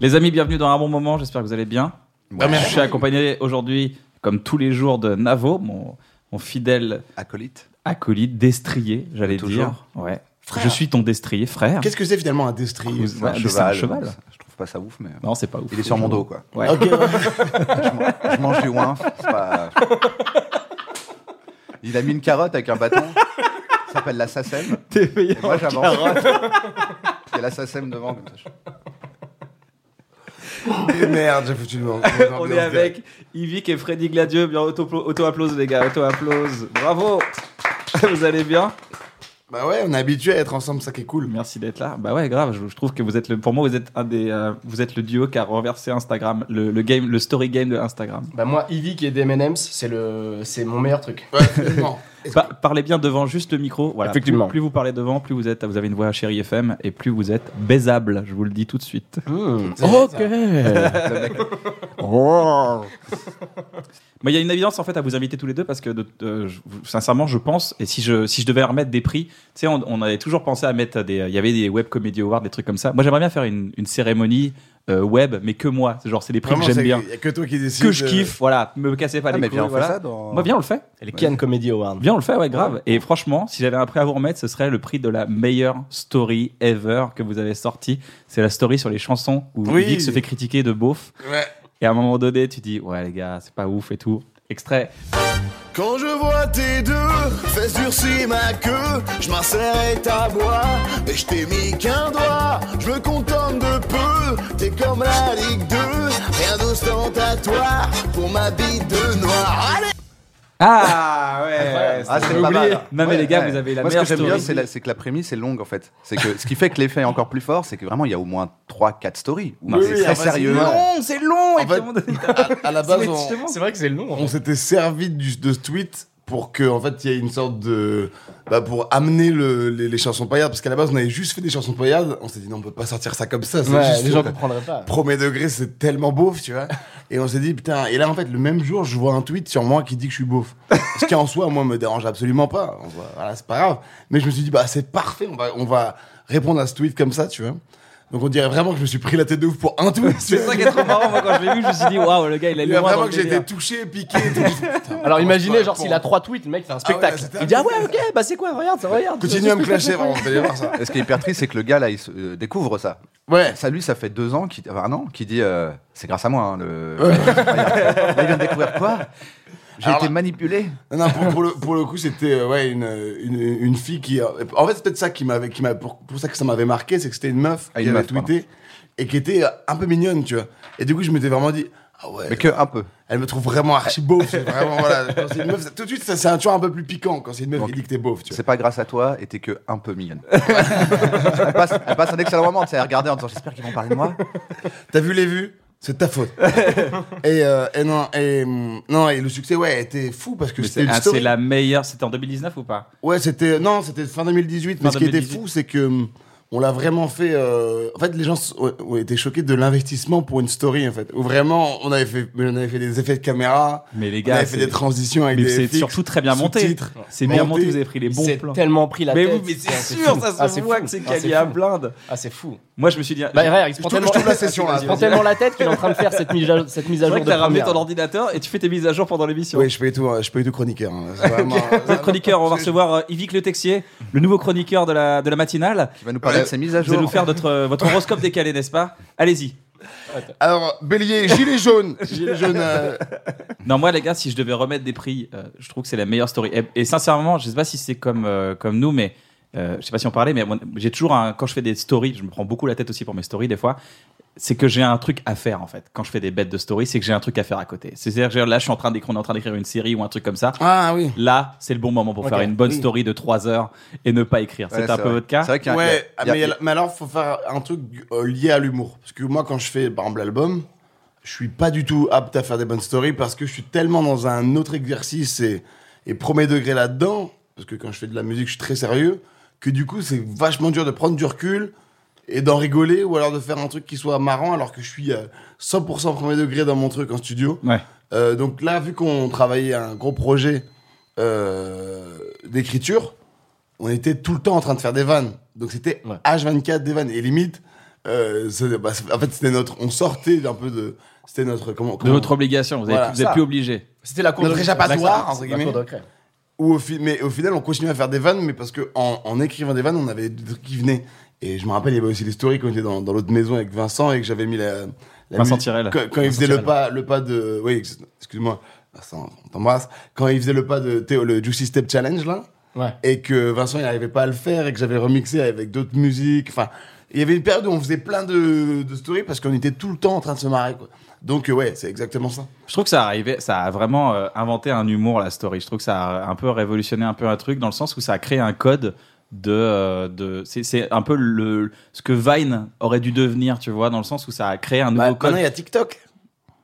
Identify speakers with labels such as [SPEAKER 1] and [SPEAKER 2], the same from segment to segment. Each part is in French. [SPEAKER 1] Les amis, bienvenue dans un bon moment, j'espère que vous allez bien. Je suis accompagné aujourd'hui, comme tous les jours, de Navo, mon, mon fidèle
[SPEAKER 2] Acolyte.
[SPEAKER 1] acolyte, destrier, j'allais dire.
[SPEAKER 2] Toujours.
[SPEAKER 1] Ouais.
[SPEAKER 3] Frère.
[SPEAKER 1] Je suis ton destrier, frère.
[SPEAKER 3] Qu'est-ce que c'est finalement un destrier
[SPEAKER 1] Vous- Ouais, mais c'est un cheval.
[SPEAKER 2] Je trouve pas ça ouf, mais.
[SPEAKER 1] Non, c'est pas ouf.
[SPEAKER 2] Il est sur mon dos, quoi.
[SPEAKER 1] Ouais.
[SPEAKER 3] Ok, ouais.
[SPEAKER 2] Je mange du ouin. c'est pas- Il a mis une carotte avec un bâton. Ça s'appelle la SACEM.
[SPEAKER 1] T'es payé
[SPEAKER 2] Et moi,
[SPEAKER 1] en
[SPEAKER 2] j'avance. Il y a la SACEM devant. comme ça, je-
[SPEAKER 3] Et merde, j'ai foutu le mot.
[SPEAKER 4] Ah,
[SPEAKER 1] On est avec Yvick et Freddy Gladieux. Bien, auto- auto-applause, les gars, auto-applause. Bravo Vous allez bien
[SPEAKER 3] Bah ouais, on est habitué à être ensemble, ça qui est cool.
[SPEAKER 1] Merci d'être là. Bah ouais, grave, je, je trouve que vous êtes le. Pour moi, vous êtes un des. euh, vous êtes le duo qui a renversé Instagram, le, le game, le story game de Instagram.
[SPEAKER 5] Bah moi, Ivy qui est des M&M's, c'est le, c'est mon meilleur truc.
[SPEAKER 3] Ouais, effectivement. Est-ce
[SPEAKER 1] Pa- parlez bien devant, juste le micro. Voilà.
[SPEAKER 5] Effectivement.
[SPEAKER 1] Plus, plus vous parlez devant, plus vous êtes. Vous avez une voix chérie FM et plus vous êtes baisable. Je vous le dis tout de suite.
[SPEAKER 3] que c'est
[SPEAKER 5] Oh,
[SPEAKER 3] vrai, ça
[SPEAKER 1] Mais il y a une évidence en fait à vous inviter tous les deux parce que de- de- je- sincèrement je pense et si je si je devais remettre des prix, tu sais on, on avait toujours pensé à mettre des il y avait des web comedy awards des trucs comme ça. Moi j'aimerais bien faire une, une cérémonie euh, web mais que moi, C'est genre c'est des prix
[SPEAKER 3] Vraiment,
[SPEAKER 1] que j'aime
[SPEAKER 3] c'est-
[SPEAKER 1] bien,
[SPEAKER 3] y a que toi qui décide.
[SPEAKER 1] que je kiffe, voilà, me cassez pas
[SPEAKER 2] Ah,
[SPEAKER 1] les
[SPEAKER 2] mais
[SPEAKER 1] couilles.
[SPEAKER 2] viens, on fait
[SPEAKER 1] voilà.
[SPEAKER 2] ça dans.
[SPEAKER 1] Moi viens on le fait.
[SPEAKER 5] Les Kian Comedy Award.
[SPEAKER 1] Bien, on le fait, ouais, grave. Et franchement, si j'avais un prix à vous remettre, ce serait le prix de la meilleure story ever que vous avez sortie. C'est la story sur les chansons où
[SPEAKER 3] Oui.
[SPEAKER 1] Vic se fait critiquer de beauf.
[SPEAKER 3] Ouais.
[SPEAKER 1] Et à un moment donné, tu dis, ouais, les gars, c'est pas ouf et tout. Extrait.
[SPEAKER 6] Quand je vois tes deux fesses durcir ma queue, je m'insérais ta voix, mais je t'ai mis qu'un doigt, je me contente de peu, t'es comme la Ligue 2, rien d'ostentatoire pour ma bite de noir. Allez
[SPEAKER 1] Ah, ouais.
[SPEAKER 2] Ah, c'est
[SPEAKER 1] j'avais
[SPEAKER 2] pas
[SPEAKER 1] oublié.
[SPEAKER 2] mal.
[SPEAKER 1] Non, mais
[SPEAKER 2] Ouais,
[SPEAKER 1] les gars,
[SPEAKER 2] ouais.
[SPEAKER 1] vous avez la
[SPEAKER 2] Moi,
[SPEAKER 1] meilleure
[SPEAKER 2] ce que j'aime bien,
[SPEAKER 1] story.
[SPEAKER 2] c'est la- c'est que la prémisse est longue, en fait. C'est que ce qui fait que l'effet est encore plus fort, c'est que vraiment, il y a au moins 3-4 stories. où
[SPEAKER 3] Oui,
[SPEAKER 2] c'est
[SPEAKER 3] oui,
[SPEAKER 2] très
[SPEAKER 3] ah bah, c'est
[SPEAKER 2] sérieux.
[SPEAKER 3] long.
[SPEAKER 1] c'est long.
[SPEAKER 3] En fait, À, à la base, on,
[SPEAKER 5] C'est vrai que c'est long.
[SPEAKER 3] on s'était servi du- de ce tweet pour que, en fait, il y ait une sorte de. Bah, pour amener le- les, les chansons paillardes, parce qu'à la base, on avait juste fait des chansons paillardes. On s'est dit, non, on peut pas sortir ça comme ça. c'est
[SPEAKER 5] Ouais,
[SPEAKER 3] juste-
[SPEAKER 5] les gens comprendraient pas.
[SPEAKER 3] Premier degré, c'est tellement beauf, tu vois. Et on s'est dit, putain, et là, en fait, le même jour, je vois un tweet sur moi qui dit que je suis beauf. Ce qui, en soi, moi, me dérange absolument pas. On voit- Voilà, c'est pas grave. Mais je me suis dit, bah, c'est parfait, on va, on va répondre à ce tweet comme ça, tu vois. Donc, on dirait vraiment que je me suis pris la tête de ouf pour un tweet. tu
[SPEAKER 1] C'est
[SPEAKER 3] vois.
[SPEAKER 1] ça qui est trop marrant. Moi, quand je l'ai vu, je me suis dit, waouh, le gars, il est
[SPEAKER 3] Il y a
[SPEAKER 1] loin. dans
[SPEAKER 3] vraiment
[SPEAKER 1] le
[SPEAKER 3] que j'ai
[SPEAKER 1] délire.
[SPEAKER 3] été touché, piqué. et tout. Putain,
[SPEAKER 5] Alors imaginez,
[SPEAKER 3] pour-
[SPEAKER 5] genre s'il a trois tweets, le mec, c'est un
[SPEAKER 3] ouais,
[SPEAKER 5] spectacle.
[SPEAKER 3] c'était
[SPEAKER 5] il dit ah ouais, ok, bah c'est quoi, regarde, ça regarde.
[SPEAKER 3] Continue à me clasher, vraiment, vous allez voir ça.
[SPEAKER 2] Et ce qui est hyper triste, c'est que le gars, là, il se- euh, découvre ça.
[SPEAKER 3] Ouais.
[SPEAKER 2] Eh, Ça, lui, ça fait deux ans, qu'il- enfin, un an, qu'il dit euh, C'est grâce à moi, hein, le. Là, il vient de découvrir quoi J'ai
[SPEAKER 3] Alors
[SPEAKER 2] été
[SPEAKER 3] là-
[SPEAKER 2] manipulé.
[SPEAKER 3] Non, non, pour, pour le, pour le coup, c'était euh, ouais, une, une, une fille qui. euh, En fait, c'est peut-être ça qui m'avait. qui m'a- Pour, pour ça que ça m'avait marqué, c'est que c'était une meuf
[SPEAKER 2] Ah,
[SPEAKER 3] qui
[SPEAKER 2] une
[SPEAKER 3] avait
[SPEAKER 2] meuf, pardon.
[SPEAKER 3] tweeté et qui était euh, un peu mignonne, tu vois. Et du coup, je m'étais vraiment dit. Ah ouais,
[SPEAKER 2] Mais que un peu.
[SPEAKER 3] elle me trouve vraiment archi beauf. c'est vraiment, voilà. Quand c'est une meuf, ça- tout de suite, ça, c'est un, toujours un peu plus piquant quand c'est une meuf
[SPEAKER 2] Donc,
[SPEAKER 3] qui dit que t'es beauf, tu vois.
[SPEAKER 2] C'est pas grâce à toi, et t'es que un peu mignonne. elle, passe, elle passe un excellent moment, tu sais, à regarder en disant J'espère qu'ils vont parler de moi.
[SPEAKER 3] T'as vu les vues C'est de ta faute. et, euh, et non, et, hum, non, et le succès, ouais, était fou parce que
[SPEAKER 1] Mais
[SPEAKER 3] c'était
[SPEAKER 1] C'est
[SPEAKER 3] une
[SPEAKER 1] ah,
[SPEAKER 3] story.
[SPEAKER 1] c'est la meilleure. C'était en 2019 ou pas
[SPEAKER 3] Ouais, c'était non, c'était fin 2018.
[SPEAKER 1] Fin
[SPEAKER 3] mais ce qui
[SPEAKER 1] 2018.
[SPEAKER 3] était fou, c'est que hum, on l'a vraiment fait. euh, En fait, les gens s- ont ont été choqués de l'investissement pour une story, en fait. Où vraiment, on avait fait, mais on avait fait des effets de caméra,
[SPEAKER 1] Mais les
[SPEAKER 3] on
[SPEAKER 1] gars,
[SPEAKER 3] avait fait
[SPEAKER 1] c'est-
[SPEAKER 3] des transitions avec
[SPEAKER 1] mais
[SPEAKER 3] des
[SPEAKER 1] c'est
[SPEAKER 3] fixes,
[SPEAKER 1] surtout très bien monté.
[SPEAKER 3] sous-titres.
[SPEAKER 1] C'est bien
[SPEAKER 3] Monté.
[SPEAKER 1] monté. Vous avez pris les
[SPEAKER 5] Il
[SPEAKER 1] bons
[SPEAKER 5] s'est
[SPEAKER 1] plans.
[SPEAKER 5] tellement pris la
[SPEAKER 1] Mais
[SPEAKER 5] tête.
[SPEAKER 1] oui, mais c'est
[SPEAKER 5] Putain, c'est
[SPEAKER 1] sûr,
[SPEAKER 5] fou.
[SPEAKER 1] ça se
[SPEAKER 5] Ah, c'est
[SPEAKER 1] voit
[SPEAKER 5] fou.
[SPEAKER 1] que c'est
[SPEAKER 5] Ah,
[SPEAKER 1] qu'il y a
[SPEAKER 5] fou.
[SPEAKER 1] blinde.
[SPEAKER 5] Ah c'est fou.
[SPEAKER 1] Moi, je me suis dit.
[SPEAKER 5] Bah RR, il se prend
[SPEAKER 3] trouve- je
[SPEAKER 5] tellement
[SPEAKER 3] trouve la session, là.
[SPEAKER 5] il se prend tellement la tête qu'il est en train de faire cette mise à, cette mise
[SPEAKER 1] c'est
[SPEAKER 5] à
[SPEAKER 1] vrai
[SPEAKER 5] jour
[SPEAKER 1] que
[SPEAKER 5] de
[SPEAKER 1] t'as ramené
[SPEAKER 5] première.
[SPEAKER 1] ton ordinateur et tu fais tes mises à jour pendant l'émission.
[SPEAKER 3] Oui, je peux tout, hein, je peux tout chroniqueur. hein. C'est vraiment-
[SPEAKER 1] Notre chroniqueur, on va recevoir euh, Yvick Le Texier, le nouveau chroniqueur de la, de la matinale.
[SPEAKER 2] Il va nous parler de ses mises à
[SPEAKER 1] Vous allez
[SPEAKER 2] jour.
[SPEAKER 1] nous faire notre, euh, votre horoscope décalé, n'est-ce pas Allez-y.
[SPEAKER 3] Alors, Bélier, gilet jaune, gilet jaune. euh,
[SPEAKER 1] Non, moi, les gars, si je devais remettre des prix, euh, je trouve que c'est la meilleure story. Et, et sincèrement, je sais pas si c'est comme, euh, comme nous, mais euh, je sais pas si on parlait, mais moi, j'ai toujours un, quand je fais des stories, je me prends beaucoup la tête aussi pour mes stories des fois. C'est que j'ai un truc à faire en fait. Quand je fais des bêtes de stories, c'est que j'ai un truc à faire à côté. C'est-à-dire là, je suis en train d'écrire, on est en train d'écrire une série ou un truc comme ça.
[SPEAKER 3] Ah oui.
[SPEAKER 1] Là, c'est le bon moment pour
[SPEAKER 3] Ok,
[SPEAKER 1] faire une bonne
[SPEAKER 3] oui.
[SPEAKER 1] story de 3 heures et ne pas écrire.
[SPEAKER 2] Ouais,
[SPEAKER 1] c'est un peu
[SPEAKER 2] vrai.
[SPEAKER 1] votre cas.
[SPEAKER 2] C'est vrai qu'il y a-
[SPEAKER 3] Ouais, ah,
[SPEAKER 2] il y a-
[SPEAKER 3] mais,
[SPEAKER 2] il y a-
[SPEAKER 3] mais alors faut faire un truc euh, lié à l'humour. Parce que moi, quand je fais par exemple l'album, je suis pas du tout apte à faire des bonnes stories parce que je suis tellement dans un autre exercice et, et premier degré là-dedans. Parce que quand je fais de la musique, je suis très sérieux. Que du coup, c'est vachement dur de prendre du recul et d'en rigoler ou alors de faire un truc qui soit marrant alors que je suis euh, 100% premier degré dans mon truc en studio.
[SPEAKER 1] Ouais.
[SPEAKER 3] Euh, donc là, vu qu'on travaillait un gros projet euh, d'écriture, on était tout le temps en train de faire des vannes. Donc c'était
[SPEAKER 4] Ouais.
[SPEAKER 3] H24 des vannes. Et limite, euh, c'est- bah, c'est- en fait, c'était notre. On sortait un peu de. C'était notre. Comment,
[SPEAKER 1] De
[SPEAKER 3] comment-
[SPEAKER 1] votre obligation, vous n'êtes
[SPEAKER 3] Voilà,
[SPEAKER 4] ça.
[SPEAKER 1] plus obligé.
[SPEAKER 4] C'était la cour
[SPEAKER 3] Notre
[SPEAKER 4] de-
[SPEAKER 3] échappatoire, entre
[SPEAKER 4] la
[SPEAKER 3] guillemets.
[SPEAKER 4] cour de récré.
[SPEAKER 3] Ou au fi- mais au final, on continuait à faire des vannes, mais parce que en, en écrivant des vannes, on avait des trucs qui venaient. Et je me rappelle, il y avait aussi des stories quand on était dans, dans l'autre maison avec Vincent et que j'avais mis la. la
[SPEAKER 1] Vincent
[SPEAKER 3] musique-
[SPEAKER 1] Tirel.
[SPEAKER 3] Quand, quand il faisait le pas, le pas de. Oui, ex- excuse-moi. Vincent, on t'embrasse. Quand il faisait le pas de Théo, le Juicy Step Challenge, là.
[SPEAKER 4] Ouais.
[SPEAKER 3] Et que Vincent, il n'arrivait pas à le faire et que j'avais remixé avec d'autres musiques. Enfin, il y avait une période où on faisait plein de, de stories parce qu'on était tout le temps en train de se marrer, quoi. Donc, euh, ouais, c'est exactement ça.
[SPEAKER 1] Je trouve que ça, arrivait, ça a vraiment euh, inventé un humour, la story. Je trouve que ça a un peu révolutionné un peu un truc dans le sens où ça a créé un code de. euh, de c'est- c'est un peu le, ce que Vine aurait dû devenir, tu vois, dans le sens où ça a créé un nouveau
[SPEAKER 3] Bah,
[SPEAKER 1] code.
[SPEAKER 3] maintenant, il y a TikTok.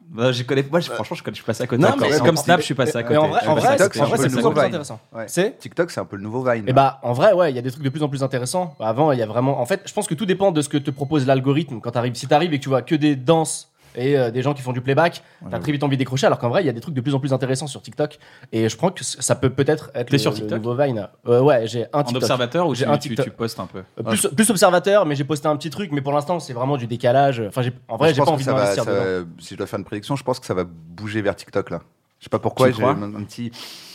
[SPEAKER 1] Bah, je connais, moi, je- franchement, je, connais, je suis passé à côté.
[SPEAKER 4] Euh, Non,
[SPEAKER 1] encore.
[SPEAKER 4] mais-
[SPEAKER 1] Comme Snap, je suis passé à côté. Bah,
[SPEAKER 4] Mais en vrai,
[SPEAKER 1] Je suis
[SPEAKER 4] en
[SPEAKER 1] passé
[SPEAKER 4] vrai,
[SPEAKER 1] à
[SPEAKER 2] TikTok,
[SPEAKER 4] c'est-
[SPEAKER 1] côté.
[SPEAKER 4] en vrai,
[SPEAKER 2] un peu
[SPEAKER 4] c'est
[SPEAKER 2] le
[SPEAKER 4] de
[SPEAKER 2] nouveau
[SPEAKER 4] plus en plus
[SPEAKER 2] Vine.
[SPEAKER 4] intéressant.
[SPEAKER 2] Ouais.
[SPEAKER 4] C'est
[SPEAKER 2] TikTok, c'est un peu le nouveau Vine.
[SPEAKER 4] Et bah en vrai ouais, il y a des trucs de plus en plus intéressants. Bah, Avant, il y a vraiment en fait, je pense que tout dépend de ce que te propose l'algorithme quand t'arrives si t'arrives et que tu vois que des danses et euh, des gens qui font du playback, t'as très vite envie de décrocher alors qu'en vrai, il y a des trucs de plus en plus intéressants sur TikTok et je crois que c- ça peut peut-être être
[SPEAKER 1] T'es
[SPEAKER 4] le,
[SPEAKER 1] sur
[SPEAKER 4] le
[SPEAKER 1] TikTok
[SPEAKER 4] nouveau Vine. Euh, ouais, j'ai un
[SPEAKER 1] En
[SPEAKER 4] TikTok.
[SPEAKER 1] observateur ou
[SPEAKER 4] J'ai
[SPEAKER 1] tu,
[SPEAKER 4] un
[SPEAKER 1] tu,
[SPEAKER 4] TikTok.
[SPEAKER 1] tu postes un peu
[SPEAKER 4] Euh, plus, plus observateur, mais j'ai posté un petit truc, mais pour l'instant c'est vraiment du décalage. Enfin, j'ai- en vrai,
[SPEAKER 2] Je
[SPEAKER 4] j'ai
[SPEAKER 2] pense
[SPEAKER 4] pas
[SPEAKER 2] que
[SPEAKER 4] envie de
[SPEAKER 2] hein. ça va-
[SPEAKER 4] m'investir
[SPEAKER 2] ça va-
[SPEAKER 4] dedans.
[SPEAKER 2] Si je dois faire une prédiction, je pense que ça va bouger vers TikTok là. Je sais pas pourquoi,
[SPEAKER 1] Tu
[SPEAKER 2] j'ai
[SPEAKER 1] crois
[SPEAKER 2] un, un petit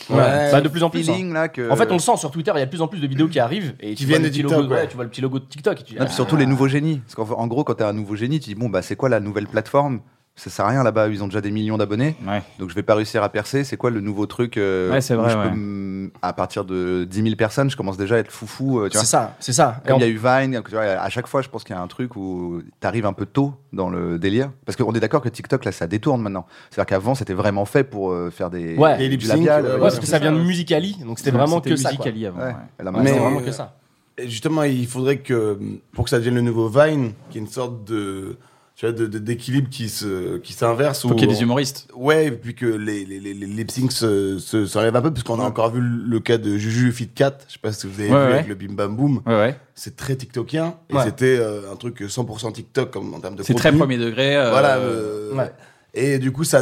[SPEAKER 4] Ouais. Bah, de plus en plus. hein.
[SPEAKER 2] feeling là que.
[SPEAKER 4] En fait, on le sent sur Twitter, il y a de plus en plus de vidéos qui arrivent et tu
[SPEAKER 3] viennent
[SPEAKER 4] vois le
[SPEAKER 3] de
[SPEAKER 4] petit
[SPEAKER 3] TikTok,
[SPEAKER 4] logo-
[SPEAKER 3] ouais.
[SPEAKER 4] ouais, tu vois le petit logo de TikTok. et tu dis, ah.
[SPEAKER 2] Non, puis surtout les nouveaux génies. Parce qu'en en gros, quand t'es un nouveau génie, tu dis bon bah c'est quoi la nouvelle plateforme Ça sert à rien là-bas, ils ont déjà des millions d'abonnés,
[SPEAKER 1] Ouais.
[SPEAKER 2] donc je vais pas réussir à percer. C'est quoi le nouveau truc euh,
[SPEAKER 1] Ouais, c'est
[SPEAKER 2] où
[SPEAKER 1] vrai,
[SPEAKER 2] je
[SPEAKER 1] ouais.
[SPEAKER 2] peux m- à partir de 10 000 personnes, je commence déjà à être foufou. euh, tu vois.
[SPEAKER 4] C'est ça, c'est ça. Et
[SPEAKER 2] Comme
[SPEAKER 4] en-
[SPEAKER 2] il y a eu Vine, tu vois, à chaque fois, je pense qu'il y a un truc où t'arrives un peu tôt dans le délire. Parce qu'on est d'accord que TikTok, là, ça détourne maintenant. C'est-à-dire qu'avant, c'était vraiment fait pour euh, faire des,
[SPEAKER 4] Ouais.
[SPEAKER 3] Des
[SPEAKER 2] du
[SPEAKER 3] lip-sync,
[SPEAKER 2] labial.
[SPEAKER 3] ouais,
[SPEAKER 2] euh,
[SPEAKER 4] Ouais,
[SPEAKER 3] ouais.
[SPEAKER 4] parce que ça vient de Musicali, donc c'était vraiment que ça. quoi.
[SPEAKER 1] Musicali avant.
[SPEAKER 2] ouais.
[SPEAKER 1] ouais.
[SPEAKER 2] Là,
[SPEAKER 4] Ouais,
[SPEAKER 2] maintenant,
[SPEAKER 4] c'est
[SPEAKER 3] Mais-
[SPEAKER 4] vraiment que ça.
[SPEAKER 3] Et justement, il faudrait que, pour que ça devienne le nouveau Vine, qu'il y ait une sorte de, tu vois, de- de- d'équilibre qui se, qui s'inverse.
[SPEAKER 1] Faut
[SPEAKER 3] ou-
[SPEAKER 1] qu'il y ait des humoristes.
[SPEAKER 3] Ouais, et puis que les, les, les, les lip syncs se, se, s'enlèvent un peu, parce qu'on a encore vu le cas de Juju Fitcat. Je sais pas si vous avez
[SPEAKER 1] Ouais,
[SPEAKER 3] vu
[SPEAKER 1] ouais.
[SPEAKER 3] avec le Bim Bam Boom.
[SPEAKER 1] Ouais, ouais.
[SPEAKER 3] C'est très TikTokien. Et
[SPEAKER 4] Ouais.
[SPEAKER 3] c'était euh, un truc 100% TikTok comme en termes de
[SPEAKER 1] C'est
[SPEAKER 3] contenu.
[SPEAKER 1] très premier degré. euh,
[SPEAKER 3] Voilà. euh,
[SPEAKER 4] ouais.
[SPEAKER 3] Et du coup, ça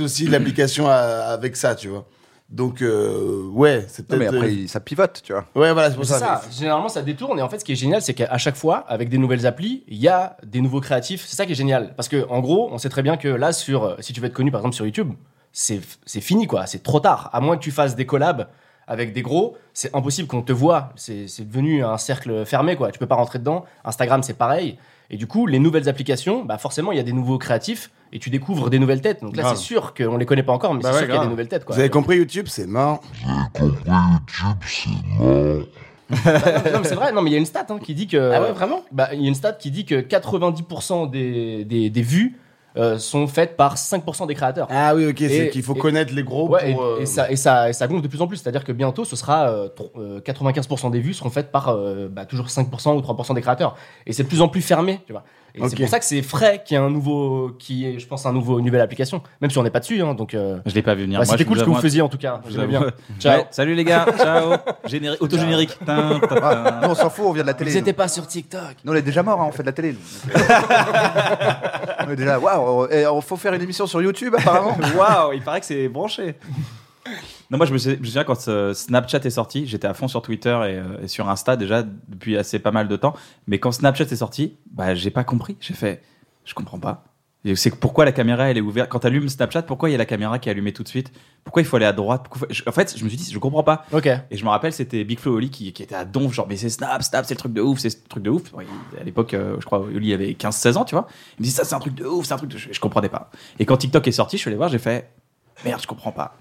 [SPEAKER 3] aussi l'application à- avec ça, tu vois. Donc, euh, ouais, c'est
[SPEAKER 2] Non, mais
[SPEAKER 3] peut-être.
[SPEAKER 2] après,
[SPEAKER 3] euh,
[SPEAKER 2] il- ça pivote, tu vois.
[SPEAKER 3] Ouais, voilà, c'est pour
[SPEAKER 4] C'est
[SPEAKER 3] ça.
[SPEAKER 4] ça, généralement ça détourne et en fait ce qui est génial c'est qu'à chaque fois avec des nouvelles applis il y a des nouveaux créatifs, c'est ça qui est génial parce que en gros on sait très bien que là sur euh, si tu veux être connu par exemple sur YouTube c'est c'est fini quoi, c'est trop tard à moins que tu fasses des collabs avec des gros c'est impossible qu'on te voit, c'est c'est devenu un cercle fermé quoi, tu peux pas rentrer dedans, Instagram c'est pareil et du coup les nouvelles applications bah forcément il y a des nouveaux créatifs et tu découvres des nouvelles têtes donc là
[SPEAKER 1] Grave.
[SPEAKER 4] c'est sûr qu'on les connaît pas encore mais
[SPEAKER 1] Bah
[SPEAKER 4] c'est
[SPEAKER 1] ouais,
[SPEAKER 4] sûr qu'il y a
[SPEAKER 1] grave.
[SPEAKER 4] des nouvelles têtes quoi.
[SPEAKER 3] Vous avez compris, YouTube, c'est mort.
[SPEAKER 4] non, mais c'est vrai, non, mais il y a une stat hein, qui dit que.
[SPEAKER 3] Ah ouais, vraiment
[SPEAKER 4] Bah, Il y a une stat qui dit que 90% des, des, des vues euh, sont faites par 5% des créateurs.
[SPEAKER 3] Ah oui, ok, c'est
[SPEAKER 4] Et-
[SPEAKER 3] qu'il faut
[SPEAKER 4] et-
[SPEAKER 3] connaître les gros
[SPEAKER 4] Ouais, et,
[SPEAKER 3] pour. euh,
[SPEAKER 4] et ça, et, ça, et ça gonfle de plus en plus. C'est-à-dire que bientôt, ce sera euh, tro- euh, 95% des vues seront faites par euh, bah, toujours 5% ou 3% des créateurs. Et c'est de plus en plus fermé, tu vois. Et
[SPEAKER 3] Ok.
[SPEAKER 4] c'est pour ça que c'est frais qu'il y ait un nouveau, qui est, je pense, un nouveau, une nouvelle application. Même si on n'est pas dessus, hein, donc. euh,
[SPEAKER 1] Je l'ai pas vu venir.
[SPEAKER 4] bah,
[SPEAKER 1] Moi,
[SPEAKER 4] c'était
[SPEAKER 1] je
[SPEAKER 4] cool ce que vous
[SPEAKER 1] avoue-
[SPEAKER 4] faisiez en tout cas.
[SPEAKER 1] je vous
[SPEAKER 4] J'aimais
[SPEAKER 1] avoue-
[SPEAKER 4] bien. Ciao.
[SPEAKER 1] Ouais, salut les gars, ciao. Généri- Auto-générique. Tin, tin, tin.
[SPEAKER 2] Non, on s'en fout, on vient de la télé.
[SPEAKER 4] Vous
[SPEAKER 2] nous.
[SPEAKER 4] n'étiez pas sur TikTok.
[SPEAKER 2] Non, on est déjà mort, hein, on fait de la télé. nous. on est déjà, waouh, et on faut faire une émission sur YouTube apparemment.
[SPEAKER 1] Waouh, il paraît que c'est branché. Non, moi je me sais- je me souviens quand euh, Snapchat est sorti, j'étais à fond sur Twitter et, euh, et sur Insta déjà depuis assez pas mal de temps. Mais quand Snapchat est sorti, bah j'ai pas compris. J'ai fait, je comprends pas. Et C'est pourquoi la caméra elle est ouverte. Quand t'allumes Snapchat, pourquoi il y a la caméra qui est allumée tout de suite Pourquoi il faut aller à droite Pourquoi faut- je- En fait, je me suis dit, je comprends pas.
[SPEAKER 4] Ok.
[SPEAKER 1] Et je me rappelle, c'était Big Flo et Oli qui, qui était à Donf, genre, mais c'est Snap, Snap, c'est le truc de ouf, c'est ce truc de ouf. Bon, il- à l'époque, euh, je crois, Oli avait 15-16 ans, tu vois. Il me dit, ça, c'est un truc de ouf, c'est un truc de. Je, je comprenais pas. Et quand TikTok est sorti, je suis allé voir, j'ai fait, merde, je comprends pas.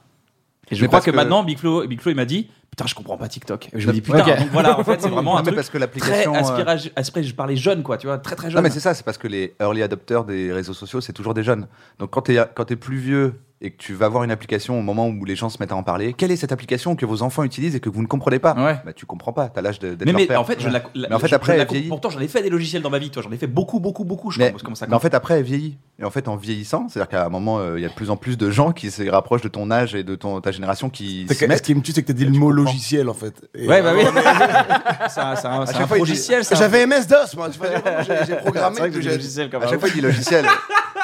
[SPEAKER 1] Et je
[SPEAKER 2] Mais
[SPEAKER 1] crois
[SPEAKER 2] parce
[SPEAKER 1] que,
[SPEAKER 2] que-
[SPEAKER 1] maintenant, Big Flo, Big Flo, il m'a dit Putain, je comprends pas TikTok. Et je me dis Putain,
[SPEAKER 4] Ok.
[SPEAKER 1] donc voilà, en fait, c'est vraiment
[SPEAKER 2] Non,
[SPEAKER 1] un
[SPEAKER 2] mais
[SPEAKER 1] truc
[SPEAKER 2] parce que
[SPEAKER 1] très
[SPEAKER 2] l'application, euh,
[SPEAKER 1] aspirage, aspiré- je parlais jeune, quoi, tu vois, très très jeune.
[SPEAKER 2] Non, mais c'est ça, c'est parce que les early adopters des réseaux sociaux, c'est toujours des jeunes. Donc quand tu es plus vieux et que tu vas voir une application au moment où les gens se mettent à en parler, quelle est cette application que vos enfants utilisent et que vous ne comprenez pas
[SPEAKER 1] Ouais.
[SPEAKER 2] Bah, Tu comprends pas, tu as l'âge de- d'être
[SPEAKER 1] mais,
[SPEAKER 2] leur
[SPEAKER 1] mais
[SPEAKER 2] père.
[SPEAKER 1] en fait, je la, la-
[SPEAKER 2] Mais en fait,
[SPEAKER 1] je- je
[SPEAKER 2] après,
[SPEAKER 1] la-
[SPEAKER 2] elle vieillit.
[SPEAKER 1] pourtant, j'en ai fait des logiciels dans ma vie, toi, j'en ai fait beaucoup, beaucoup, beaucoup. Je
[SPEAKER 2] mais,
[SPEAKER 1] commence comme ça.
[SPEAKER 2] mais en fait, après, elle vieillit. Et en fait, en vieillissant, c'est-à-dire qu'à un moment, euh, il y a de plus en plus de gens qui se rapprochent de ton âge et de ton, ta génération qui
[SPEAKER 3] Ce
[SPEAKER 2] se
[SPEAKER 3] qui- ce
[SPEAKER 2] mettent.
[SPEAKER 3] qui me tue, c'est que t'as dit le mot logiciel en fait. Et- euh,
[SPEAKER 1] ouais, bah oui. c'est un, c'est un- c'est
[SPEAKER 2] chaque
[SPEAKER 1] un
[SPEAKER 2] fois, il dit-
[SPEAKER 1] Ah, logiciel, ça.
[SPEAKER 3] J'avais MS-DOS, moi. tu vois, j'ai- J'ai programmé.
[SPEAKER 1] C'est vrai que
[SPEAKER 3] tout,
[SPEAKER 1] c'est
[SPEAKER 3] j'ai-
[SPEAKER 1] des logiciels comme
[SPEAKER 2] À chaque fois, il dit logiciel.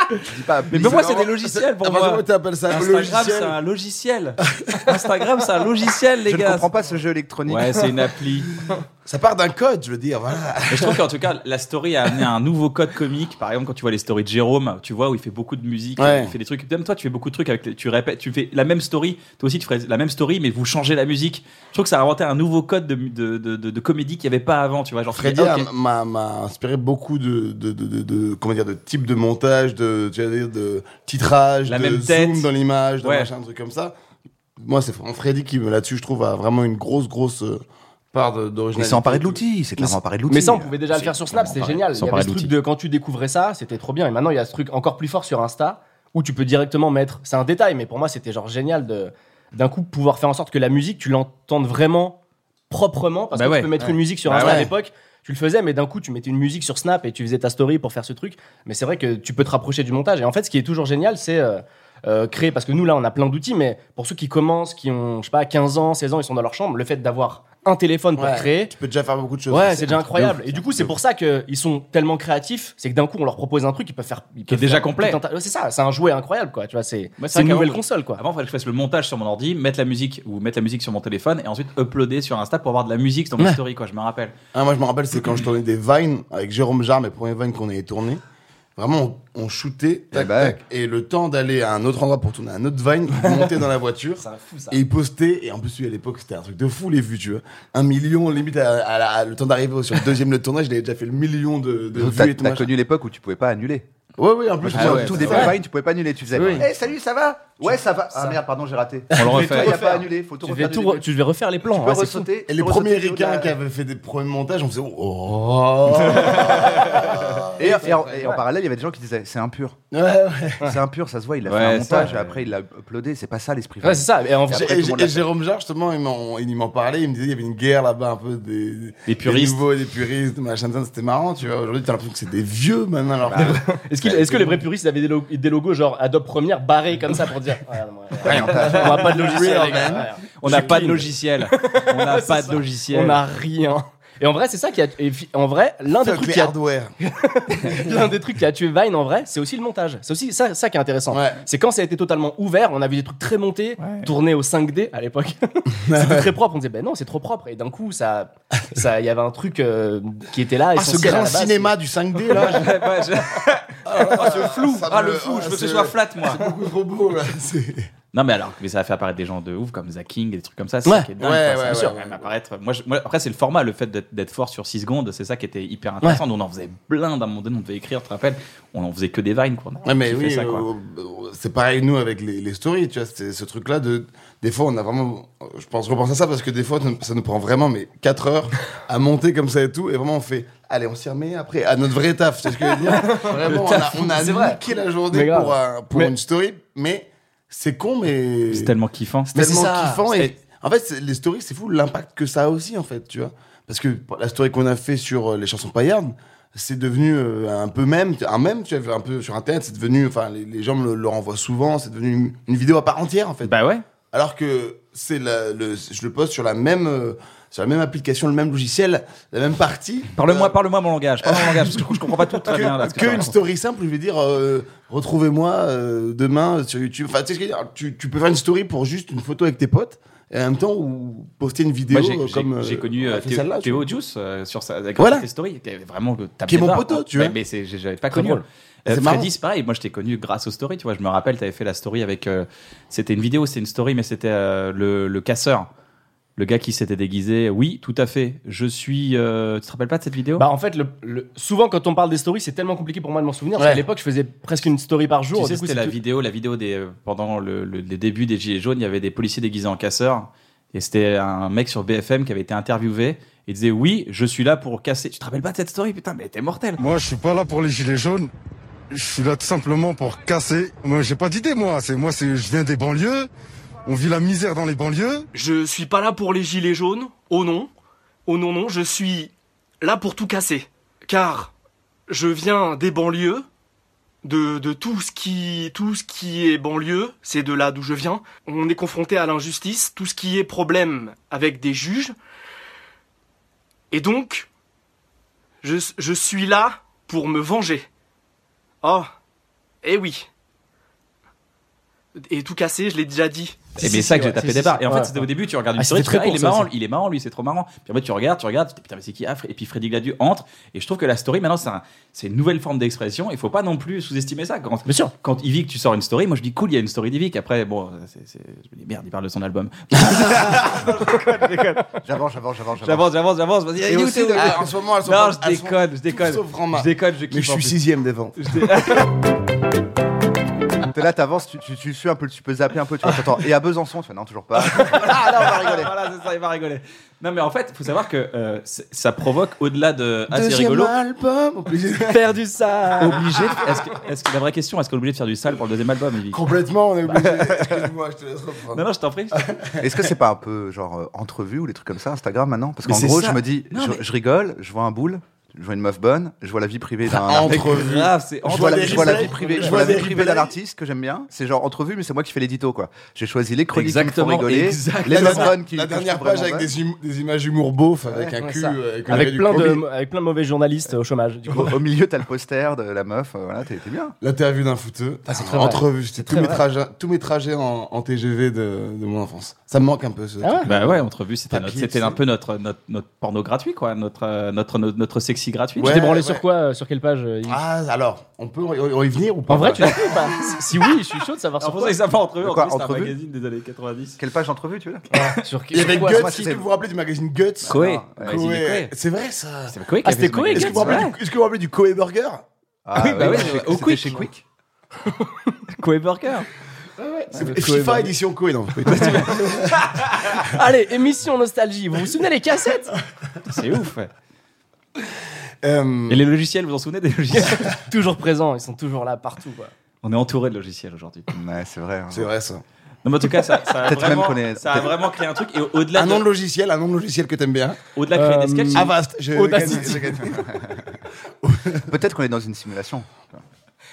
[SPEAKER 2] Je dis pas
[SPEAKER 1] Mais
[SPEAKER 2] appli.
[SPEAKER 1] pour moi, c'est
[SPEAKER 3] vraiment-
[SPEAKER 1] des logiciels pour
[SPEAKER 3] À partir du moment
[SPEAKER 1] moi.
[SPEAKER 3] où t'appelles ça ah, un
[SPEAKER 1] Instagram, c'est
[SPEAKER 3] logiciel.
[SPEAKER 1] un logiciel. Instagram, c'est un logiciel, les
[SPEAKER 2] Je ne
[SPEAKER 1] gars.
[SPEAKER 2] comprends pas ce jeu électronique.
[SPEAKER 1] Ouais, c'est une appli.
[SPEAKER 3] Ça part d'un code, je veux dire, voilà.
[SPEAKER 1] Mais je trouve qu'en tout cas, la story a amené un nouveau code comique. Par exemple, quand tu vois les stories de Jérôme, tu vois où il fait beaucoup de musique,
[SPEAKER 3] Ouais.
[SPEAKER 1] il fait des trucs. Même toi, tu fais beaucoup de trucs avec. les- Tu répètes, tu fais la même story. Toi aussi, tu ferais la même story, mais vous changez la musique. Je trouve que ça a inventé un nouveau code de, de, de, de- de comédie qu'il n'y avait pas avant. Tu vois, genre.
[SPEAKER 3] Freddy
[SPEAKER 1] tu dis,
[SPEAKER 3] a-
[SPEAKER 1] ah, ok.
[SPEAKER 3] m'a m'a inspiré beaucoup de, de, de, de, de- comment dire de types de montage, de tu vas dire, de titrage,
[SPEAKER 1] La
[SPEAKER 3] de
[SPEAKER 1] même
[SPEAKER 3] zoom
[SPEAKER 1] tête.
[SPEAKER 3] dans l'image, de
[SPEAKER 1] Ouais.
[SPEAKER 3] machin, un truc comme ça. Moi, c'est vraiment Freddy qui me- là-dessus, je trouve, a vraiment une grosse grosse euh, part de-
[SPEAKER 2] Il
[SPEAKER 3] d'originalité.
[SPEAKER 2] s'est emparé de l'outil, c'est clairement emparé de l'outil. Euh,
[SPEAKER 4] Mais ça, on pouvait déjà le
[SPEAKER 2] C'est-
[SPEAKER 4] faire sur Snap, c'était
[SPEAKER 2] emparé-
[SPEAKER 4] génial.
[SPEAKER 2] ils
[SPEAKER 4] Il
[SPEAKER 2] sont
[SPEAKER 4] y avait
[SPEAKER 2] emparés
[SPEAKER 4] ce
[SPEAKER 2] de
[SPEAKER 4] truc
[SPEAKER 2] l'outil.
[SPEAKER 4] de quand tu découvrais ça, c'était trop bien. Et maintenant, il y a ce truc encore plus fort sur Insta où tu peux directement mettre. C'est un détail, mais pour moi, c'était genre génial de d'un coup pouvoir faire en sorte que la musique, tu l'entendes vraiment proprement. Parce
[SPEAKER 1] Bah
[SPEAKER 4] que
[SPEAKER 1] ouais,
[SPEAKER 4] tu peux mettre une musique sur
[SPEAKER 1] Bah
[SPEAKER 4] Insta à
[SPEAKER 3] ouais.
[SPEAKER 4] l'époque. Tu le faisais, mais d'un coup, tu mettais une musique sur Snap et tu faisais ta story pour faire ce truc. Mais c'est vrai que tu peux te rapprocher du montage. Et en fait, ce qui est toujours génial, c'est euh, euh, créer. Parce que nous, là, on a plein d'outils, mais pour ceux qui commencent, qui ont, je sais pas, 15 ans, 16 ans, ils sont dans leur chambre, le fait d'avoir un téléphone pour
[SPEAKER 3] Ouais.
[SPEAKER 4] créer,
[SPEAKER 3] Tu peux déjà faire beaucoup de choses.
[SPEAKER 4] Ouais, c'est déjà
[SPEAKER 3] un truc de
[SPEAKER 4] incroyable.
[SPEAKER 3] ouf.
[SPEAKER 4] Et du coup, c'est pour ça qu'ils sont tellement créatifs, c'est que d'un coup, on leur propose un truc, ils peuvent faire. Ils peuvent
[SPEAKER 1] déjà
[SPEAKER 4] faire
[SPEAKER 1] complet.
[SPEAKER 4] tout un tas- Ouais, c'est ça, c'est un jouet incroyable, quoi. Tu vois, c'est
[SPEAKER 1] Moi, c'est
[SPEAKER 4] c'est une
[SPEAKER 1] vrai qu'avant,
[SPEAKER 4] nouvelle
[SPEAKER 1] je-
[SPEAKER 4] console, quoi.
[SPEAKER 1] Avant, il fallait que je fasse le montage sur mon ordi, mettre la musique ou mettre la musique sur mon téléphone et ensuite uploader sur Insta pour avoir de la musique dans mes
[SPEAKER 4] Ouais.
[SPEAKER 1] stories, quoi. Je me rappelle.
[SPEAKER 3] Ah, moi, je me rappelle, c'est quand je tournais des vines avec Jérôme Jarre, mes premiers vines qu'on avait tournés. Vraiment, on, on shootait,
[SPEAKER 2] Eh
[SPEAKER 3] tac,
[SPEAKER 2] ben.
[SPEAKER 3] tac. Et le temps d'aller à un autre endroit pour tourner un autre vine, il montait dans la voiture. Et il postait, et en plus, lui, à l'époque, c'était un truc de fou, les vues, tu vois. Un million, limite, à, à la- à le temps d'arriver sur le deuxième le tournage, il avait déjà fait le million de, de
[SPEAKER 2] Donc,
[SPEAKER 3] vues
[SPEAKER 2] t'as-
[SPEAKER 3] et tout
[SPEAKER 2] T'as
[SPEAKER 3] machin.
[SPEAKER 2] connu Ah l'époque où tu pouvais pas annuler.
[SPEAKER 3] Ouais, ouais, en plus,
[SPEAKER 2] Parce que
[SPEAKER 3] on-
[SPEAKER 2] au tout début
[SPEAKER 3] ouais.
[SPEAKER 2] Vine, tu pouvais pas annuler. Tu faisais. Eh salut, ça va Ouais, ça va. Ah merde, pardon, j'ai raté.
[SPEAKER 1] On le refait.
[SPEAKER 2] Il n'y a pas annulé. Faut tout
[SPEAKER 4] Tu devais,
[SPEAKER 2] refaire.
[SPEAKER 4] tout re- tu devais refaire les plans. hein,
[SPEAKER 2] On
[SPEAKER 4] ouais,
[SPEAKER 2] va
[SPEAKER 4] Ah, c'est fou.
[SPEAKER 2] ressauter.
[SPEAKER 3] Et les
[SPEAKER 2] re-sauter
[SPEAKER 3] premiers
[SPEAKER 2] au niveau de
[SPEAKER 3] ricains
[SPEAKER 2] la-
[SPEAKER 3] qui avaient fait des premiers montages, on faisait Oh
[SPEAKER 2] Et, et en, et en parallèle, il y avait des gens qui disaient c'est impur.
[SPEAKER 3] Ouais, ouais.
[SPEAKER 2] C'est impur, ça se voit. Il a
[SPEAKER 1] Ouais,
[SPEAKER 2] fait un
[SPEAKER 1] ça,
[SPEAKER 2] montage
[SPEAKER 1] ouais.
[SPEAKER 2] et après il l'a uploadé. C'est pas ça l'esprit.
[SPEAKER 4] Ouais, c'est ça. Et en vrai,
[SPEAKER 2] après,
[SPEAKER 3] J'ai-
[SPEAKER 2] tout le
[SPEAKER 3] et
[SPEAKER 2] monde
[SPEAKER 3] J-
[SPEAKER 2] l'a
[SPEAKER 3] et
[SPEAKER 2] fait.
[SPEAKER 3] Jérôme Jarre, justement, il m'en il m'en parlait, il me disait qu'il y avait une guerre là-bas, un peu des, des-
[SPEAKER 1] Des puristes.
[SPEAKER 3] Des nouveaux, des puristes, machin, ça, c'était marrant, tu vois. Aujourd'hui, t'as l'impression que c'est des vieux maintenant. Alors, que-
[SPEAKER 4] Est-ce qu'il- est-ce que les vrais puristes avaient des, lo- des logos genre Adobe Premiere barrés comme ça pour dire Ouais, non, ouais, ouais. On a pas de logiciel, les gars. Ouais.
[SPEAKER 1] On n'a pas de logiciel. On n'a pas de logiciel.
[SPEAKER 4] On a rien. Et en vrai, c'est ça qui a. et fi- En vrai, l'un des
[SPEAKER 3] Fuck
[SPEAKER 4] trucs
[SPEAKER 3] les
[SPEAKER 4] qui a
[SPEAKER 3] hardware.
[SPEAKER 4] L'un des trucs qui a tué Vine en vrai, c'est aussi le montage. C'est aussi ça, ça qui est intéressant.
[SPEAKER 3] Ouais.
[SPEAKER 4] C'est quand ça a été totalement ouvert, on a vu des trucs très montés, tournés au 5D à l'époque. C'était très propre. On disait, ben non, c'est trop propre. Et d'un coup, ça, ça, il y avait un truc euh, qui était là.
[SPEAKER 3] Ah, ce
[SPEAKER 4] essentiel à
[SPEAKER 3] grand
[SPEAKER 4] la base.
[SPEAKER 3] cinéma du 5D, là.
[SPEAKER 1] Ouais, je- Ah, ce flou,
[SPEAKER 3] ça
[SPEAKER 1] ah,
[SPEAKER 3] me-
[SPEAKER 1] le flou,
[SPEAKER 3] ouais,
[SPEAKER 1] je veux que ce
[SPEAKER 3] c'est-
[SPEAKER 1] soit flat, moi.
[SPEAKER 3] beaucoup trop beau, là. c'est-
[SPEAKER 1] Non, mais alors, mais ça a fait apparaître des gens de ouf comme Zaking, des trucs comme ça. C'est
[SPEAKER 4] Ouais.
[SPEAKER 1] ça qui est dingue,
[SPEAKER 3] Ouais,
[SPEAKER 1] quoi.
[SPEAKER 3] ouais,
[SPEAKER 1] C'est sûr,
[SPEAKER 3] ouais,
[SPEAKER 1] même
[SPEAKER 3] ouais.
[SPEAKER 1] apparaître. Moi, je- moi, après, c'est le format, le fait d'être- d'être fort sur 6 secondes, c'est ça qui était hyper intéressant. Nous, on en faisait plein d'un moment donné, on devait écrire, tu te rappelles On en faisait que des vines, quoi.
[SPEAKER 3] Ouais, mais
[SPEAKER 1] Qui fait
[SPEAKER 3] oui,
[SPEAKER 1] ça, quoi.
[SPEAKER 3] euh, euh, c'est pareil, nous, avec les, les stories, tu vois, c'est ce truc-là de. Des fois, on a vraiment. Je pense repense à ça parce que des fois, ça nous prend vraiment mais 4 heures à monter comme ça et tout. Et vraiment, on fait. Allez, on s'y remet après à notre vrai taf. C'est ce que je veux dire. Vraiment, on a,
[SPEAKER 1] taf,
[SPEAKER 3] on a
[SPEAKER 1] c'est vrai.
[SPEAKER 3] niqué la
[SPEAKER 4] Mais
[SPEAKER 3] journée
[SPEAKER 4] grave.
[SPEAKER 3] pour, un- pour
[SPEAKER 4] Mais-
[SPEAKER 3] une story, mais c'est con, mais.
[SPEAKER 1] C'est tellement kiffant.
[SPEAKER 3] C'est
[SPEAKER 4] Mais
[SPEAKER 3] tellement
[SPEAKER 4] c'est ça.
[SPEAKER 3] kiffant.
[SPEAKER 4] C'est-
[SPEAKER 3] Et, en fait, c'est- les stories, c'est fou l'impact que ça a aussi, en fait, tu vois. Parce que bah, la story qu'on a fait sur euh, les chansons paillardes, c'est devenu euh, un peu même, un même, tu vois, un peu sur Internet, c'est devenu, enfin, les, les gens me le, le renvoient souvent, c'est devenu une, une vidéo à part entière, en fait.
[SPEAKER 1] Bah ouais.
[SPEAKER 3] Alors que c'est la- le, je le poste sur la même, euh, sur la même application, le même logiciel, la même partie.
[SPEAKER 1] Parle-moi,
[SPEAKER 3] Euh,
[SPEAKER 1] parle-moi mon langage. Parle-moi mon langage, parce que du coup, je comprends pas tout très bien. là, ce que
[SPEAKER 3] que,
[SPEAKER 1] tu
[SPEAKER 3] que une
[SPEAKER 1] racontes.
[SPEAKER 3] story simple, je vais dire, euh, retrouvez-moi euh, demain sur YouTube. Enfin, tu, sais ce que je veux dire, tu, tu peux faire une story pour juste une photo avec tes potes, et en même temps, ou poster une vidéo
[SPEAKER 1] Moi, j'ai-
[SPEAKER 3] euh,
[SPEAKER 1] j'ai-
[SPEAKER 3] comme. euh,
[SPEAKER 1] j'ai connu
[SPEAKER 3] on a
[SPEAKER 1] euh,
[SPEAKER 3] fait
[SPEAKER 1] Théo,
[SPEAKER 3] celle-là, tu
[SPEAKER 1] Théo Juice euh, sur sa avec
[SPEAKER 3] Voilà.
[SPEAKER 1] ses stories, qui est vraiment le
[SPEAKER 3] Qui est mon
[SPEAKER 1] tablard,
[SPEAKER 3] poteau,
[SPEAKER 1] hein.
[SPEAKER 3] tu
[SPEAKER 1] mais,
[SPEAKER 3] vois.
[SPEAKER 1] Mais c'est- j'ai- j'avais pas connu.
[SPEAKER 4] drôle.
[SPEAKER 1] Euh,
[SPEAKER 3] C'est marrant.
[SPEAKER 1] Freddy, c'est pareil. Moi, je t'ai connu grâce aux stories. Tu vois, je me rappelle, t'avais fait la story avec. euh, c'était une vidéo, c'était une story, mais c'était euh, le, le casseur. le gars qui s'était déguisé. Oui, tout à fait. Je suis. euh, tu te rappelles pas de cette vidéo
[SPEAKER 5] Bah en fait, le, le- souvent quand on parle des stories, c'est tellement compliqué pour moi de m'en souvenir. Parce
[SPEAKER 3] Ouais.
[SPEAKER 5] qu'à l'époque, je faisais presque une story par jour.
[SPEAKER 1] Tu sais,
[SPEAKER 5] Du coup,
[SPEAKER 1] c'était
[SPEAKER 5] c'est
[SPEAKER 1] la
[SPEAKER 5] tout-
[SPEAKER 1] vidéo, la vidéo des euh, pendant le, le- les débuts des gilets jaunes, il y avait des policiers déguisés en casseurs et c'était un mec sur BFM qui avait été interviewé. Il disait oui, je suis là pour casser. Tu te rappelles pas de cette story Putain, mais t'es mortel.
[SPEAKER 7] Moi, je suis pas là pour les gilets jaunes. Je suis là tout simplement pour casser. Moi, j'ai pas d'idée, moi. C'est moi, c'est je viens des banlieues. On vit la misère dans les banlieues.
[SPEAKER 4] Je suis pas là pour les gilets jaunes, oh non. Oh non, non, je suis là pour tout casser. Car je viens des banlieues, de, de tout, ce qui, tout ce qui est banlieue, c'est de là d'où je viens. On est confronté à l'injustice, tout ce qui est problème avec des juges. Et donc, je, je suis là pour me venger. Oh, eh oui. Et tout casser, je l'ai déjà dit.
[SPEAKER 1] Et
[SPEAKER 5] Si,
[SPEAKER 1] Eh, mais
[SPEAKER 5] si,
[SPEAKER 1] ça que
[SPEAKER 5] si,
[SPEAKER 1] j'ai
[SPEAKER 5] ouais,
[SPEAKER 1] tapé
[SPEAKER 5] si,
[SPEAKER 1] des
[SPEAKER 5] si,
[SPEAKER 1] barres. Et en
[SPEAKER 5] ouais,
[SPEAKER 1] fait, c'était au
[SPEAKER 5] ouais.
[SPEAKER 1] début, tu regardes une
[SPEAKER 5] Ah,
[SPEAKER 1] story, tu
[SPEAKER 5] c'était
[SPEAKER 1] fais,
[SPEAKER 5] très
[SPEAKER 1] ah, il
[SPEAKER 5] court,
[SPEAKER 1] est
[SPEAKER 5] ça
[SPEAKER 1] marrant,
[SPEAKER 5] aussi.
[SPEAKER 1] il est marrant, lui, c'est trop marrant. Puis en fait, tu regardes, tu regardes, tu te dis, putain, mais c'est qui Afri Et puis Freddy Gladieux entre. Et je trouve que la story, maintenant, c'est un- c'est une nouvelle forme d'expression. Il faut pas non plus sous-estimer ça. Quand,
[SPEAKER 5] Bien sûr.
[SPEAKER 1] quand Yvick, tu sors une story, moi je dis cool, il y a une story d'Yvick. Après, bon, c'est- c'est- je me dis merde, il parle de son album.
[SPEAKER 2] J'avance, j'avance, j'avance, j'avance.
[SPEAKER 1] J'avance, j'avance, j'avance. Vas-y,
[SPEAKER 3] Et
[SPEAKER 1] dis où
[SPEAKER 3] aussi,
[SPEAKER 1] t'es, où Ah,
[SPEAKER 3] de-
[SPEAKER 1] t'es.
[SPEAKER 3] en ce moment, elles sont
[SPEAKER 1] Non,
[SPEAKER 3] pas-
[SPEAKER 1] je
[SPEAKER 3] Ah, elles sont
[SPEAKER 1] déconne, je
[SPEAKER 3] toutes
[SPEAKER 1] déconne.
[SPEAKER 3] sauf en bas.
[SPEAKER 1] Je déconne, je Ah,
[SPEAKER 3] Mais
[SPEAKER 1] kiffe.
[SPEAKER 3] je
[SPEAKER 1] en
[SPEAKER 3] suis
[SPEAKER 1] plus.
[SPEAKER 3] sixième des ventes.
[SPEAKER 1] Je dé-
[SPEAKER 2] T'es là, t'avances, tu, tu, tu suis un peu, tu peux zapper un peu, tu vois. t'entends, Et à Besançon, tu fais non, toujours pas.
[SPEAKER 1] Ah non, on va rigoler. voilà, c'est ça, il va rigoler. Non, mais en fait, faut savoir que euh, c'est- ça provoque au-delà de. Ah, c'est
[SPEAKER 3] Deuxième
[SPEAKER 1] rigolo.
[SPEAKER 3] album. en plus.
[SPEAKER 5] Perdu ça.
[SPEAKER 1] Obligé. de- Est-ce que, est-ce que la vraie question, est-ce qu'on est obligé de faire du sale pour le deuxième album, Yvick
[SPEAKER 3] Complètement, on est obligé. Excuse-moi, je te laisse reprendre.
[SPEAKER 1] Non, non, je t'en prie.
[SPEAKER 2] Est-ce que c'est pas un peu genre euh, entrevue ou des trucs comme ça, Instagram maintenant Parce
[SPEAKER 1] Mais
[SPEAKER 2] qu'en
[SPEAKER 1] c'est
[SPEAKER 2] gros,
[SPEAKER 1] ça.
[SPEAKER 2] je me dis,
[SPEAKER 1] Non,
[SPEAKER 2] je,
[SPEAKER 1] mais-
[SPEAKER 2] je rigole, je vois un boule, je vois une meuf bonne, je vois Ah, la vie privée d'un.
[SPEAKER 1] Ah,
[SPEAKER 2] mec-
[SPEAKER 3] Entrevue.
[SPEAKER 1] Grave, c'est.
[SPEAKER 2] Je vois, la,
[SPEAKER 3] des
[SPEAKER 2] je vois la
[SPEAKER 3] replays,
[SPEAKER 2] vie privée,
[SPEAKER 3] je
[SPEAKER 2] je vois la
[SPEAKER 3] vois
[SPEAKER 2] vie
[SPEAKER 3] des
[SPEAKER 2] privée d'un
[SPEAKER 3] replays.
[SPEAKER 2] artiste que j'aime bien. C'est genre entrevue, mais c'est moi qui fais l'édito, quoi. J'ai choisi les chroniques qui me font
[SPEAKER 1] Exactement,
[SPEAKER 2] rigoler,
[SPEAKER 1] exactement.
[SPEAKER 2] les
[SPEAKER 3] La,
[SPEAKER 2] meufs
[SPEAKER 3] dernière-
[SPEAKER 2] bonnes qui
[SPEAKER 3] la
[SPEAKER 2] que je
[SPEAKER 3] dernière
[SPEAKER 2] trouve
[SPEAKER 3] page
[SPEAKER 2] vraiment
[SPEAKER 3] avec
[SPEAKER 2] bonnes.
[SPEAKER 3] des, im- des images humour beauf, avec un
[SPEAKER 5] ouais,
[SPEAKER 3] cul,
[SPEAKER 5] ça.
[SPEAKER 3] euh, avec,
[SPEAKER 5] Avec
[SPEAKER 3] du
[SPEAKER 5] plein,
[SPEAKER 3] Covid.
[SPEAKER 5] de, avec plein de mauvais journalistes au chômage. Du coup.
[SPEAKER 2] Au, au milieu, t'as le poster de la meuf, euh, voilà, t'es t'es bien.
[SPEAKER 3] L'interview d'un fouteux.
[SPEAKER 5] Ah, c'est très vrai.
[SPEAKER 3] Entrevue, c'était tous
[SPEAKER 5] très
[SPEAKER 3] mes
[SPEAKER 5] vrai.
[SPEAKER 3] trajets, tous mes trajets en, en TGV de, de mon enfance. Ça me manque un peu ce
[SPEAKER 5] Ah ouais
[SPEAKER 3] truc.
[SPEAKER 1] Bah ouais, entrevue, c'était
[SPEAKER 3] Papier,
[SPEAKER 1] notre- c'était
[SPEAKER 3] tu
[SPEAKER 1] un
[SPEAKER 3] sais.
[SPEAKER 1] peu notre, notre, notre porno gratuit, quoi. Notre, euh, notre, notre, notre sexy gratuit.
[SPEAKER 3] Ouais,
[SPEAKER 5] tu t'es branlé
[SPEAKER 3] ouais.
[SPEAKER 5] sur quoi euh, Sur quelle page euh, Yves
[SPEAKER 3] Ah, alors, on peut y- on y venir ou pas
[SPEAKER 5] En vrai, tu l'as fait ou pas Si- Si oui, je suis chaud de savoir
[SPEAKER 1] Alors,
[SPEAKER 5] sur
[SPEAKER 1] pour ça,
[SPEAKER 5] quoi.
[SPEAKER 1] ils savent pas entrevue.
[SPEAKER 2] De quoi,
[SPEAKER 1] Entrevue, c'est un
[SPEAKER 2] entrevue
[SPEAKER 1] magazine des années 90.
[SPEAKER 2] Quelle page d'entrevue, tu veux
[SPEAKER 5] Sur
[SPEAKER 3] Il y avait
[SPEAKER 5] quoi
[SPEAKER 3] Guts,
[SPEAKER 2] moi,
[SPEAKER 3] est-ce que
[SPEAKER 2] c'est-
[SPEAKER 3] vous vous rappelez du magazine Guts
[SPEAKER 1] Koé.
[SPEAKER 3] Non,
[SPEAKER 1] Ouais,
[SPEAKER 3] Koé.
[SPEAKER 1] magazine Koé.
[SPEAKER 3] C'est vrai ça
[SPEAKER 1] C'est Koé qui
[SPEAKER 5] Ah,
[SPEAKER 1] avait
[SPEAKER 5] c'était
[SPEAKER 1] ce
[SPEAKER 5] Koé,
[SPEAKER 1] magazine.
[SPEAKER 3] Est-ce que, vous vous rappelez
[SPEAKER 5] vrai.
[SPEAKER 3] du- est-ce que vous vous rappelez du Koé Burger
[SPEAKER 2] Ah
[SPEAKER 1] Oui, bah oui,
[SPEAKER 2] c'était-
[SPEAKER 1] au
[SPEAKER 2] c'était
[SPEAKER 1] Quick.
[SPEAKER 2] chez Quick.
[SPEAKER 1] Koé Burger.
[SPEAKER 3] C'est FIFA édition Koé, non c'est pas-
[SPEAKER 5] Allez, émission nostalgie. Vous vous souvenez les cassettes
[SPEAKER 1] C'est ouf. ouais.
[SPEAKER 3] Euh,
[SPEAKER 1] Et les logiciels, vous en souvenez des logiciels
[SPEAKER 5] Toujours présents, ils sont toujours là partout. Quoi.
[SPEAKER 1] On est entouré de logiciels aujourd'hui.
[SPEAKER 2] Ouais, c'est vrai. hein.
[SPEAKER 3] C'est vrai ça.
[SPEAKER 1] Non, mais en tout cas, ça, ça, a,
[SPEAKER 2] Peut-être
[SPEAKER 1] vraiment,
[SPEAKER 2] même qu'on est-
[SPEAKER 1] ça a
[SPEAKER 2] peut-être-
[SPEAKER 1] vraiment créé un truc. Et au- au-delà
[SPEAKER 3] Un
[SPEAKER 1] de,
[SPEAKER 3] nom de logiciel, un nom de logiciel que t'aimes bien.
[SPEAKER 1] au-delà de créer des
[SPEAKER 5] Euh,
[SPEAKER 1] sketchs,
[SPEAKER 3] Ah Avast. je-
[SPEAKER 5] Audacity.
[SPEAKER 3] je- je-
[SPEAKER 2] Peut-être qu'on est dans une simulation.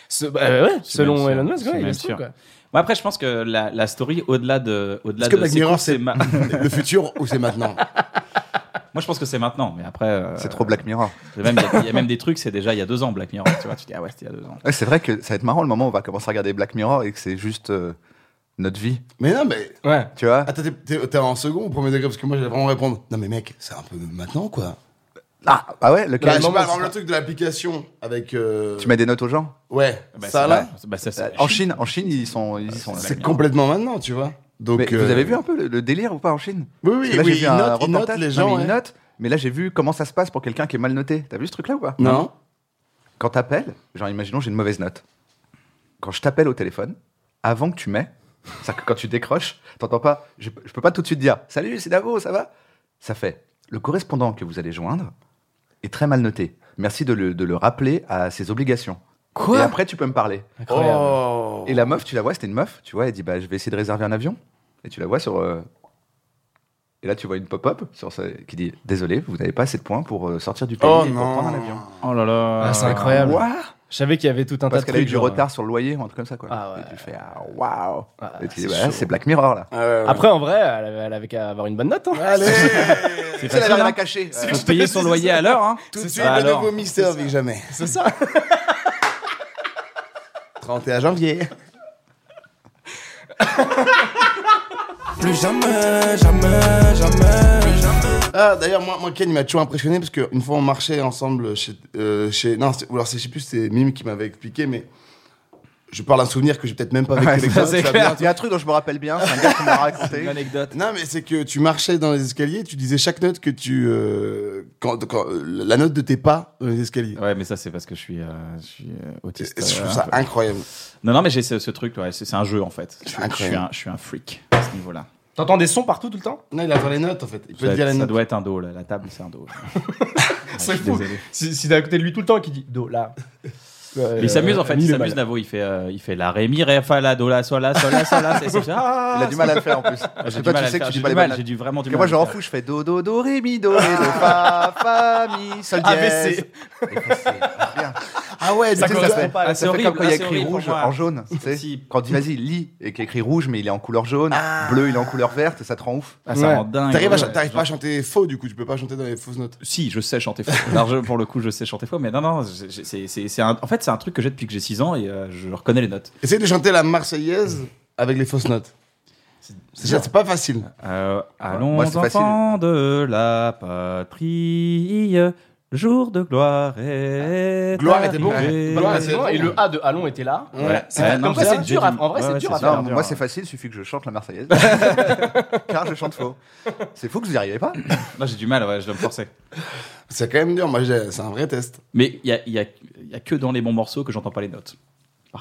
[SPEAKER 5] Ce- bah, ouais, ouais,
[SPEAKER 1] C'est
[SPEAKER 5] selon
[SPEAKER 1] même sûr,
[SPEAKER 5] Elon Musk,
[SPEAKER 1] c'est
[SPEAKER 5] ouais, il
[SPEAKER 1] même
[SPEAKER 5] a ce truc,
[SPEAKER 1] sûr.
[SPEAKER 5] quoi.
[SPEAKER 1] Bon, après, je pense que la, la story, au-delà de. Au-delà
[SPEAKER 3] Est-ce que
[SPEAKER 1] de
[SPEAKER 3] Black
[SPEAKER 1] c'est
[SPEAKER 3] Mirror,
[SPEAKER 1] cool, c'est
[SPEAKER 3] c'est-
[SPEAKER 1] ma-
[SPEAKER 3] Le futur ou c'est maintenant
[SPEAKER 1] Moi, je pense que c'est maintenant, mais après. euh,
[SPEAKER 2] C'est trop Black Mirror.
[SPEAKER 1] Il y a même- il y, a même des trucs, c'est déjà il y a deux ans, Black Mirror. Tu vois, tu dis, ah ouais, c'était il y a deux ans.
[SPEAKER 2] Ouais, c'est vrai que ça va être marrant le moment où on va commencer à regarder Black Mirror et que c'est juste euh, notre vie.
[SPEAKER 3] Mais non, mais.
[SPEAKER 5] Ouais.
[SPEAKER 2] Tu vois
[SPEAKER 3] Attends, t'es- t'es t'es en second ou premier degré Parce que moi, j'allais vraiment répondre. Non, mais mec, c'est un peu maintenant, quoi.
[SPEAKER 2] Ah, ah ouais,
[SPEAKER 3] Là,
[SPEAKER 2] lequel
[SPEAKER 3] Bah, je sais
[SPEAKER 5] moment,
[SPEAKER 3] pas, par
[SPEAKER 5] c'est-
[SPEAKER 3] exemple, le truc de l'application avec. euh,
[SPEAKER 2] Tu mets des notes aux gens
[SPEAKER 3] Ouais,
[SPEAKER 2] Ah
[SPEAKER 1] Bah,
[SPEAKER 3] ça
[SPEAKER 1] c'est
[SPEAKER 3] là,
[SPEAKER 1] vrai. Bah, ça, c'est-
[SPEAKER 2] Euh, En Chine, en Chine, ils sont, ils sont là.
[SPEAKER 3] c'est complètement maintenant, tu vois. Donc,
[SPEAKER 2] Mais
[SPEAKER 3] euh,
[SPEAKER 2] vous avez vu un peu le, le délire ou pas en Chine
[SPEAKER 3] Oui, oui,
[SPEAKER 2] Parce que là,
[SPEAKER 3] oui,
[SPEAKER 2] j'ai vu
[SPEAKER 3] ils
[SPEAKER 2] un
[SPEAKER 3] notent- ils notent
[SPEAKER 2] reportage.
[SPEAKER 3] les
[SPEAKER 2] Non,
[SPEAKER 3] gens,
[SPEAKER 2] mais
[SPEAKER 3] ouais.
[SPEAKER 2] ils notent. Mais là, j'ai vu comment ça se passe pour quelqu'un qui est mal noté. T'as vu ce truc-là ou pas
[SPEAKER 3] Non.
[SPEAKER 2] Quand t'appelles, genre, imaginons, j'ai une mauvaise note. Quand je t'appelle au téléphone, avant que tu mets, c'est-à-dire que quand tu décroches, t'entends pas, je, je peux pas tout de suite dire Salut, c'est Davo, ça va Ça fait le correspondant que vous allez joindre est très mal noté. Merci de le, de le rappeler à ses obligations.
[SPEAKER 5] Quoi
[SPEAKER 2] Et après, tu peux me parler.
[SPEAKER 5] Incroyable.
[SPEAKER 3] Oh.
[SPEAKER 2] Et la meuf, tu la vois, c'était une meuf, tu vois, elle dit bah je vais essayer de réserver un avion. Et tu la vois sur. euh, Et là, tu vois une pop-up sur ce... qui dit désolé, vous n'avez pas assez de points pour euh, sortir du pays
[SPEAKER 3] Oh
[SPEAKER 2] et pour
[SPEAKER 3] non.
[SPEAKER 2] prendre un avion.
[SPEAKER 1] Oh là là.
[SPEAKER 5] Ah, c'est incroyable.
[SPEAKER 2] Ouah.
[SPEAKER 5] Je savais qu'il y avait tout un tas
[SPEAKER 2] Parce
[SPEAKER 5] de
[SPEAKER 2] qu'elle a eu
[SPEAKER 5] trucs.
[SPEAKER 2] du
[SPEAKER 5] genre.
[SPEAKER 2] retard
[SPEAKER 1] euh,
[SPEAKER 2] sur le loyer ou un truc comme ça quoi.
[SPEAKER 5] Ah ouais.
[SPEAKER 2] Et tu fais ah waouh.
[SPEAKER 5] Ah,
[SPEAKER 2] Et tu dis
[SPEAKER 5] c'est
[SPEAKER 2] bah,
[SPEAKER 5] chaud.
[SPEAKER 2] c'est Black Mirror là.
[SPEAKER 3] Ah Ouais, ouais, ouais.
[SPEAKER 5] Après, en vrai, elle avait, elle avait qu'à avoir une bonne note. hein.
[SPEAKER 3] Allez
[SPEAKER 1] C'est
[SPEAKER 2] C'est
[SPEAKER 1] facile,
[SPEAKER 2] la
[SPEAKER 1] hein.
[SPEAKER 2] cachée.
[SPEAKER 1] Faut payer son loyer à l'heure, hein.
[SPEAKER 3] Tout de
[SPEAKER 1] Bah
[SPEAKER 3] suite, le
[SPEAKER 1] alors.
[SPEAKER 3] nouveau Mister Vic Jamais.
[SPEAKER 5] C'est ça.
[SPEAKER 3] 31 janvier.
[SPEAKER 8] Plus jamais, jamais, jamais.
[SPEAKER 3] Ah, d'ailleurs, moi, moi, Ken, il m'a toujours impressionné parce qu'une fois, on marchait ensemble chez. euh, chez non, c'est- ou alors, c'est- je sais plus, c'est Mime qui m'avait expliqué, mais. je parle d'un souvenir que j'ai peut-être même pas vécu
[SPEAKER 2] Ouais,
[SPEAKER 3] avec
[SPEAKER 2] ça,
[SPEAKER 3] toi,
[SPEAKER 2] c'est
[SPEAKER 3] tu vas
[SPEAKER 2] clair.
[SPEAKER 3] bien, tu
[SPEAKER 2] Il y a un truc dont je me rappelle bien, c'est un gars qui m'a raconté.
[SPEAKER 1] anecdote.
[SPEAKER 3] Non, mais c'est que tu marchais dans les escaliers, tu disais chaque note que tu. euh, quand, quand- la note de tes pas dans les escaliers.
[SPEAKER 1] Ouais, mais ça, c'est parce que je suis, euh, je suis euh,
[SPEAKER 3] Et-
[SPEAKER 1] autiste.
[SPEAKER 3] et je
[SPEAKER 1] euh,
[SPEAKER 3] trouve
[SPEAKER 1] un
[SPEAKER 3] ça
[SPEAKER 1] peu.
[SPEAKER 3] incroyable.
[SPEAKER 1] Non, non, mais j'ai ce, ce truc, ouais, c'est c'est un jeu en fait. Je, suis- je suis,
[SPEAKER 3] Incroyable.
[SPEAKER 1] un, je suis un freak à ce niveau-là.
[SPEAKER 5] T'entends des sons partout tout le temps
[SPEAKER 3] Non, il attend les notes en fait. Il peut
[SPEAKER 1] Ça,
[SPEAKER 3] te dire les
[SPEAKER 1] ça
[SPEAKER 3] notes.
[SPEAKER 1] doit être un do, là. la table, c'est un do. Ouais,
[SPEAKER 5] C'est
[SPEAKER 1] je suis
[SPEAKER 5] fou.
[SPEAKER 1] désolé.
[SPEAKER 5] Si, si t'es à côté de lui tout le temps et qu'il dit Do, là. Euh,
[SPEAKER 1] Mais il s'amuse en fait, il s'amuse Navo, il fait, euh, il fait la ré mi ré fa la do la sol la sol la sol la. c'est- c'est- ah,
[SPEAKER 2] Il a du mal à le faire en plus. Parce
[SPEAKER 1] j'ai
[SPEAKER 2] que
[SPEAKER 1] du
[SPEAKER 2] toi,
[SPEAKER 1] mal à
[SPEAKER 2] tu
[SPEAKER 1] le
[SPEAKER 2] sais que
[SPEAKER 1] faire,
[SPEAKER 2] tu
[SPEAKER 1] j'ai
[SPEAKER 2] dis pas
[SPEAKER 1] du
[SPEAKER 2] les
[SPEAKER 1] mal,
[SPEAKER 2] bonnes
[SPEAKER 1] J'ai du vraiment du
[SPEAKER 2] Et
[SPEAKER 1] mal.
[SPEAKER 2] moi,
[SPEAKER 1] à
[SPEAKER 2] je
[SPEAKER 1] le
[SPEAKER 2] m'en
[SPEAKER 1] faire.
[SPEAKER 2] fous, je fais do, do, do, ré, mi, do, ré, do, fa, fa, mi, sol,
[SPEAKER 1] Ah,
[SPEAKER 2] dièse.
[SPEAKER 5] AVC.
[SPEAKER 2] AVC, bien.
[SPEAKER 3] Ah ouais,
[SPEAKER 2] Ça,
[SPEAKER 3] donc
[SPEAKER 2] ça
[SPEAKER 3] ça-
[SPEAKER 2] fait,
[SPEAKER 1] pas, là,
[SPEAKER 2] ça
[SPEAKER 1] c'est
[SPEAKER 2] fait
[SPEAKER 1] horrible,
[SPEAKER 2] comme quand il y a
[SPEAKER 1] là, c'est
[SPEAKER 2] écrit
[SPEAKER 1] horrible pour
[SPEAKER 2] rouge
[SPEAKER 1] moi.
[SPEAKER 2] en jaune. tu sais.
[SPEAKER 1] Si.
[SPEAKER 2] Quand il dit vas-y, lit et qu'il y a écrit rouge, mais il est en couleur jaune, bleu, il est en couleur verte, ça te rend ouf.
[SPEAKER 1] Ah, ça
[SPEAKER 5] Ouais.
[SPEAKER 1] rend dingue.
[SPEAKER 3] T'arrives à
[SPEAKER 1] Ouais,
[SPEAKER 3] ch- t'arrives
[SPEAKER 1] genre-
[SPEAKER 3] pas à chanter faux du coup, tu peux pas chanter dans les fausses notes.
[SPEAKER 1] Si, je sais chanter faux. Alors, je- pour le coup, je sais chanter faux, mais non, non, j'ai- j'ai- c'est c'est- c'est un- en fait, c'est un truc que j'ai depuis que j'ai 6 ans et euh, je reconnais les notes.
[SPEAKER 3] Essaye de chanter la Marseillaise avec les fausses notes. C'est c'est pas facile.
[SPEAKER 1] Euh, allons,
[SPEAKER 2] moi, c'est facile.
[SPEAKER 1] enfants de la patrie, jour de gloire est.
[SPEAKER 3] Gloire était bon.
[SPEAKER 1] arrivé.
[SPEAKER 3] Ouais, Gloire
[SPEAKER 5] Ah,
[SPEAKER 3] c'est
[SPEAKER 5] c'est bon,
[SPEAKER 3] bon.
[SPEAKER 5] Et le A de Allons était là.
[SPEAKER 1] Ouais.
[SPEAKER 5] C'est
[SPEAKER 1] Ouais,
[SPEAKER 5] vrai,
[SPEAKER 1] non,
[SPEAKER 5] comme quoi,
[SPEAKER 1] j'ai-
[SPEAKER 5] c'est dur
[SPEAKER 1] j'ai
[SPEAKER 5] à-
[SPEAKER 1] du-
[SPEAKER 5] en vrai,
[SPEAKER 1] ouais,
[SPEAKER 5] c'est
[SPEAKER 1] ouais,
[SPEAKER 5] dur
[SPEAKER 1] c'est
[SPEAKER 5] à
[SPEAKER 1] ça.
[SPEAKER 5] faire.
[SPEAKER 2] Non,
[SPEAKER 1] dur,
[SPEAKER 2] moi,
[SPEAKER 1] hein.
[SPEAKER 2] c'est facile, suffit que je chante la Marseillaise. Car je chante faux. C'est fou que vous n'y arrivez pas.
[SPEAKER 1] Là, j'ai du mal, ouais, je dois me forcer.
[SPEAKER 3] C'est quand même dur, moi j'ai- c'est un vrai test.
[SPEAKER 1] Mais il y a, il y a- il y a que dans les bons morceaux que j'entends pas les notes.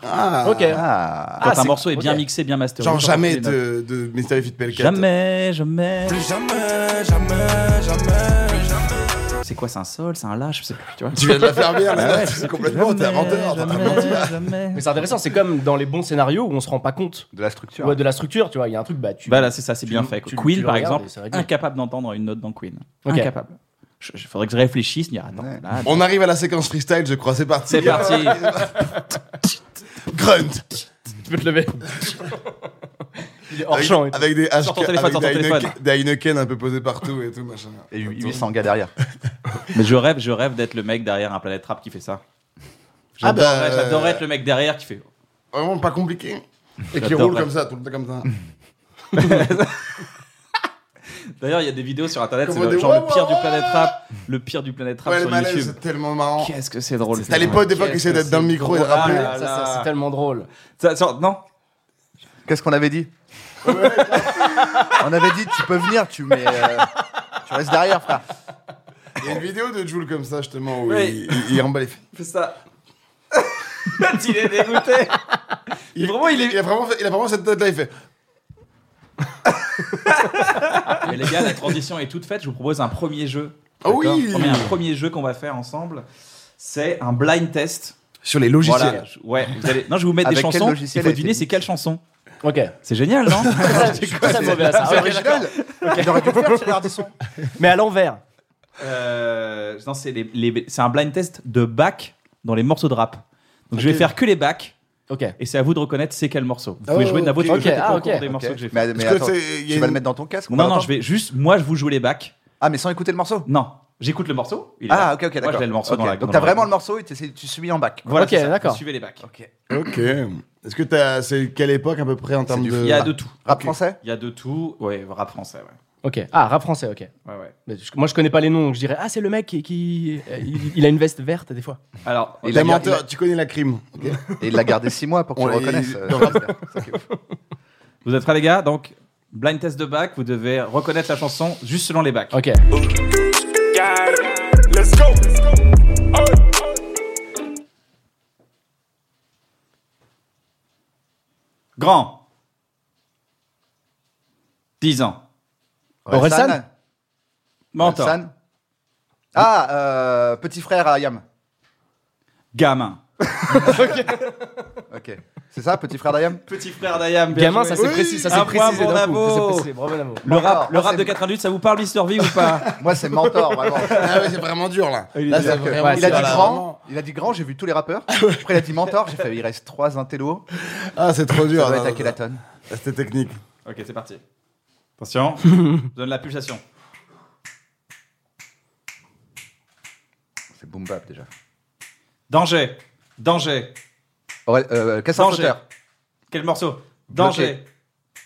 [SPEAKER 3] Ah,
[SPEAKER 5] Ok.
[SPEAKER 2] Ah.
[SPEAKER 1] Quand
[SPEAKER 5] Ah,
[SPEAKER 1] un
[SPEAKER 5] c'est-
[SPEAKER 1] morceau est bien
[SPEAKER 5] ok.
[SPEAKER 1] mixé, bien masterisé.
[SPEAKER 3] Genre
[SPEAKER 1] j'entends pas
[SPEAKER 3] jamais
[SPEAKER 1] les notes.
[SPEAKER 3] de, de Mystery Fit Pelcat.
[SPEAKER 1] Jamais, jamais.
[SPEAKER 8] Plus jamais, jamais, jamais, jamais.
[SPEAKER 1] C'est quoi, c'est un sol, c'est un lâche, je sais plus, tu vois.
[SPEAKER 3] Tu viens de la faire bien,
[SPEAKER 1] Ah
[SPEAKER 3] là,
[SPEAKER 1] ouais, je sais
[SPEAKER 3] c'est
[SPEAKER 1] plus.
[SPEAKER 3] complètement, t'es
[SPEAKER 1] Jamais,
[SPEAKER 3] inventeur. t'es un
[SPEAKER 1] jamais,
[SPEAKER 3] menteur.
[SPEAKER 1] jamais.
[SPEAKER 5] Mais c'est intéressant, c'est comme dans les bons scénarios où on se rend pas compte
[SPEAKER 2] De la structure.
[SPEAKER 5] ouais, de la structure, tu vois. Il y a un truc, bah, tu.
[SPEAKER 1] Bah là, c'est ça, c'est
[SPEAKER 5] tu-
[SPEAKER 1] bien fait. quoi.
[SPEAKER 5] tu-
[SPEAKER 1] Queen,
[SPEAKER 5] tu le
[SPEAKER 1] par
[SPEAKER 5] regardes
[SPEAKER 1] exemple,
[SPEAKER 5] et c'est réglé.
[SPEAKER 1] incapable d'entendre une note dans Queen.
[SPEAKER 5] Ok.
[SPEAKER 1] Incapable. Il faudrait que je réfléchisse. mais Attends,
[SPEAKER 2] Ouais.
[SPEAKER 1] là,
[SPEAKER 3] On arrive à la séquence freestyle, je crois, c'est parti.
[SPEAKER 1] c'est parti.
[SPEAKER 3] Grunt
[SPEAKER 5] tu peux te lever. Il est hors
[SPEAKER 3] avec,
[SPEAKER 5] champ. et tout.
[SPEAKER 3] avec des
[SPEAKER 1] Sors ton
[SPEAKER 3] HK,
[SPEAKER 1] téléphone,
[SPEAKER 3] avec
[SPEAKER 1] sors
[SPEAKER 3] des
[SPEAKER 1] ton téléphone.
[SPEAKER 3] Heineken- des Heineken un peu posés partout et tout, machin.
[SPEAKER 2] Et 800 gars derrière.
[SPEAKER 1] Mais je rêve, je rêve d'être le mec derrière un planète rap qui fait ça.
[SPEAKER 3] Ah
[SPEAKER 1] J'adorerais,
[SPEAKER 3] bah, euh,
[SPEAKER 1] j'adorerais être le mec derrière qui fait.
[SPEAKER 3] Vraiment pas compliqué. Et qui
[SPEAKER 1] J'adore,
[SPEAKER 3] roule
[SPEAKER 1] ouais.
[SPEAKER 3] comme ça, tout le temps comme ça.
[SPEAKER 1] D'ailleurs, il y a des vidéos sur internet, c'est
[SPEAKER 3] Comment
[SPEAKER 1] le-
[SPEAKER 3] des-
[SPEAKER 1] genre
[SPEAKER 3] Ouais,
[SPEAKER 1] le pire du
[SPEAKER 3] ouais,
[SPEAKER 1] planète
[SPEAKER 3] ouais.
[SPEAKER 1] rap, le pire du planète rap
[SPEAKER 3] Ouais, le
[SPEAKER 1] sur
[SPEAKER 3] malaise,
[SPEAKER 1] YouTube.
[SPEAKER 3] c'est tellement marrant.
[SPEAKER 1] Qu'est-ce que c'est drôle.
[SPEAKER 3] T'as les
[SPEAKER 1] putain.
[SPEAKER 3] potes d'époque qui
[SPEAKER 5] Qu'est-ce
[SPEAKER 3] essayaient
[SPEAKER 5] que
[SPEAKER 3] d'être dans le
[SPEAKER 5] c'est
[SPEAKER 3] micro et de
[SPEAKER 5] drôle.
[SPEAKER 3] rappeler.
[SPEAKER 1] Ah
[SPEAKER 5] Ça, ça, c'est tellement drôle.
[SPEAKER 1] Ça- ça- non,
[SPEAKER 2] Qu'est-ce qu'on avait dit On avait dit tu peux venir, tu mets, euh, tu restes derrière, frère.
[SPEAKER 3] Il y a une vidéo de Jules comme ça, justement, où
[SPEAKER 1] Oui.
[SPEAKER 3] il, il, il emballe les
[SPEAKER 1] fais ça. il est dégoûté.
[SPEAKER 3] Il, vraiment, il, a vraiment fait- il a vraiment cette tête-là, il fait.
[SPEAKER 1] Mais les gars, la transition est toute faite. Je vous propose un premier jeu.
[SPEAKER 3] Ah oui.
[SPEAKER 1] D'accord Oh, On met Un premier jeu qu'on va faire ensemble. C'est un blind test.
[SPEAKER 3] Sur les
[SPEAKER 1] Voilà. Je- Ouais. vous allez- Non, je vais vous mettre des
[SPEAKER 2] Avec quel
[SPEAKER 1] chansons. Il
[SPEAKER 2] logiciel
[SPEAKER 1] faut
[SPEAKER 2] a été
[SPEAKER 1] deviner
[SPEAKER 2] mis
[SPEAKER 1] c'est quelle chanson.
[SPEAKER 5] Ok.
[SPEAKER 1] C'est génial, non
[SPEAKER 5] C'est très mauvais à ça.
[SPEAKER 2] C'est
[SPEAKER 5] Ah ouais, d'accord.
[SPEAKER 2] original. Il aurait dû le faire, Thierry Ardisson.
[SPEAKER 5] Mais à l'envers.
[SPEAKER 1] Euh, non, c'est les- les- c'est un blind test de bac dans les morceaux de rap. Donc je vais faire que les bacs
[SPEAKER 5] Ok.
[SPEAKER 1] et c'est à vous de reconnaître c'est quel morceau. Vous pouvez
[SPEAKER 3] Oh,
[SPEAKER 1] jouer de la vôtre,
[SPEAKER 3] ok.
[SPEAKER 1] je vais
[SPEAKER 5] Ok,
[SPEAKER 1] peut-être
[SPEAKER 5] ah,
[SPEAKER 1] au
[SPEAKER 5] ok,
[SPEAKER 1] cours des
[SPEAKER 2] Ok. Bah,
[SPEAKER 1] morceaux que j'ai fait.
[SPEAKER 2] Mais, mais
[SPEAKER 3] Parce que
[SPEAKER 2] attends,
[SPEAKER 3] c'est- il y a
[SPEAKER 2] tu vas
[SPEAKER 3] une-
[SPEAKER 2] le mettre dans ton casque on va
[SPEAKER 1] Non, non,
[SPEAKER 2] l'entendre
[SPEAKER 1] je vais juste, moi je vous joue les bacs.
[SPEAKER 2] Ah, mais sans écouter le morceau
[SPEAKER 1] Non, j'écoute le morceau. il est là.
[SPEAKER 2] Ah, ok, ok,
[SPEAKER 1] Moi
[SPEAKER 2] d'accord.
[SPEAKER 1] je l'ai le morceau
[SPEAKER 2] Ok,
[SPEAKER 1] dans la.
[SPEAKER 2] Donc
[SPEAKER 1] dans
[SPEAKER 2] t'as
[SPEAKER 1] la-
[SPEAKER 2] vraiment le morceau et t'essayes- tu subis en bac. quoi.
[SPEAKER 1] Voilà,
[SPEAKER 5] Ok,
[SPEAKER 1] c'est ça.
[SPEAKER 5] d'accord.
[SPEAKER 1] Suivez les bacs.
[SPEAKER 2] Ok.
[SPEAKER 3] Ok. Est-ce que t'as- c'est quelle époque à peu près en termes
[SPEAKER 2] du-
[SPEAKER 3] de.
[SPEAKER 1] Il y a de tout.
[SPEAKER 2] Rap français
[SPEAKER 1] Il y a de tout. Ouais, rap français, ouais.
[SPEAKER 5] Ok. Ah, rap français, ok.
[SPEAKER 1] Ouais, ouais.
[SPEAKER 5] Mais je- Moi, je connais pas les noms, donc je dirais Ah, c'est le mec qui. qui- euh, il, il a une veste verte, des fois.
[SPEAKER 1] Alors,
[SPEAKER 2] Et
[SPEAKER 3] T'es
[SPEAKER 2] il a-
[SPEAKER 3] menteur,
[SPEAKER 2] il a-
[SPEAKER 3] tu connais la crime.
[SPEAKER 2] Et il l'a gardé 6 mois pour que tu
[SPEAKER 3] On
[SPEAKER 2] le
[SPEAKER 3] l'a-
[SPEAKER 2] reconnaisse.
[SPEAKER 3] il-
[SPEAKER 2] euh,
[SPEAKER 3] dans-
[SPEAKER 2] Webster. Ça, c'est ouf.
[SPEAKER 1] vous êtes prêts les gars Donc, blind test de bac, vous devez reconnaître la chanson juste selon les bacs.
[SPEAKER 5] Ok.
[SPEAKER 8] Let's go.
[SPEAKER 1] Grand. 10 ans.
[SPEAKER 5] Orelsan
[SPEAKER 2] Orelsan
[SPEAKER 1] Mentor.
[SPEAKER 2] Orelsan. Ah, euh, petit frère à Yam.
[SPEAKER 1] Gamin.
[SPEAKER 2] Ok. C'est ça, petit frère d'Ayam
[SPEAKER 1] Petit frère d'Ayam. bien
[SPEAKER 5] Gamin,
[SPEAKER 1] joué. Ah,
[SPEAKER 5] ça c'est précis, ça c'est
[SPEAKER 1] Un point
[SPEAKER 5] précisé.
[SPEAKER 1] pour
[SPEAKER 5] d'un coup.
[SPEAKER 1] Navo.
[SPEAKER 5] Ça s'est précisé, Bravo, Navo.
[SPEAKER 1] Le rap, le
[SPEAKER 2] Moi,
[SPEAKER 1] rap
[SPEAKER 2] c'est-
[SPEAKER 1] de 98, ça vous parle Mister V ou pas
[SPEAKER 2] Moi, c'est mentor, vraiment.
[SPEAKER 3] Ah ouais, c'est vraiment dur là. Là, c'est vraiment
[SPEAKER 5] Ouais,
[SPEAKER 2] Il a
[SPEAKER 3] dur,
[SPEAKER 2] dit
[SPEAKER 3] là,
[SPEAKER 2] grand,
[SPEAKER 3] vraiment.
[SPEAKER 2] il a dit grand, j'ai vu tous les rappeurs. Après, il a dit mentor, j'ai fait, il reste 3 intello.
[SPEAKER 3] Ah, c'est trop dur.
[SPEAKER 2] Ça doit être
[SPEAKER 3] non,
[SPEAKER 2] à quelle tonne
[SPEAKER 3] ça- C'était technique.
[SPEAKER 1] Ok, c'est parti. Attention, je donne la pulsation.
[SPEAKER 2] C'est boom bap déjà.
[SPEAKER 1] Danger. Danger.
[SPEAKER 2] Aurel, euh, Cassandre
[SPEAKER 1] Danger.
[SPEAKER 2] Sauteur.
[SPEAKER 1] Quel morceau
[SPEAKER 2] Bloqué.
[SPEAKER 1] Danger.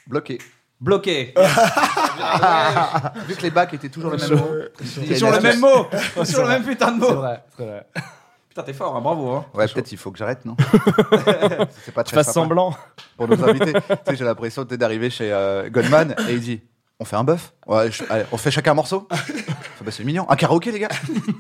[SPEAKER 2] Bloqué.
[SPEAKER 1] Bloqué.
[SPEAKER 5] Ah,
[SPEAKER 2] Vu que les bacs étaient toujours le même mot.
[SPEAKER 1] C'est sur le même mot. Sur le même putain de
[SPEAKER 5] C'est
[SPEAKER 1] mot.
[SPEAKER 5] vrai, c'est vrai.
[SPEAKER 1] Putain, t'es fort, hein, bravo. hein.
[SPEAKER 2] Ouais, peut-être il faut que j'arrête, non C'est pas
[SPEAKER 5] Tu
[SPEAKER 2] très
[SPEAKER 5] fasses
[SPEAKER 2] sympa
[SPEAKER 5] semblant.
[SPEAKER 2] pour nos invités. tu sais, j'ai l'impression t'es d'arriver chez euh, Goldman et il dit On fait un bœuf Ouais, je- allez, On fait chacun un morceau Je fais, bah, C'est mignon. Un karaoké, les gars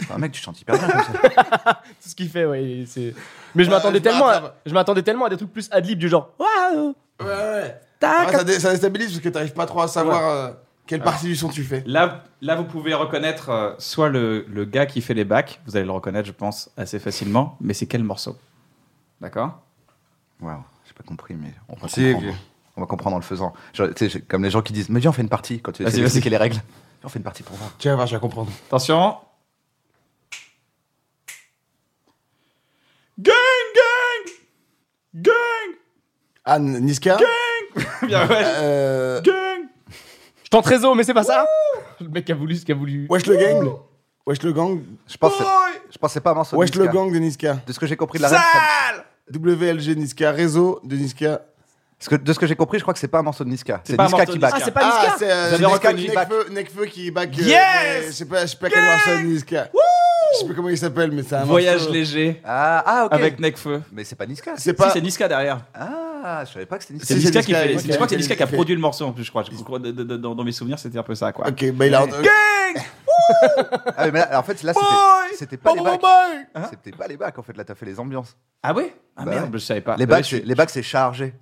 [SPEAKER 2] Enfin, Mec, tu chantes hyper bien comme ça.
[SPEAKER 5] Tout ce qu'il fait, ouais. c'est- Mais je
[SPEAKER 3] Ouais,
[SPEAKER 5] m'attendais
[SPEAKER 3] je
[SPEAKER 5] tellement, à...
[SPEAKER 3] m'attrape.
[SPEAKER 5] je m'attendais tellement à des trucs plus ad lib du genre. Waouh.
[SPEAKER 3] Ouais, ouais. Ouais,
[SPEAKER 5] tac.
[SPEAKER 3] Ah, ça, dé- ça déstabilise parce que t'arrives pas trop à savoir euh, quelle partie du son tu fais.
[SPEAKER 1] Là, là, vous pouvez reconnaître euh, soit le, le gars qui fait les bacs, vous allez le reconnaître, je pense, assez facilement, mais c'est quel morceau
[SPEAKER 2] Bah,
[SPEAKER 1] D'accord
[SPEAKER 2] Waouh, j'ai pas compris, mais on va
[SPEAKER 3] Si,
[SPEAKER 2] comprendre.
[SPEAKER 3] ok.
[SPEAKER 2] On va comprendre en le faisant. Genre, tu sais, j'ai- comme les gens qui disent Mais viens, on fait une partie quand tu
[SPEAKER 1] Vas-y,
[SPEAKER 2] essaies d'expliquer
[SPEAKER 1] vas-y.
[SPEAKER 2] les règles. Viens, On fait une partie pour voir.
[SPEAKER 3] Tu vas voir, je vais comprendre.
[SPEAKER 1] Attention Gang, gang Gang
[SPEAKER 3] Ah, N- Niska
[SPEAKER 1] Bien, ouais
[SPEAKER 3] euh...
[SPEAKER 1] Gang
[SPEAKER 5] Je tente réseau, mais c'est pas ça. le mec a voulu ce qu'il a voulu.
[SPEAKER 3] Wesh le gang Wesh le gang
[SPEAKER 2] Je pense que c'est- je pense que c'est pas un morceau. de
[SPEAKER 3] Wesh le
[SPEAKER 2] Niska.
[SPEAKER 3] gang de Niska.
[SPEAKER 2] De ce que j'ai compris de la règle, ça-
[SPEAKER 3] WLG Niska, réseau de Niska.
[SPEAKER 2] parce que- de ce que j'ai compris, je crois que c'est pas un morceau de Niska. C'est
[SPEAKER 1] pas un
[SPEAKER 2] Niska
[SPEAKER 1] morceau
[SPEAKER 2] qui
[SPEAKER 1] de
[SPEAKER 2] bat.
[SPEAKER 1] Niska.
[SPEAKER 5] Ah, c'est pas Niska.
[SPEAKER 3] Ah, c'est euh,
[SPEAKER 1] Vous avez
[SPEAKER 3] Niska,
[SPEAKER 1] reconnu
[SPEAKER 3] Nekfeu, Nekfeu qui back. euh,
[SPEAKER 1] Yes
[SPEAKER 3] mais Je sais pas, je sais pas quel morceau de Niska. Je sais pas comment il s'appelle, mais c'est un
[SPEAKER 1] Voyage
[SPEAKER 3] morceau-
[SPEAKER 1] léger
[SPEAKER 2] Ah, ah, ok.
[SPEAKER 1] avec Necfeu.
[SPEAKER 2] Mais c'est pas Niska.
[SPEAKER 3] C'est
[SPEAKER 2] c'est-
[SPEAKER 3] pas.
[SPEAKER 1] Si, c'est Niska derrière.
[SPEAKER 2] Ah, je savais pas que c'était
[SPEAKER 1] C'est
[SPEAKER 2] Niska.
[SPEAKER 3] Si,
[SPEAKER 1] Niska
[SPEAKER 3] c'est
[SPEAKER 1] qui fait.
[SPEAKER 3] Niska, ok,
[SPEAKER 1] Je crois que c'est
[SPEAKER 3] ok,
[SPEAKER 1] Niska qui a
[SPEAKER 3] ok.
[SPEAKER 1] produit le morceau en plus, je crois. Je crois, de- de- de- dans, dans mes souvenirs, c'était un peu ça, quoi.
[SPEAKER 3] Ok, bah il a.
[SPEAKER 2] Ah, oui, mais là, en fait, là, c'était- c'était pas les bacs. C'était pas les bacs, en fait. Là, t'as fait les ambiances.
[SPEAKER 1] Ah ouais Ah
[SPEAKER 2] Bah
[SPEAKER 1] merde,
[SPEAKER 2] ouais.
[SPEAKER 1] je savais pas.
[SPEAKER 2] Les
[SPEAKER 1] Bah ouais,
[SPEAKER 2] bacs,
[SPEAKER 1] je suis-
[SPEAKER 2] c'est- les bacs, c'est chargé.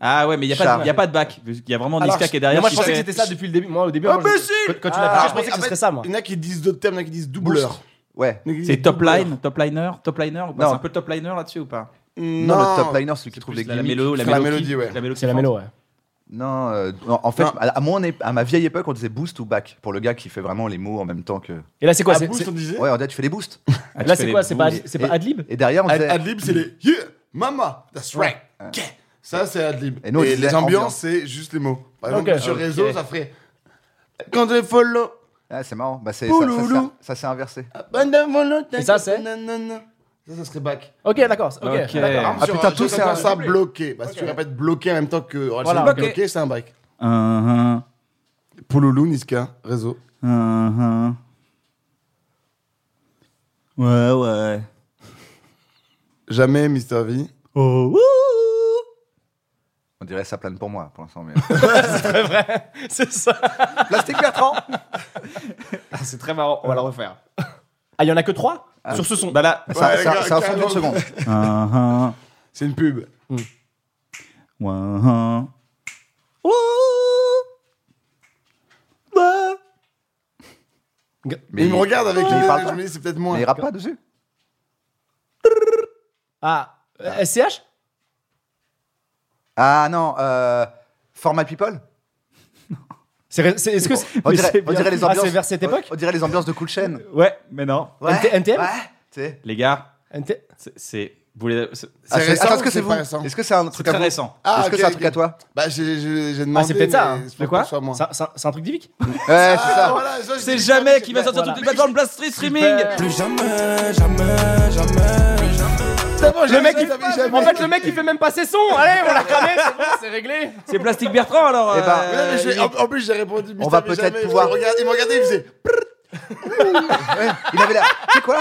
[SPEAKER 1] Ah ouais, mais il n'y a, pas de-
[SPEAKER 2] Charles.
[SPEAKER 1] y a pas de bac. Il y a vraiment
[SPEAKER 5] Alors,
[SPEAKER 1] Niska qui est derrière.
[SPEAKER 5] Moi, je
[SPEAKER 1] qui
[SPEAKER 5] pensais que
[SPEAKER 1] fait-
[SPEAKER 5] c'était ça depuis le début. Moi, au début, moi, je- quand, quand tu l'as
[SPEAKER 3] Ah,
[SPEAKER 5] pitché, je pensais que ce
[SPEAKER 3] en fait,
[SPEAKER 5] serait ça, moi.
[SPEAKER 3] Il y en a qui disent d'autres termes, il y en a qui disent doubleur.
[SPEAKER 2] Ouais.
[SPEAKER 3] Il y en a qui
[SPEAKER 1] C'est
[SPEAKER 3] disent
[SPEAKER 1] top
[SPEAKER 3] doubleur.
[SPEAKER 1] line, top liner, top liner ou pas
[SPEAKER 2] Non.
[SPEAKER 1] C'est un peu le top liner là-dessus ou pas
[SPEAKER 3] Mm, Non,
[SPEAKER 2] Non, le top liner, celui qui trouve
[SPEAKER 1] Plus
[SPEAKER 2] les
[SPEAKER 1] la, la
[SPEAKER 2] gimmicks.
[SPEAKER 1] mélo, la,
[SPEAKER 3] Sur la
[SPEAKER 1] mélo qui-
[SPEAKER 3] mélodie, ouais.
[SPEAKER 1] la mélo qui
[SPEAKER 5] C'est la
[SPEAKER 1] chante.
[SPEAKER 5] mélo, ouais.
[SPEAKER 2] Non, euh, en en fait,
[SPEAKER 3] Non.
[SPEAKER 2] à, à mon é- à ma vieille époque, on disait boost ou back pour le gars qui fait vraiment les mots en même temps que.
[SPEAKER 5] Et là, c'est quoi
[SPEAKER 3] Ah,
[SPEAKER 5] c'est-
[SPEAKER 3] Boost, on
[SPEAKER 5] c'est-
[SPEAKER 3] disait
[SPEAKER 2] Ouais, on dit tu fais les boosts.
[SPEAKER 1] Ah, tu
[SPEAKER 5] Là,
[SPEAKER 1] fais
[SPEAKER 5] c'est
[SPEAKER 1] les
[SPEAKER 5] quoi C'est pas,
[SPEAKER 1] blues.
[SPEAKER 5] c'est pas
[SPEAKER 2] Et-
[SPEAKER 5] Adlib
[SPEAKER 2] Et derrière, on
[SPEAKER 3] Ad-
[SPEAKER 2] disait.
[SPEAKER 3] Adlib, c'est les yeah, mama, that's right. ok. Ça, c'est Adlib.
[SPEAKER 2] Et nous, on
[SPEAKER 3] Et
[SPEAKER 2] disait
[SPEAKER 3] les ambiances,
[SPEAKER 2] ambiance.
[SPEAKER 3] c'est juste les mots. Par
[SPEAKER 5] Ok.
[SPEAKER 3] exemple, sur
[SPEAKER 5] Ok.
[SPEAKER 3] réseau, ça ferait. Quand je follow,
[SPEAKER 2] Ah, c'est marrant. Bah, c'est ça, ça,
[SPEAKER 3] Pouloulou.
[SPEAKER 2] ça- ça s'est inversé.
[SPEAKER 3] abandon follow,
[SPEAKER 5] Et ça, c'est
[SPEAKER 3] nanana. Ça, ça serait back.
[SPEAKER 5] Ok, d'accord. Ok.
[SPEAKER 1] Ok.
[SPEAKER 5] d'accord.
[SPEAKER 2] Ah, putain, tout, c'est
[SPEAKER 3] ça.
[SPEAKER 2] un-
[SPEAKER 3] Ça, bloqué. Bah, si tu répètes bloqué en même temps que.
[SPEAKER 5] Voilà.
[SPEAKER 3] Voilà, bloqué, c'est un back.
[SPEAKER 2] Uh-huh.
[SPEAKER 1] Un,
[SPEAKER 3] Pouloulou, Niska, réseau.
[SPEAKER 1] un, un, un. Ouais, ouais.
[SPEAKER 3] Jamais Mister V.
[SPEAKER 1] Oh, ouh.
[SPEAKER 2] On dirait ça plane pour moi pour l'instant. Mais...
[SPEAKER 5] C'est ça.
[SPEAKER 2] Plastique Bertrand
[SPEAKER 1] Ah, c'est très marrant, on va la refaire.
[SPEAKER 5] Ah, il y en a que trois sur ce son.
[SPEAKER 1] Bah là,
[SPEAKER 2] Ça-
[SPEAKER 3] Ouais,
[SPEAKER 2] ça- C'est un son
[SPEAKER 3] carrément.
[SPEAKER 2] d'une seconde.
[SPEAKER 1] un, un,
[SPEAKER 3] C'est une pub.
[SPEAKER 1] ouais, hein. un. Ouh.
[SPEAKER 5] Bah-
[SPEAKER 1] Ouais.
[SPEAKER 3] Mais il me regarde avec
[SPEAKER 2] mais
[SPEAKER 3] les
[SPEAKER 2] il parle
[SPEAKER 3] je
[SPEAKER 2] pas.
[SPEAKER 3] me dis, c'est peut-être
[SPEAKER 2] Mais
[SPEAKER 3] moins.
[SPEAKER 2] il rappe pas dessus.
[SPEAKER 5] Ah, euh, SCH
[SPEAKER 2] Ah non, euh, For My People
[SPEAKER 5] C'est ré- c'est- Est-ce que c'est-
[SPEAKER 2] on
[SPEAKER 5] mais
[SPEAKER 2] dirait,
[SPEAKER 5] c'est
[SPEAKER 2] on
[SPEAKER 5] bien-
[SPEAKER 2] dirait les
[SPEAKER 5] Ah,
[SPEAKER 2] ambiances.
[SPEAKER 5] c'est vers cette époque
[SPEAKER 2] on, on dirait les ambiances de Cool Chain.
[SPEAKER 1] Ouais, mais non.
[SPEAKER 5] NT- NTM
[SPEAKER 2] Ouais. Tu sais.
[SPEAKER 1] Les gars,
[SPEAKER 5] NT
[SPEAKER 1] c'est- c'est. Vous voulez. c'est-
[SPEAKER 3] C'est
[SPEAKER 2] Ah,
[SPEAKER 3] récent
[SPEAKER 2] attends,
[SPEAKER 3] ou
[SPEAKER 2] est-ce que
[SPEAKER 3] c'est
[SPEAKER 2] c'est vous
[SPEAKER 3] pas récent
[SPEAKER 2] Est-ce que c'est un
[SPEAKER 1] C'est
[SPEAKER 2] truc à
[SPEAKER 1] très
[SPEAKER 2] vous Est-ce
[SPEAKER 1] récent.
[SPEAKER 3] Ah,
[SPEAKER 2] que
[SPEAKER 3] ok,
[SPEAKER 2] c'est un
[SPEAKER 3] ok.
[SPEAKER 2] truc à toi
[SPEAKER 3] Bah, j'ai-
[SPEAKER 2] Ah,
[SPEAKER 3] j'ai j'ai demandé.
[SPEAKER 5] c'est peut-être ça,
[SPEAKER 3] mais
[SPEAKER 5] hein.
[SPEAKER 1] De
[SPEAKER 3] je pense
[SPEAKER 1] quoi
[SPEAKER 3] pas que ce soit moi.
[SPEAKER 5] C'est un- c'est un c'est un truc divique
[SPEAKER 2] Ouais, c'est
[SPEAKER 3] Ah,
[SPEAKER 2] ça.
[SPEAKER 3] voilà, ça,
[SPEAKER 1] C'est
[SPEAKER 3] j'ai-
[SPEAKER 1] jamais qui va sortir
[SPEAKER 5] voilà.
[SPEAKER 1] sur toutes les plateformes Blast Street Streaming
[SPEAKER 8] Plus jamais, jamais, jamais,
[SPEAKER 5] Le mec, il- en fait, le mec, il fait même pas ses sons. Allez, on l'a cramé, c'est bon, c'est réglé.
[SPEAKER 1] C'est Plastic Bertrand alors euh.
[SPEAKER 2] Eh ben,
[SPEAKER 3] Ah, Mais non, mais je l'ai- en, en plus, j'ai répondu.
[SPEAKER 2] On va peut-être pouvoir-
[SPEAKER 3] regarder. Il me regardait, il faisait.
[SPEAKER 2] Ouais, il avait la. C'est quoi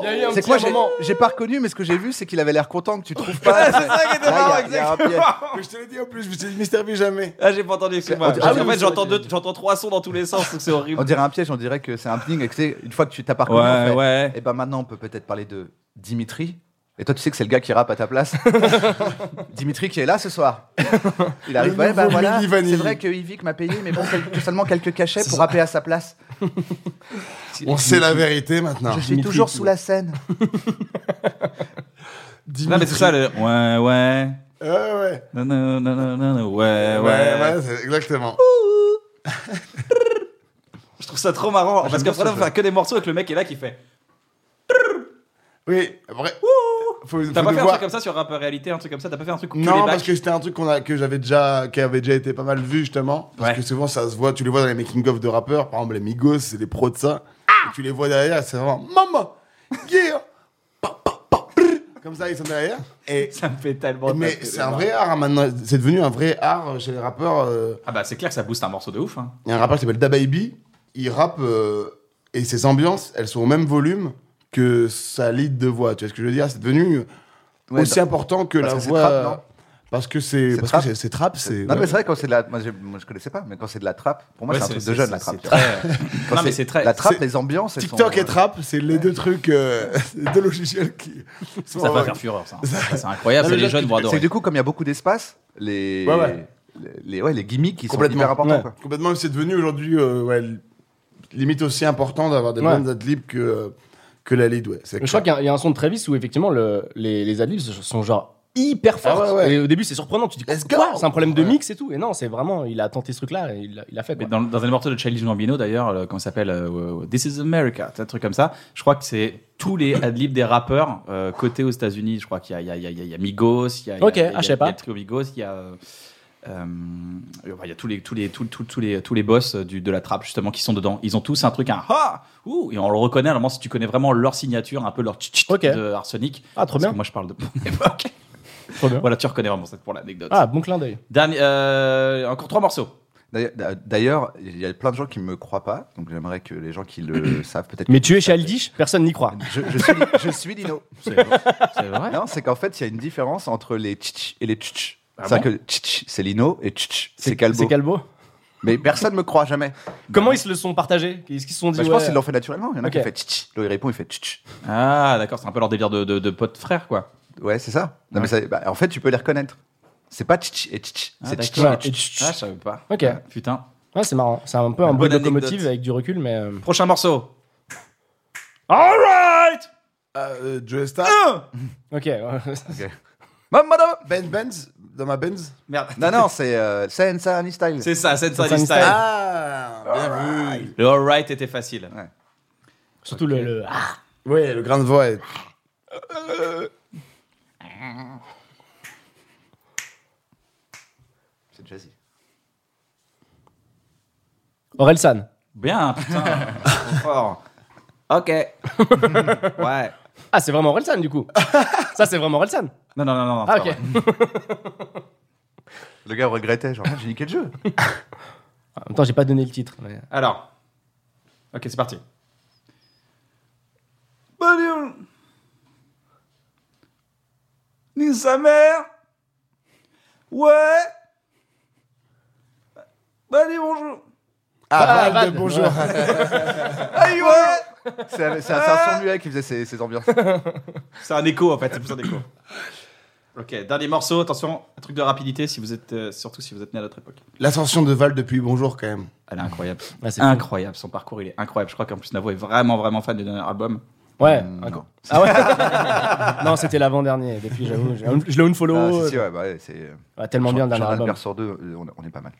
[SPEAKER 5] Il y a eu un
[SPEAKER 2] C'est
[SPEAKER 5] petit
[SPEAKER 2] quoi j'ai-
[SPEAKER 5] moment.
[SPEAKER 2] J'ai pas reconnu, mais ce que j'ai vu, c'est qu'il avait l'air content que tu trouves pas. c'est ça qui était
[SPEAKER 3] Mais je te l'ai dit en plus, je me suis dit, Mister V jamais.
[SPEAKER 1] Ah, j'ai pas entendu, excuse-moi.
[SPEAKER 2] On dirait-
[SPEAKER 1] Parce
[SPEAKER 2] Ah
[SPEAKER 1] qu'en
[SPEAKER 2] oui,
[SPEAKER 1] fait, j'entends deux- j'entends trois sons dans tous les sens, donc c'est horrible.
[SPEAKER 2] On dirait un piège, on dirait que c'est un ping et que c'est une fois que tu t'as pas reconnu.
[SPEAKER 1] Ouais,
[SPEAKER 2] on fait,
[SPEAKER 1] ouais.
[SPEAKER 2] Et ben maintenant, on peut peut-être parler de Dimitri. Et toi, tu sais que c'est le gars qui rappe à ta place. Dimitri qui est là ce soir. Il arrive.
[SPEAKER 3] Le
[SPEAKER 2] Ouais, bah
[SPEAKER 3] nouveau
[SPEAKER 2] voilà.
[SPEAKER 3] Mini Vanille.
[SPEAKER 2] C'est vrai que Yvick m'a payé, mais bon, quel- seulement quelques cachets pour rapper à sa place.
[SPEAKER 3] On sait la vérité maintenant.
[SPEAKER 2] Je suis toujours sous la scène.
[SPEAKER 1] Non, mais c'est ça le. Ouais, ouais.
[SPEAKER 3] Ouais, ouais.
[SPEAKER 1] Non, non, non, non, non, non, ouais,
[SPEAKER 3] Ouais,
[SPEAKER 1] ouais.
[SPEAKER 3] ouais, c'est- exactement.
[SPEAKER 1] Je trouve ça trop marrant. Parce
[SPEAKER 2] bien
[SPEAKER 1] qu'après,
[SPEAKER 2] ce
[SPEAKER 1] on fait que des morceaux avec le mec qui est là qui fait.
[SPEAKER 3] Oui, vrai. Faut, faut
[SPEAKER 1] T'as pas fait un
[SPEAKER 3] devoir-
[SPEAKER 1] truc comme ça sur Rap Réalité, un truc comme ça T'as pas fait un truc que les
[SPEAKER 3] Non, parce
[SPEAKER 1] bacs
[SPEAKER 3] que c'était un truc qu'on a, que j'avais déjà, qui avait déjà été pas mal vu justement. Parce
[SPEAKER 1] Ouais.
[SPEAKER 3] que souvent ça se voit, tu les vois dans les making of de rappeurs, par exemple les Migos, c'est des pros de ça. Et tu les vois derrière, c'est vraiment maman, yeah, Pa, pa, pa, brr. comme ça ils sont derrière. Et
[SPEAKER 1] Ça me Oh, fait tellement.
[SPEAKER 3] mais
[SPEAKER 1] taper,
[SPEAKER 3] c'est
[SPEAKER 1] les
[SPEAKER 3] un
[SPEAKER 1] bacs.
[SPEAKER 3] vrai art hein, maintenant, c'est devenu un vrai art euh, chez les rappeurs. euh.
[SPEAKER 1] Ah, bah, c'est clair que ça booste un morceau de ouf. hein.
[SPEAKER 3] Il y a un rappeur qui s'appelle DaBaby, il rappe euh, et ses ambiances, elles sont au même volume que sa lead de voix. Tu vois ce que je veux dire C'est devenu
[SPEAKER 2] Ouais,
[SPEAKER 3] aussi important que
[SPEAKER 2] parce
[SPEAKER 3] la
[SPEAKER 2] que c'est
[SPEAKER 3] voix. euh,
[SPEAKER 2] trap, non
[SPEAKER 3] parce que c'est
[SPEAKER 2] C'est
[SPEAKER 3] parce
[SPEAKER 2] trap.
[SPEAKER 3] que c'est- c'est trap, c'est.
[SPEAKER 2] Non,
[SPEAKER 3] ouais.
[SPEAKER 2] mais c'est vrai, quand c'est de la. Moi, j'ai- moi, je connaissais pas, mais quand c'est de la trappe, pour moi,
[SPEAKER 1] Ouais,
[SPEAKER 2] c'est un truc
[SPEAKER 1] c'est-
[SPEAKER 2] de jeune,
[SPEAKER 1] c'est-
[SPEAKER 2] la trappe.
[SPEAKER 1] c'est
[SPEAKER 2] tu vois.
[SPEAKER 1] très-
[SPEAKER 2] Quand
[SPEAKER 1] Non, mais
[SPEAKER 2] c'est
[SPEAKER 1] c'est très-
[SPEAKER 2] La trappe,
[SPEAKER 3] c'est-
[SPEAKER 2] les ambiances. elles
[SPEAKER 3] TikTok
[SPEAKER 2] sont- euh,
[SPEAKER 3] et trap, c'est les deux trucs, euh, deux logiciels qui. sont-
[SPEAKER 1] Ça va faire fureur, ça. Ça, C'est incroyable,
[SPEAKER 3] Non, mais
[SPEAKER 1] les
[SPEAKER 3] je-
[SPEAKER 1] jeunes vont
[SPEAKER 2] C'est que
[SPEAKER 1] adorer.
[SPEAKER 2] du coup, comme il y a beaucoup d'espace, les.
[SPEAKER 3] Ouais, ouais.
[SPEAKER 2] Les, ouais, les gimmicks qui sont
[SPEAKER 3] Complètement.
[SPEAKER 2] hyper importants.
[SPEAKER 3] Ouais.
[SPEAKER 2] quoi.
[SPEAKER 3] Complètement, c'est devenu aujourd'hui euh, ouais, li- limite aussi important d'avoir des
[SPEAKER 5] Ouais.
[SPEAKER 3] bonnes adlibs que, euh, que la lead. Ouais, c'est
[SPEAKER 5] Je crois qu'il y a- il y, a un son de Travis où effectivement le- les, les adlibs sont genre hyper fortes.
[SPEAKER 3] Ah ouais, ouais.
[SPEAKER 5] Et au début c'est surprenant, tu dis
[SPEAKER 3] Let's
[SPEAKER 5] quoi
[SPEAKER 3] go
[SPEAKER 5] C'est un problème de
[SPEAKER 3] Ouais.
[SPEAKER 5] mix et tout. Et non, c'est vraiment, il a tenté ce truc-là et il l'a- il l'a fait.
[SPEAKER 1] Mais
[SPEAKER 5] Quoi.
[SPEAKER 1] Eh dans, dans un morceau de Childish Gambino, d'ailleurs, euh, comment il s'appelle euh, This is America, un truc comme ça. Je crois que c'est tous les adlibs des rappeurs euh, cotés aux États-Unis. Je crois qu'il y a, il y, a, il y, a, il y a Migos, il y a, il y a-
[SPEAKER 5] Ok,
[SPEAKER 1] il y a-
[SPEAKER 5] ah,
[SPEAKER 1] il y a-
[SPEAKER 5] je sais pas.
[SPEAKER 1] il y a le Trio Migos, il y a. euh, euh, enfin, il y a tous les tous les tous, tous, tous les tous les boss du, de la trappe justement qui sont dedans ils ont tous un truc un ah ouh et on le reconnaît à un moment si tu connais vraiment leur signature un peu leur tch, tch, tch
[SPEAKER 5] Ok.
[SPEAKER 1] de arsenic
[SPEAKER 5] Ah, trop
[SPEAKER 1] Parce
[SPEAKER 5] bien.
[SPEAKER 1] que moi je parle de mon époque
[SPEAKER 5] Trop bien.
[SPEAKER 1] voilà tu reconnais vraiment ça pour l'anecdote
[SPEAKER 5] Ah, bon clin d'œil.
[SPEAKER 1] Dernier, euh, encore trois morceaux
[SPEAKER 2] D'ailleurs- D'ailleurs, il y a plein de gens qui me croient pas, donc j'aimerais que les gens qui le savent peut-être.
[SPEAKER 5] Mais tu es chez Aldish, personne n'y croit.
[SPEAKER 2] Je, je suis, je suis Dino.
[SPEAKER 1] c'est vrai
[SPEAKER 2] Non, c'est qu'en fait, il y a une différence entre les tch et les tch.
[SPEAKER 1] Ah
[SPEAKER 2] c'est
[SPEAKER 1] bon
[SPEAKER 2] que tch c'est Lino et tch c'est Calbo.
[SPEAKER 5] C'est Calbo.
[SPEAKER 2] Mais personne me croit jamais.
[SPEAKER 5] Comment ils se le sont partagés Qu'est-ce qu'ils se sont dit
[SPEAKER 2] Bah, je
[SPEAKER 5] ouais.
[SPEAKER 2] pense qu'ils l'ont fait naturellement. Il y en a
[SPEAKER 5] Ok.
[SPEAKER 2] qui fait tch L'autre il répond, il fait tch
[SPEAKER 1] Ah, d'accord, c'est un peu leur délire de, de, de potes frères, quoi.
[SPEAKER 2] Ouais, c'est ça. Non, mais ça- bah, en fait, tu peux les reconnaître. C'est pas tch et tch.
[SPEAKER 1] Ah,
[SPEAKER 2] C'est tch
[SPEAKER 1] d'accord.
[SPEAKER 2] et tch.
[SPEAKER 1] Ah, je savais pas.
[SPEAKER 5] Ok.
[SPEAKER 1] Ah, Putain.
[SPEAKER 5] Ouais, c'est marrant. C'est un peu un
[SPEAKER 1] Bonne
[SPEAKER 5] bruit de
[SPEAKER 1] anecdote.
[SPEAKER 5] locomotive avec du recul, mais. euh,
[SPEAKER 1] Prochain morceau. Alright
[SPEAKER 3] Euh, Joe Star,
[SPEAKER 2] Ah!
[SPEAKER 5] Ok. ouais.
[SPEAKER 2] Mam, madame
[SPEAKER 3] Ben Benz, dans ma Benz.
[SPEAKER 1] Merde.
[SPEAKER 2] Non, non, c'est euh, Sensani Style.
[SPEAKER 1] C'est ça, c'est ça,
[SPEAKER 5] Sunny
[SPEAKER 1] style.
[SPEAKER 5] Style.
[SPEAKER 3] Ah, bien vu.
[SPEAKER 1] Le alright était facile.
[SPEAKER 5] Surtout le. le- Ah,
[SPEAKER 3] Ouais, le grain de voix. est-
[SPEAKER 2] C'est jazzy.
[SPEAKER 5] Orelsan.
[SPEAKER 1] Bien, putain. Trop fort. Ok. ouais.
[SPEAKER 5] Ah, c'est vraiment Orelsan du coup. Ça, c'est vraiment Orelsan.
[SPEAKER 1] Non, non, non, non. non,
[SPEAKER 5] Ah,
[SPEAKER 1] c'est pas
[SPEAKER 5] ok.
[SPEAKER 1] vrai.
[SPEAKER 2] Le gars regrettait, genre, Ah, j'ai niqué le jeu.
[SPEAKER 5] En même temps, j'ai pas donné le titre. mais-
[SPEAKER 1] Alors. Ok, c'est parti. Bah, Ni sa mère. Ouais. Allez, bonjour.
[SPEAKER 3] Ah,
[SPEAKER 5] Ah,
[SPEAKER 1] bah,
[SPEAKER 3] Val de
[SPEAKER 5] Val.
[SPEAKER 3] bonjour.
[SPEAKER 1] Ah,
[SPEAKER 2] Aïe, ouais bah, C'est c'est un cerf muet qui faisait ces, ces ambiances.
[SPEAKER 1] C'est un écho en fait, c'est plus un écho. Ok, dernier morceau, attention, un truc de rapidité, si vous êtes, euh, surtout si vous êtes né à notre époque.
[SPEAKER 3] L'ascension de Val depuis bonjour quand même.
[SPEAKER 1] Elle est incroyable.
[SPEAKER 5] Ouais, c'est fou.
[SPEAKER 1] incroyable, son parcours il est incroyable. Je crois qu'en plus Navo est vraiment, vraiment fan du dernier album.
[SPEAKER 5] Ouais.
[SPEAKER 2] Mm,
[SPEAKER 5] un-
[SPEAKER 2] non.
[SPEAKER 5] Ah ouais Non, c'était l'avant-dernier. Depuis, j'avoue, j'ai un- je l'ai unfollow.
[SPEAKER 2] Ah, si,
[SPEAKER 5] follow Ah,
[SPEAKER 2] si, ouais, bah, ouais, c'est.
[SPEAKER 5] tellement bien le dernier album.
[SPEAKER 2] album. sur deux, euh, on, on est pas mal.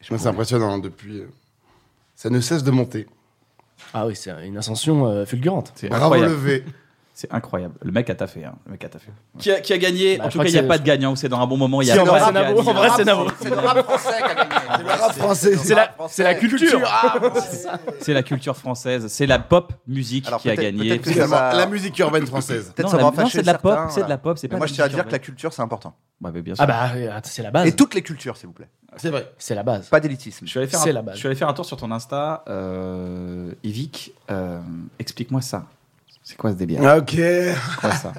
[SPEAKER 2] Je
[SPEAKER 3] Moi, C'est impressionnant hein, depuis. euh, Ça ne cesse de monter.
[SPEAKER 5] Ah oui, c'est une ascension euh, fulgurante.
[SPEAKER 1] C'est
[SPEAKER 3] Bravo
[SPEAKER 1] incroyable.
[SPEAKER 3] levé.
[SPEAKER 1] C'est incroyable. Le mec a taffé. Hein. Le mec a taffé. Qui, a, qui a gagné En
[SPEAKER 5] Bah, je
[SPEAKER 1] tout
[SPEAKER 5] crois
[SPEAKER 1] cas, il n'y
[SPEAKER 5] que
[SPEAKER 1] a
[SPEAKER 5] c'est-
[SPEAKER 1] pas de gagnant ou c'est dans un bon moment. Il y a
[SPEAKER 5] Si, en
[SPEAKER 1] pas
[SPEAKER 5] vrai,
[SPEAKER 1] de
[SPEAKER 5] c'est Navo.
[SPEAKER 1] gagnant. Ah,
[SPEAKER 5] En vrai, c'est Navo.
[SPEAKER 2] C'est le rap français qui a gagné.
[SPEAKER 3] Le rap français.
[SPEAKER 5] C'est
[SPEAKER 2] Ah,
[SPEAKER 5] la, c'est la culture.
[SPEAKER 1] C'est la culture française, c'est la pop musique
[SPEAKER 2] Alors,
[SPEAKER 1] qui a
[SPEAKER 2] peut-être-
[SPEAKER 1] gagné.
[SPEAKER 2] peut-être que-
[SPEAKER 3] Finalement,
[SPEAKER 2] Ça va.
[SPEAKER 3] la musique urbaine française.
[SPEAKER 2] Peut-être
[SPEAKER 1] Non,
[SPEAKER 2] ça
[SPEAKER 1] la-
[SPEAKER 2] va en
[SPEAKER 1] non,
[SPEAKER 2] fâcher
[SPEAKER 1] c'est de la pop,
[SPEAKER 2] certains,
[SPEAKER 1] c'est de la
[SPEAKER 2] voilà.
[SPEAKER 1] pop, c'est
[SPEAKER 2] Mais
[SPEAKER 1] pas
[SPEAKER 2] Moi,
[SPEAKER 1] de
[SPEAKER 2] je tiens à
[SPEAKER 1] la
[SPEAKER 2] dire que la
[SPEAKER 1] culture.
[SPEAKER 2] culture, c'est important.
[SPEAKER 1] Ouais, mais bien sûr.
[SPEAKER 5] Ah bah, euh, attends, c'est la base.
[SPEAKER 2] Et toutes les cultures, s'il vous plaît.
[SPEAKER 3] C'est vrai.
[SPEAKER 5] C'est la base.
[SPEAKER 2] Pas d'élitisme.
[SPEAKER 1] Je suis allé faire,
[SPEAKER 5] C'est
[SPEAKER 1] un,
[SPEAKER 5] la base.
[SPEAKER 1] je suis allé faire un tour sur ton Insta, euh, Yvick. euh, Explique-moi ça. C'est quoi ce délire
[SPEAKER 3] Ok.
[SPEAKER 1] C'est quoi ça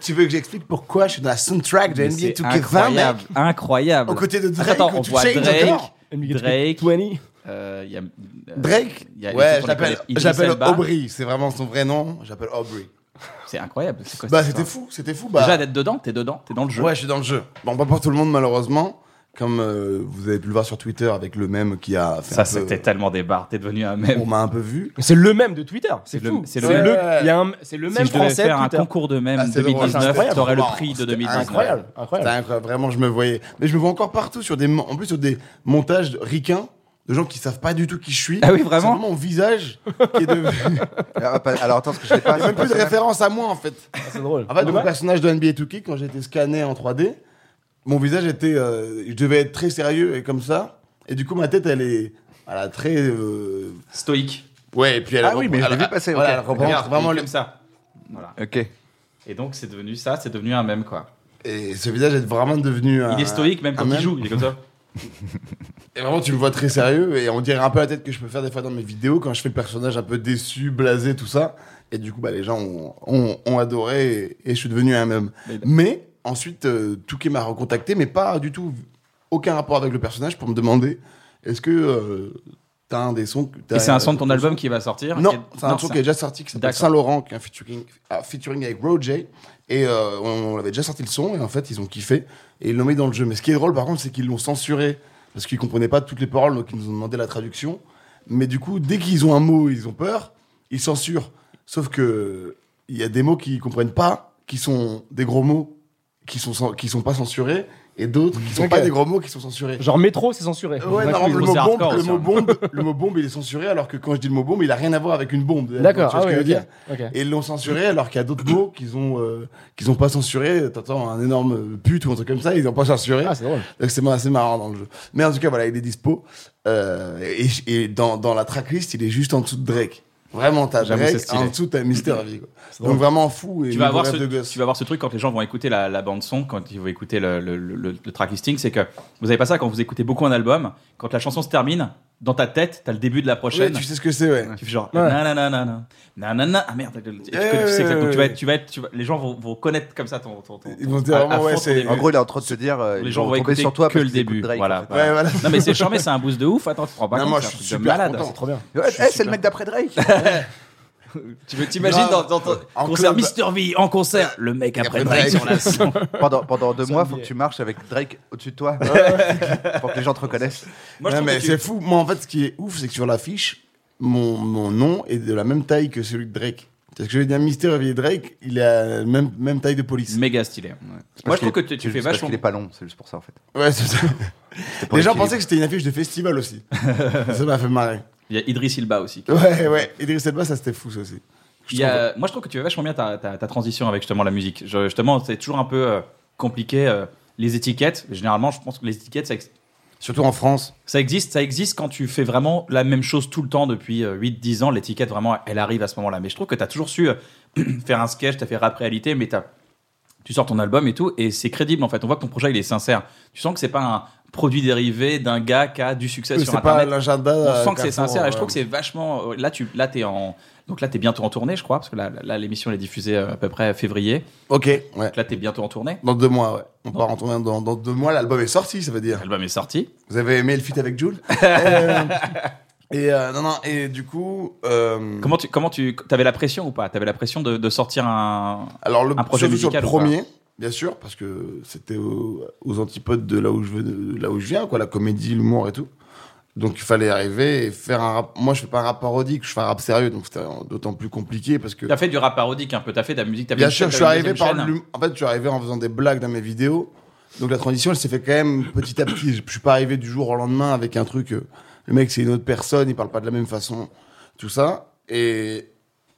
[SPEAKER 3] Tu veux que j'explique pourquoi je suis dans la soundtrack de
[SPEAKER 1] Mais
[SPEAKER 3] NBA
[SPEAKER 1] c'est
[SPEAKER 3] 2K20
[SPEAKER 1] incroyable,
[SPEAKER 3] mec
[SPEAKER 1] incroyable.
[SPEAKER 3] Aux côtés de Drake.
[SPEAKER 1] Attends, attends,
[SPEAKER 3] où
[SPEAKER 1] on
[SPEAKER 3] tu
[SPEAKER 1] voit
[SPEAKER 3] changes
[SPEAKER 1] Drake.
[SPEAKER 3] encore.
[SPEAKER 1] Drake.
[SPEAKER 5] 20.
[SPEAKER 1] euh, il y a, euh,
[SPEAKER 3] Drake
[SPEAKER 1] il y a- il y a-
[SPEAKER 3] Ouais,
[SPEAKER 1] on
[SPEAKER 3] je l'appelle-
[SPEAKER 1] connaît-
[SPEAKER 3] je
[SPEAKER 1] Idris
[SPEAKER 3] l'appelle
[SPEAKER 1] Elba.
[SPEAKER 3] Aubrey. C'est vraiment son vrai nom. J'appelle Aubrey.
[SPEAKER 1] C'est incroyable. c'est quoi
[SPEAKER 3] Bah,
[SPEAKER 1] cette
[SPEAKER 3] c'était
[SPEAKER 1] histoire
[SPEAKER 3] fou. C'était fou. Bah,
[SPEAKER 1] Déjà d'être dedans, t'es dedans, t'es dans le jeu.
[SPEAKER 3] Ouais, je suis dans le jeu. Bon, pas pour tout le monde, malheureusement. Comme euh, vous avez pu le voir sur Twitter avec le même qui a fait.
[SPEAKER 1] ça,
[SPEAKER 3] un peu- bah,
[SPEAKER 1] c'était tellement des barres. T'es devenu un même.
[SPEAKER 3] On m'a un peu vu.
[SPEAKER 5] C'est le même de Twitter. C'est
[SPEAKER 1] le-
[SPEAKER 5] fou.
[SPEAKER 1] c'est le-
[SPEAKER 5] il y a un- c'est le même
[SPEAKER 1] si je devais
[SPEAKER 5] français
[SPEAKER 1] faire
[SPEAKER 5] de
[SPEAKER 1] un
[SPEAKER 5] Twitter.
[SPEAKER 1] concours de
[SPEAKER 3] Ah,
[SPEAKER 1] même
[SPEAKER 3] c'est drôle, c'est
[SPEAKER 1] 2019,
[SPEAKER 3] incroyable.
[SPEAKER 1] t'aurais le
[SPEAKER 3] Wow,
[SPEAKER 1] prix de
[SPEAKER 3] c'était
[SPEAKER 1] 2019.
[SPEAKER 5] Incroyable,
[SPEAKER 3] C'était
[SPEAKER 5] incroyable.
[SPEAKER 3] incroyable. Vraiment, je me voyais. Mais je me vois encore partout sur des. mon- En plus, sur des montages de ricains, de gens qui savent pas du tout qui je suis.
[SPEAKER 1] Ah oui, vraiment
[SPEAKER 3] C'est vraiment mon visage qui est devenu.
[SPEAKER 2] Alors, Euh, pas- alors, attends, ce que je n'ai pas.
[SPEAKER 3] Il y a même plus de référence à moi, en fait.
[SPEAKER 5] C'est drôle.
[SPEAKER 2] Ah
[SPEAKER 3] En fait, mon
[SPEAKER 5] Dommage.
[SPEAKER 3] personnage de NBA 2K, quand j'ai été scanné en 3D, mon visage était. euh, je devais être très sérieux et comme ça. Et du coup, ma tête, elle est. Voilà, très. euh,
[SPEAKER 1] Stoïque.
[SPEAKER 3] Ouais, et puis elle
[SPEAKER 2] Ah oui,
[SPEAKER 3] repre-
[SPEAKER 2] mais je
[SPEAKER 3] elle-
[SPEAKER 2] l'ai vu passer,
[SPEAKER 3] Voilà,
[SPEAKER 2] ok.
[SPEAKER 3] elle reprend
[SPEAKER 1] Regarde,
[SPEAKER 3] vraiment
[SPEAKER 1] vraiment
[SPEAKER 3] le-
[SPEAKER 1] comme ça. Voilà.
[SPEAKER 2] Ok.
[SPEAKER 1] Et donc, c'est devenu ça, c'est devenu un même quoi.
[SPEAKER 3] Et ce visage est vraiment devenu.
[SPEAKER 1] Il est stoïque même quand il joue, il est comme ça.
[SPEAKER 3] Et vraiment, tu me vois très sérieux et on dirait un peu la tête que je peux faire des fois dans mes vidéos quand je fais le personnage un peu déçu, blasé, tout ça. Et du coup, bah, les gens ont, ont- ont adoré et, et je suis devenu un homme.
[SPEAKER 1] Mais-
[SPEAKER 3] Mais ensuite, euh, Touquet m'a recontacté, mais pas du tout, aucun rapport avec le personnage pour me demander est-ce que euh, t'as un des sons. que t'as-
[SPEAKER 1] Et c'est un son de ton album qui va sortir
[SPEAKER 3] Non,
[SPEAKER 1] qui est-
[SPEAKER 3] c'est un son qui est déjà sorti qui s'appelle
[SPEAKER 1] D'accord.
[SPEAKER 3] Saint Laurent, qui est un featuring, ah, featuring avec Roger. Et euh, on, on avait déjà sorti le son et en fait ils ont kiffé et ils l'ont mis dans le jeu. Mais ce qui est drôle par contre, c'est qu'ils l'ont censuré parce qu'ils comprenaient pas toutes les paroles, donc ils nous ont demandé la traduction. Mais du coup, dès qu'ils ont un mot, ils ont peur, ils censurent. Sauf que il y a des mots qu'ils comprennent pas, qui sont des gros mots, qui sont cen- qui sont pas censurés, et d'autres qui sont
[SPEAKER 5] Ok.
[SPEAKER 3] pas des gros mots qui sont censurés.
[SPEAKER 5] Genre métro, c'est censuré.
[SPEAKER 3] Ouais,
[SPEAKER 5] D'un
[SPEAKER 3] non, le
[SPEAKER 5] coup,
[SPEAKER 1] ils
[SPEAKER 3] mot,
[SPEAKER 1] ont-
[SPEAKER 3] bombe,
[SPEAKER 1] c'est hardcore
[SPEAKER 3] le,
[SPEAKER 1] aussi,
[SPEAKER 3] mot
[SPEAKER 1] hein.
[SPEAKER 3] bombe, le mot bombe, il est censuré, alors que quand je dis le mot bombe, il a rien à voir avec une bombe.
[SPEAKER 5] ils- D'accord,
[SPEAKER 3] Tu vois
[SPEAKER 5] ah
[SPEAKER 3] ce que
[SPEAKER 5] ouais,
[SPEAKER 3] je veux dire
[SPEAKER 5] ok. ok.
[SPEAKER 3] et ils l'ont censuré alors qu'il y a d'autres mots qu'ils ont euh, qu'ils ont pas censuré t'entends un énorme pute ou un truc comme ça ils ont pas censuré
[SPEAKER 5] Ah, c'est drôle.
[SPEAKER 3] donc c'est mar- c'est marrant dans le jeu mais en tout cas voilà il est dispo Euh, et, et dans, dans la tracklist il est juste en dessous de Drake vraiment t'as
[SPEAKER 1] J'avoue, c'est
[SPEAKER 3] Drake
[SPEAKER 1] stylé.
[SPEAKER 3] en dessous t'as Mister V quoi.
[SPEAKER 5] drôle.
[SPEAKER 3] donc vraiment fou et
[SPEAKER 1] tu vas,
[SPEAKER 3] nouveau
[SPEAKER 1] avoir
[SPEAKER 3] rêve
[SPEAKER 1] ce,
[SPEAKER 3] de gosse
[SPEAKER 1] tu vas avoir ce truc quand les gens vont écouter la, la bande son, quand ils vont écouter le, le, le, le tracklisting, c'est que vous avez pas ça quand vous écoutez beaucoup un album, quand la chanson se termine, dans ta tête, t'as le début de la
[SPEAKER 3] Ouais,
[SPEAKER 1] prochaine.
[SPEAKER 3] tu sais ce que c'est ouais
[SPEAKER 1] Tu fais genre
[SPEAKER 5] Ouais.
[SPEAKER 1] nanana, nanana, nanana, ah merde, tu, tu- tu
[SPEAKER 3] Ouais,
[SPEAKER 1] sais
[SPEAKER 3] ouais,
[SPEAKER 1] exactement.
[SPEAKER 3] ouais,
[SPEAKER 1] Tu vas
[SPEAKER 3] ouais.
[SPEAKER 1] être, tu vas être, tu vas- les gens vont, vont connaître comme ça ton. ton, ton-
[SPEAKER 3] Ils vont dire
[SPEAKER 1] à- à
[SPEAKER 3] vraiment,
[SPEAKER 1] fond
[SPEAKER 3] ouais,
[SPEAKER 1] ton
[SPEAKER 3] c'est-
[SPEAKER 1] début.
[SPEAKER 2] En gros, il est en train de se dire, euh,
[SPEAKER 1] les
[SPEAKER 2] ils
[SPEAKER 1] gens
[SPEAKER 2] vont
[SPEAKER 1] vont
[SPEAKER 2] tomber
[SPEAKER 1] écouter
[SPEAKER 2] sur toi
[SPEAKER 1] que
[SPEAKER 2] parce
[SPEAKER 1] le
[SPEAKER 2] qu'ils écoutent
[SPEAKER 1] début.
[SPEAKER 2] Drake,
[SPEAKER 1] Voilà.
[SPEAKER 2] en fait.
[SPEAKER 3] ouais voilà
[SPEAKER 1] Non mais c'est charmé, c'est un boost de ouf. Attends, tu te rends pas
[SPEAKER 3] Non,
[SPEAKER 1] compte,
[SPEAKER 3] moi,
[SPEAKER 1] c'est un
[SPEAKER 3] je suis
[SPEAKER 1] truc de
[SPEAKER 3] super
[SPEAKER 1] malade.
[SPEAKER 3] content.
[SPEAKER 5] Trop bien.
[SPEAKER 2] Ouais, eh, c'est le mec d'après Drake.
[SPEAKER 1] Tu veux t'imagines dans,
[SPEAKER 3] Grave.
[SPEAKER 1] dans ton
[SPEAKER 3] En
[SPEAKER 1] concert
[SPEAKER 3] club.
[SPEAKER 1] Mister V en concert, le mec après Drake sur la scène.
[SPEAKER 2] pendant, pendant deux
[SPEAKER 5] Sans
[SPEAKER 2] mois, faut
[SPEAKER 5] oublier.
[SPEAKER 2] que tu marches avec Drake au-dessus de toi. pour que les gens te reconnaissent.
[SPEAKER 1] Moi je
[SPEAKER 3] Ouais,
[SPEAKER 1] trouve
[SPEAKER 3] mais
[SPEAKER 1] que tu-
[SPEAKER 3] c'est fou moi en fait ce qui est ouf c'est que sur l'affiche mon, mon nom est de la même taille que celui de Drake parce que je veux dire Mister V et Drake il a la même même taille de police
[SPEAKER 1] méga stylé.
[SPEAKER 2] C'est
[SPEAKER 1] Moi
[SPEAKER 2] parce
[SPEAKER 1] je trouve que
[SPEAKER 2] qu'il
[SPEAKER 1] tu,
[SPEAKER 2] est-
[SPEAKER 1] tu
[SPEAKER 2] c'est
[SPEAKER 1] fais
[SPEAKER 2] juste parce
[SPEAKER 1] vachement.
[SPEAKER 2] qu'il est pas long, c'est juste pour ça en fait.
[SPEAKER 3] ouais c'est ça
[SPEAKER 2] C'était pour
[SPEAKER 3] Les gens
[SPEAKER 2] l'équilibre.
[SPEAKER 3] pensaient que c'était une affiche de festival aussi. ça m'a fait marrer.
[SPEAKER 1] Il y a Idriss Ilba aussi.
[SPEAKER 3] Ouais, ouais. Idriss Elba, ça c'était fou, ça aussi.
[SPEAKER 1] Il y a- moi, je trouve que tu fais vachement bien ta, ta- ta transition avec justement la musique. Je- justement, c'est toujours un peu euh, compliqué euh, les étiquettes. Généralement, je pense que les étiquettes, ça, ex-
[SPEAKER 3] Surtout en France.
[SPEAKER 1] ça existe. Ça existe quand tu fais vraiment la même chose tout le temps depuis 8-10 ans. L'étiquette, vraiment, elle arrive à ce moment-là. Mais je trouve que tu as toujours su euh, faire un sketch, tu as fait rap réalité, mais t'as- tu sors ton album et tout. Et c'est crédible en fait. On voit que ton projet, il est sincère. Tu sens que c'est pas un produit dérivé d'un gars qui a du succès
[SPEAKER 3] C'est
[SPEAKER 1] sur
[SPEAKER 3] pas
[SPEAKER 1] Internet.
[SPEAKER 3] l'agenda.
[SPEAKER 1] On
[SPEAKER 3] euh,
[SPEAKER 1] sent que c'est
[SPEAKER 3] Carrefour,
[SPEAKER 1] sincère et je trouve
[SPEAKER 3] ouais.
[SPEAKER 1] que c'est vachement. euh, Là, tu là, es en. Donc là, t'es bientôt en tournée, je crois, parce que là, là, l'émission elle est diffusée euh, à peu près à février.
[SPEAKER 3] Ok, ouais.
[SPEAKER 1] Donc là, t'es bientôt en tournée.
[SPEAKER 3] Dans deux mois, ouais. On part en tournée dans, dans deux mois. L'album est sorti, ça veut dire.
[SPEAKER 1] L'album est sorti.
[SPEAKER 3] Vous avez aimé le feat avec Jules Euh, Et euh, non, non. Et du coup, euh,
[SPEAKER 1] Comment tu comment tu t'avais la pression ou pas T'avais la pression de, de sortir un.
[SPEAKER 3] alors le
[SPEAKER 1] un projet
[SPEAKER 3] surtout sur le
[SPEAKER 1] musical ou pas
[SPEAKER 3] premier, bien sûr, parce que c'était au- aux antipodes de là où je veux, de là où je viens, quoi, la comédie, l'humour et tout. Donc il fallait arriver et faire un rap. Moi, je fais pas un rap parodique, je fais un rap sérieux, donc c'était d'autant plus compliqué parce que
[SPEAKER 1] T'as fait du rap parodique un peu. T'as fait de la musique. t'as fait
[SPEAKER 3] Bien
[SPEAKER 1] une chaîne,
[SPEAKER 3] sûr, je suis
[SPEAKER 1] t'avais une
[SPEAKER 3] arrivé
[SPEAKER 1] deuxième
[SPEAKER 3] par
[SPEAKER 1] chaîne. hein.
[SPEAKER 3] l'hum- En fait, je suis arrivé en faisant des blagues dans mes vidéos. Donc la transition, elle s'est fait quand même petit à petit. Je je suis pas arrivé du jour au lendemain avec un truc. euh, Le mec, c'est une autre personne, il parle pas de la même façon, tout ça. Et,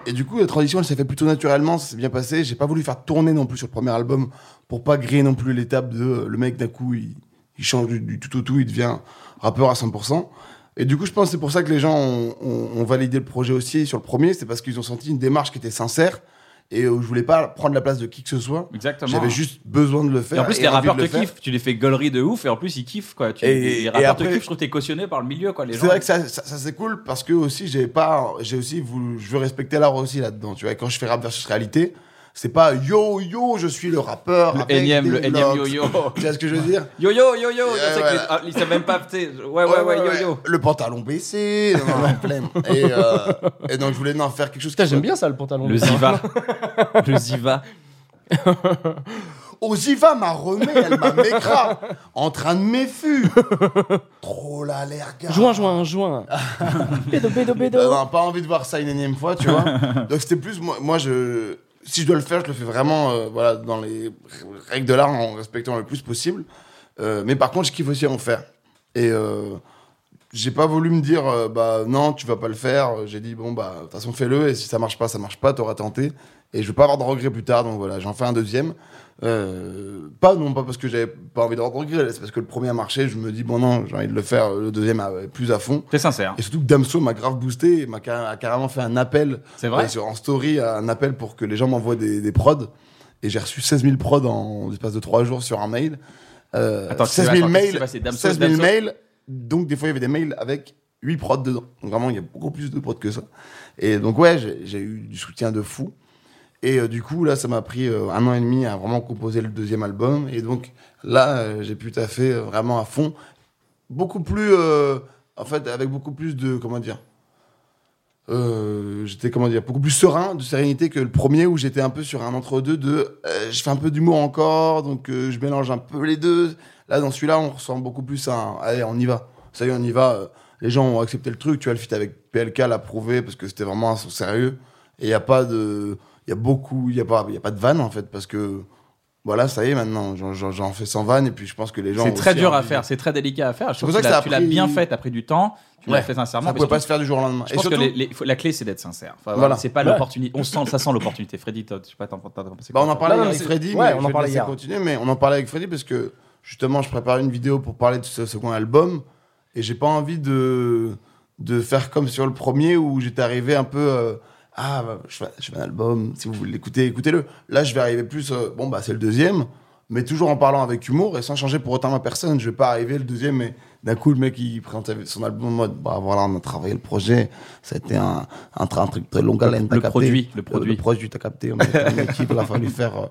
[SPEAKER 3] et du coup, la transition, elle s'est fait plutôt naturellement. Ça s'est bien passé. J'ai pas voulu faire tourner non plus sur le premier album pour pas griller non plus l'étape de euh, le mec d'un coup, il, il change du, du tout au tout, il devient rappeur à 100%. Et du coup, je pense que c'est pour ça que les gens ont, ont- ont validé le projet aussi sur le premier. C'est parce qu'ils ont senti une démarche qui était sincère et où je voulais pas prendre la place de qui que ce soit.
[SPEAKER 1] Exactement.
[SPEAKER 3] J'avais juste besoin de le faire.
[SPEAKER 1] Et en plus, les
[SPEAKER 3] envie de
[SPEAKER 1] rappeurs te
[SPEAKER 3] le faire.
[SPEAKER 1] kiffent. Tu les fais gaulerie de ouf et en plus ils kiffent quoi. Tu-
[SPEAKER 3] Et-
[SPEAKER 1] les
[SPEAKER 3] et
[SPEAKER 1] rappeurs te
[SPEAKER 3] après-
[SPEAKER 1] kiffent. Je trouve que t'es cautionné par le milieu quoi. Les gens.
[SPEAKER 3] C'est vrai que ça, ça, ça, c'est cool parce que aussi j'ai pas, j'ai aussi voulu, je veux respecter l'art aussi là-dedans. Tu vois, Et quand je fais rap versus réalité, c'est pas yo yo, je suis le rappeur.
[SPEAKER 1] Le
[SPEAKER 3] avec
[SPEAKER 1] énième,
[SPEAKER 3] des
[SPEAKER 1] le énième
[SPEAKER 3] locks.
[SPEAKER 1] yo-yo.
[SPEAKER 3] Tu vois ce que je veux dire
[SPEAKER 1] Yo yo yo yo.
[SPEAKER 3] Ouais,
[SPEAKER 1] je sais que
[SPEAKER 3] voilà.
[SPEAKER 1] les- ah, Ils savent même pas. tu sais, Ouais ouais ouais yo yo.
[SPEAKER 3] Le pantalon baissé, non, non, non, plein. Et, euh, et donc je voulais non faire quelque chose. qui
[SPEAKER 5] Putain, j'aime
[SPEAKER 3] soit-
[SPEAKER 5] bien ça, le pantalon.
[SPEAKER 1] Le Ziva. le Ziva.
[SPEAKER 3] Oh, j'y va ma remée, elle m'a mécra en train de m'effu. Trop la l'air gars.
[SPEAKER 5] Juin, juin, juin. Bédo, bédo, bédo.
[SPEAKER 3] Euh, non, pas envie de voir ça une énième fois, tu vois. Donc c'était plus moi, moi, je si je dois le faire, je le fais vraiment euh, voilà dans les règles de l'art en respectant le plus possible. Euh, mais par contre, je kiffe aussi en faire. Et euh, j'ai pas voulu me dire euh, bah non, tu vas pas le faire. J'ai dit bon bah de toute façon fais-le et si ça marche pas, ça marche pas, t'auras tenté. Et je veux pas avoir de regrets plus tard. Donc voilà, j'en fais un deuxième. Euh, pas non pas parce que j'avais pas envie d'avoir de regrets, c'est parce que le premier a marché. Je me dis bon non, j'ai envie de le faire. Le deuxième euh, plus à fond.
[SPEAKER 1] T'es sincère. hein.
[SPEAKER 3] Et surtout que Damso m'a grave boosté, m'a ca- a carrément fait un appel.
[SPEAKER 1] C'est vrai
[SPEAKER 3] euh, sur, En story, un appel pour que les gens m'envoient des, des prods. Et j'ai reçu 16 000 prods en l'espace de 3 jours sur un mail. Euh,
[SPEAKER 1] Attends,
[SPEAKER 3] 16
[SPEAKER 1] c'est-
[SPEAKER 3] 000
[SPEAKER 1] attends, qu'est-ce qui s'est
[SPEAKER 3] mails.
[SPEAKER 1] passé Damso,
[SPEAKER 3] 16 000
[SPEAKER 1] Damso
[SPEAKER 3] mails. Donc, des fois, il y avait des mails avec 8 prods dedans. Donc vraiment, il y a beaucoup plus de prods que ça. Et donc, ouais, j'ai j'ai eu du soutien de fou. Et euh, du coup, là, ça m'a pris euh, un an et demi à vraiment composer le deuxième album. Et donc, là, euh, j'ai pu taffer euh, vraiment à fond. Beaucoup plus. euh, en fait, avec beaucoup plus de. Comment dire euh, J'étais, comment dire Beaucoup plus serein, de sérénité que le premier où j'étais un peu sur un entre-deux de. euh, je fais un peu d'humour encore, donc euh, je mélange un peu les deux. Là, dans celui-là, on ressemble beaucoup plus à un. Allez, on y va. Ça y est, on y va. Euh, Les gens ont accepté le truc. Tu vois, le feat avec PLK l'a prouvé parce que c'était vraiment un son sérieux. Et il n'y a pas de. Il y a beaucoup. Il n'y a, pas- y a pas de vanne, en fait, parce que. Voilà, ça y est, maintenant, j'en- j'en j'en fais sans vanne. Et puis, je pense que les gens.
[SPEAKER 1] C'est
[SPEAKER 3] ont
[SPEAKER 1] très
[SPEAKER 3] aussi
[SPEAKER 1] dur à
[SPEAKER 3] envie de-
[SPEAKER 1] faire, c'est très délicat à faire. Je
[SPEAKER 3] C'est pour
[SPEAKER 1] trouve
[SPEAKER 3] ça
[SPEAKER 1] que
[SPEAKER 3] que
[SPEAKER 1] tu
[SPEAKER 3] ça
[SPEAKER 1] l'as-
[SPEAKER 3] a
[SPEAKER 1] tu l'as
[SPEAKER 3] pris-
[SPEAKER 1] bien fait, t'as pris du temps, tu l'as
[SPEAKER 3] Ouais.
[SPEAKER 1] fait sincèrement.
[SPEAKER 3] Ça
[SPEAKER 1] parce
[SPEAKER 3] pouvait
[SPEAKER 1] que
[SPEAKER 3] pas se faire du jour au lendemain.
[SPEAKER 1] Je
[SPEAKER 3] Et
[SPEAKER 1] pense
[SPEAKER 3] surtout-
[SPEAKER 1] que les- les- faut- la clé, c'est d'être sincère. Enfin, voilà,
[SPEAKER 3] Voilà.
[SPEAKER 1] C'est pas
[SPEAKER 5] Ouais.
[SPEAKER 1] l'opportunité. On sent, ça sent l'opportunité. Freddy, toi, je sais pas, t'en t'en- t'en pensais
[SPEAKER 3] Bah, on
[SPEAKER 1] quoi,
[SPEAKER 3] en parlait
[SPEAKER 5] Non, non,
[SPEAKER 3] avec
[SPEAKER 5] mais
[SPEAKER 3] Freddy,
[SPEAKER 5] c'est- ouais,
[SPEAKER 3] mais on en parlait hier. continuer, mais on en parlait avec Freddy parce que justement, je prépare une vidéo pour parler de ce second album et j'ai pas envie de de faire comme sur le premier où j'étais arrivé un peu euh, ah bah, je fais, je fais un album, si vous voulez l'écouter, écoutez-le. Là, je vais arriver plus euh, bon bah c'est le deuxième, mais toujours en parlant avec humour et sans changer pour autant ma personne. Je vais pas arriver le deuxième mais d'un coup le mec il présente son album en mode bah voilà on a travaillé le projet, ça a été un, un, tra- un truc très long haleine. t'as
[SPEAKER 1] le
[SPEAKER 3] capté. Euh,
[SPEAKER 1] produit, le produit.
[SPEAKER 3] le produit t'as capté. On a été une équipe, il a fallu faire euh,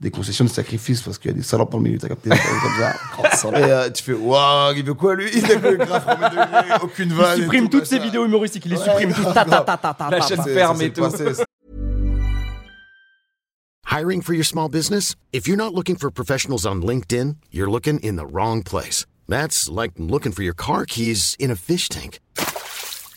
[SPEAKER 3] des concessions de sacrifice parce qu'il y a des salopes dans le milieu, t'as capté, des trucs comme ça. Et euh, tu fais, waouh, il veut quoi lui Il a que le graphe remet degré, aucune vanne.
[SPEAKER 5] Il supprime toutes ses vidéos humoristiques, il les supprime toutes. Ta, ta, ta, ta, ta,
[SPEAKER 1] La
[SPEAKER 3] Ah,
[SPEAKER 5] ta,
[SPEAKER 1] chaîne
[SPEAKER 5] ta.
[SPEAKER 1] ferme et tout.
[SPEAKER 9] Hiring for your small business? If you're not looking for professionals on LinkedIn, you're looking in the wrong place. That's like looking for your car keys in a fish tank.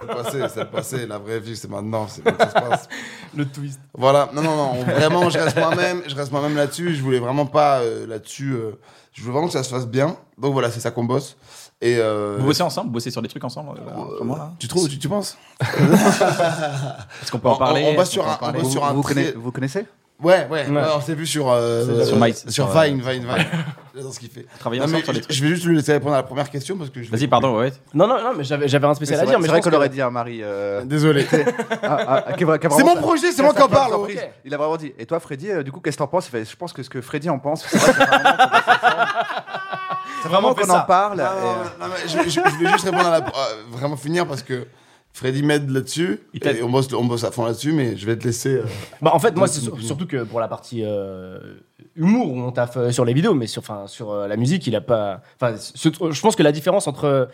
[SPEAKER 3] C'est le passé, c'est le passé, la vraie vie, c'est maintenant, c'est comme ça se passe.
[SPEAKER 5] Le twist.
[SPEAKER 3] Voilà, non, non, non, vraiment, je reste moi-même, je reste moi-même là-dessus, je voulais vraiment pas euh, là-dessus, euh, je voulais vraiment que ça se fasse bien, donc voilà, c'est ça qu'on bosse. Et euh,
[SPEAKER 1] Vous bossez ensemble, vous bossez sur des trucs ensemble. euh, en ce moment, là
[SPEAKER 3] tu trouves, tu, tu penses
[SPEAKER 1] Parce qu'on peut en
[SPEAKER 3] on-
[SPEAKER 1] parler.
[SPEAKER 3] on va
[SPEAKER 1] est-ce
[SPEAKER 3] sur
[SPEAKER 1] qu'on peut en
[SPEAKER 3] un- on
[SPEAKER 1] parler
[SPEAKER 3] va
[SPEAKER 2] Vous,
[SPEAKER 3] sur un
[SPEAKER 2] vous
[SPEAKER 3] tri-
[SPEAKER 2] connaissez, vous connaissez
[SPEAKER 3] Ouais, ouais,
[SPEAKER 5] Ouais.
[SPEAKER 3] ouais, on s'est vu sur, euh,
[SPEAKER 1] C'est- sur Mice,
[SPEAKER 3] sur,
[SPEAKER 1] sur, euh,
[SPEAKER 3] Vine, Vine, Vine. J'adore ce qu'il fait.
[SPEAKER 1] Travailler
[SPEAKER 3] Non,
[SPEAKER 1] ensemble
[SPEAKER 3] mais
[SPEAKER 1] sur les
[SPEAKER 3] je-
[SPEAKER 1] trucs.
[SPEAKER 3] Je vais juste lui laisser répondre à la première question parce que je.
[SPEAKER 1] Vas-y, pardon, ouais.
[SPEAKER 5] Non, non, non, mais j'avais j'avais un
[SPEAKER 2] C'est
[SPEAKER 5] spécial à
[SPEAKER 2] vrai,
[SPEAKER 5] dire. mais
[SPEAKER 2] c'est
[SPEAKER 5] je
[SPEAKER 2] vrai
[SPEAKER 5] pense
[SPEAKER 2] qu'on
[SPEAKER 5] que-
[SPEAKER 2] l'aurait dit à Marie. euh,
[SPEAKER 3] Désolé.
[SPEAKER 2] ah, ah, qui- qui a vraiment-
[SPEAKER 3] C'est mon projet, c'est moi qui en parle.
[SPEAKER 2] Surprise. Il a vraiment dit. Et toi, Freddy, euh, du coup, qu'est-ce que t'en penses Il fait, Je pense que ce que Freddy en pense, c'est vrai que
[SPEAKER 5] C'est
[SPEAKER 2] vraiment
[SPEAKER 5] fait
[SPEAKER 2] qu'on en
[SPEAKER 5] ça.
[SPEAKER 2] parle.
[SPEAKER 3] Non, non,
[SPEAKER 2] et, euh,
[SPEAKER 3] non, non, mais je, je- je vais juste répondre à la. euh, vraiment finir parce que Freddy m'aide là-dessus.
[SPEAKER 1] Il t'aide.
[SPEAKER 3] Et on bosse, on bosse à fond là-dessus, mais je vais te laisser. euh,
[SPEAKER 5] Bah, en fait, moi, c'est sur- surtout que pour la partie euh, humour, on taffe euh, sur les vidéos, mais sur, 'fin, sur euh, la musique, il a pas. Enfin, ce- je pense que la différence entre euh,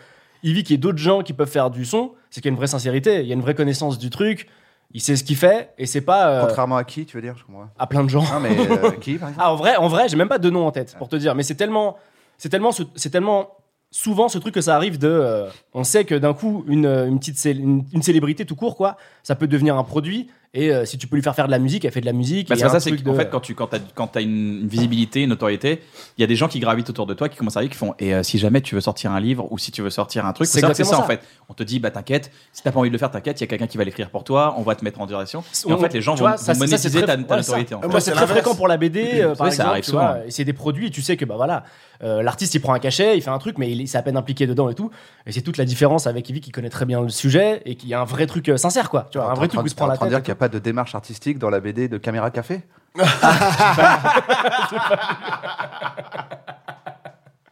[SPEAKER 5] Yvick et d'autres gens qui peuvent faire du son, c'est qu'il y a une vraie sincérité, il y a une vraie connaissance du truc, il sait ce qu'il fait, et c'est pas euh,
[SPEAKER 2] Contrairement à qui, tu veux dire Je comprends.
[SPEAKER 5] à plein de gens.
[SPEAKER 2] Non, mais euh, qui, par exemple
[SPEAKER 5] Ah, en vrai, en vrai, j'ai même pas de nom en tête pour te dire, mais c'est tellement, c'est tellement, ce- c'est tellement souvent ce truc que ça arrive de, euh, on sait que d'un coup une, euh, une petite cé- une, une célébrité tout court quoi, ça peut devenir un produit et euh, si tu peux lui faire faire de la musique, elle fait de la musique.
[SPEAKER 1] Bah,
[SPEAKER 5] et
[SPEAKER 1] c'est pas
[SPEAKER 5] un
[SPEAKER 1] ça, c'est
[SPEAKER 5] truc
[SPEAKER 1] qu'en
[SPEAKER 5] de-
[SPEAKER 1] fait, quand tu quand as, quand as une visibilité, une notoriété, il y a des gens qui gravitent autour de toi, qui commencent à arriver, qui font Et euh, si jamais tu veux sortir un livre ou si tu veux sortir un truc,
[SPEAKER 5] C'est
[SPEAKER 1] faut savoir que c'est ça, en
[SPEAKER 5] exactement
[SPEAKER 1] fait. On te dit Bah t'inquiète, si t'as pas envie de le faire, t'inquiète, il y a quelqu'un qui va l'écrire pour toi, on va te mettre en direction. Et en
[SPEAKER 5] On-
[SPEAKER 1] fait, les gens
[SPEAKER 5] tu
[SPEAKER 1] vont,
[SPEAKER 5] vois, ça,
[SPEAKER 1] vont
[SPEAKER 5] c'est- ça, c'est
[SPEAKER 1] monétiser
[SPEAKER 5] très-
[SPEAKER 1] ta, ta
[SPEAKER 5] voilà, ça.
[SPEAKER 1] notoriété. en
[SPEAKER 3] Ah,
[SPEAKER 1] fait.
[SPEAKER 3] moi,
[SPEAKER 5] Euh, c'est
[SPEAKER 3] c'est
[SPEAKER 5] très
[SPEAKER 3] l'inverse.
[SPEAKER 5] fréquent pour la BD, euh,
[SPEAKER 1] Oui,
[SPEAKER 5] par
[SPEAKER 1] ça
[SPEAKER 5] exemple.
[SPEAKER 1] arrive
[SPEAKER 5] tu vois,
[SPEAKER 1] souvent.
[SPEAKER 5] et c'est des produits, tu sais que bah voilà, euh, l'artiste il prend un cachet, il fait un truc, mais il, il s'est à peine impliqué dedans et tout. Et c'est toute la différence avec Yvi qui connaît très bien le sujet et qui a un vrai truc euh, sincère quoi. Tu vois, un
[SPEAKER 2] T'es en train
[SPEAKER 5] vrai truc
[SPEAKER 2] de-
[SPEAKER 5] où il se
[SPEAKER 2] t'es en
[SPEAKER 5] prend la
[SPEAKER 2] train de
[SPEAKER 5] tête.
[SPEAKER 2] dire qu'il n'y a pas de démarche artistique dans la BD de Caméra Café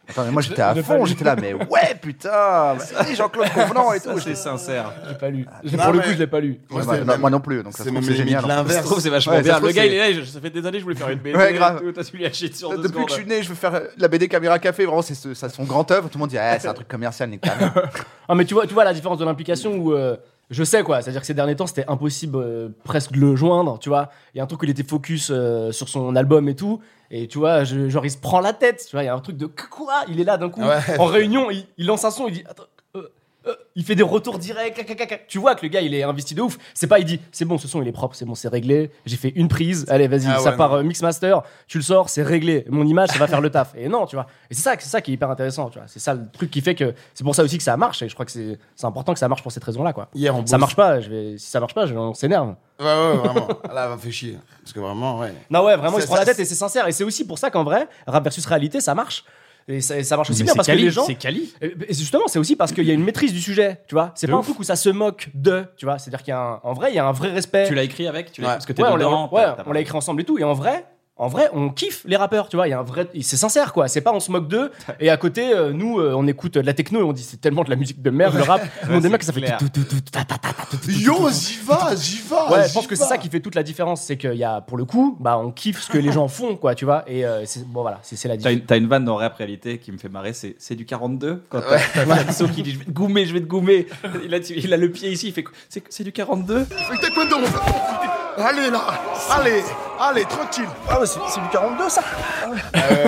[SPEAKER 2] Attends, mais moi j'étais à fond, j'étais là, mais ouais, putain, vas-y, Jean-Claude Convenant et tout.
[SPEAKER 1] Ça, c'est sincère.
[SPEAKER 5] J'ai pas
[SPEAKER 1] Ah,
[SPEAKER 5] lu. Je-
[SPEAKER 3] non,
[SPEAKER 5] Pour le
[SPEAKER 3] mais-
[SPEAKER 5] coup, je l'ai pas lu.
[SPEAKER 3] moi,
[SPEAKER 2] Ouais,
[SPEAKER 3] c'est
[SPEAKER 2] non,
[SPEAKER 3] même-
[SPEAKER 2] moi non plus, donc ça se
[SPEAKER 3] c'est
[SPEAKER 2] trouve,
[SPEAKER 3] même
[SPEAKER 2] c'est génial.
[SPEAKER 3] limite
[SPEAKER 1] Je trouve que
[SPEAKER 3] l'inverse.
[SPEAKER 1] c'est vachement
[SPEAKER 2] Ouais, ça
[SPEAKER 1] bien.
[SPEAKER 2] se trouve,
[SPEAKER 1] Le gars,
[SPEAKER 2] c'est-
[SPEAKER 1] il est là, je- ça fait des années, je voulais faire une BD.
[SPEAKER 2] Ouais, grave.
[SPEAKER 1] T'as su lui acheter sur deux
[SPEAKER 2] Depuis que je suis
[SPEAKER 1] secondes.
[SPEAKER 2] né, je veux faire la BD Caméra Café, vraiment, c'est ce- ça, son grand œuvre. Tout le monde dit, ah, c'est un truc commercial, nique ta mère.
[SPEAKER 5] Ah, mais tu vois, tu vois la différence de l'implication où. euh, je sais quoi, c'est-à-dire que ces derniers temps c'était impossible euh, presque de le joindre, tu vois. Il y a un truc où il était focus euh, sur son album et tout, et tu vois, je- genre il se prend la tête, tu vois. Il y a un truc de quoi Il est là d'un coup,
[SPEAKER 3] Ouais.
[SPEAKER 5] en réunion, il, il lance un son, il dit Attends, euh, euh, il fait des retours directs. clac, clac, clac, clac. Tu vois que le gars, il est investi de ouf. C'est pas, il dit, c'est bon, ce son, il est propre, c'est bon, c'est réglé. J'ai fait une prise. Allez, vas-y,
[SPEAKER 3] Ah
[SPEAKER 5] ça
[SPEAKER 3] ouais,
[SPEAKER 5] part
[SPEAKER 3] non.
[SPEAKER 5] euh, mixmaster. Tu le sors, c'est réglé. Mon image, ça va faire le taf. Et non, tu vois. Et c'est ça, c'est ça qui est hyper intéressant. Tu vois. C'est ça le truc qui fait que c'est pour ça aussi que ça marche. Et je crois que c'est c'est important que ça marche pour cette raison-là, quoi.
[SPEAKER 3] Hier, on
[SPEAKER 5] Ça
[SPEAKER 3] bosse-
[SPEAKER 5] marche pas. Je vais, si ça marche pas, je, on s'énerve.
[SPEAKER 3] Ouais, ouais, vraiment. Ah, Là, va fait chier. Parce que vraiment, ouais.
[SPEAKER 5] Non, ouais, vraiment,
[SPEAKER 3] Ça-
[SPEAKER 5] il se prend la
[SPEAKER 3] ça-
[SPEAKER 5] tête et c'est sincère. Et c'est aussi pour ça qu'en vrai, rap versus réalité, ça marche. Et ça, et ça marche aussi
[SPEAKER 10] Mais
[SPEAKER 5] bien
[SPEAKER 10] c'est
[SPEAKER 5] parce que
[SPEAKER 10] Cali,
[SPEAKER 5] les gens.
[SPEAKER 10] c'est Cali.
[SPEAKER 5] Et et justement, c'est aussi parce qu'il y a une maîtrise du sujet, tu vois. C'est
[SPEAKER 10] De
[SPEAKER 5] pas
[SPEAKER 10] ouf.
[SPEAKER 5] un truc où ça se moque de, tu vois. C'est-à-dire qu'il y a un, en vrai, il y a un vrai respect.
[SPEAKER 1] Tu l'as écrit avec tu l'as-
[SPEAKER 3] Ouais.
[SPEAKER 1] Parce que t'es
[SPEAKER 5] ouais, on l'a
[SPEAKER 1] dedans.
[SPEAKER 5] ouais,
[SPEAKER 1] t'as- t'as
[SPEAKER 5] on l'a écrit ensemble et tout. Et en vrai, en vrai, on kiffe les rappeurs, tu vois. Il y a un vrai, c'est sincère, quoi. C'est pas on se moque d'eux. Et à côté, euh, nous, euh, on écoute de la techno et on dit c'est tellement de la musique de merde, le rap. Nous, on est mecs que ça fait
[SPEAKER 10] clair.
[SPEAKER 5] tout, tout, tout, tout, ta, ta, ta, ta, tout, tout, tout,
[SPEAKER 3] Yo,
[SPEAKER 5] tout.
[SPEAKER 3] j'y va, j'y
[SPEAKER 2] Oh,
[SPEAKER 3] va.
[SPEAKER 5] Ouais, je pense que c'est ça qui fait toute la différence, c'est qu'il y a, pour le coup, bah, on kiffe ce que les gens font, quoi, tu vois. Et euh, c'est- bon, voilà, c'est c'est la
[SPEAKER 1] T'as
[SPEAKER 5] différence.
[SPEAKER 1] une, t'as une vanne dans Rap Réalité qui me fait marrer, c'est, c'est du 42. Quand t'as, t'as Fianso qui dit Je vais te goumer, je vais te goumer. Il a, il a le pied ici, il fait quoi c'est, c'est du 42
[SPEAKER 6] T'es quoi donc Allez là Allez Allez, tranquille
[SPEAKER 2] Ah,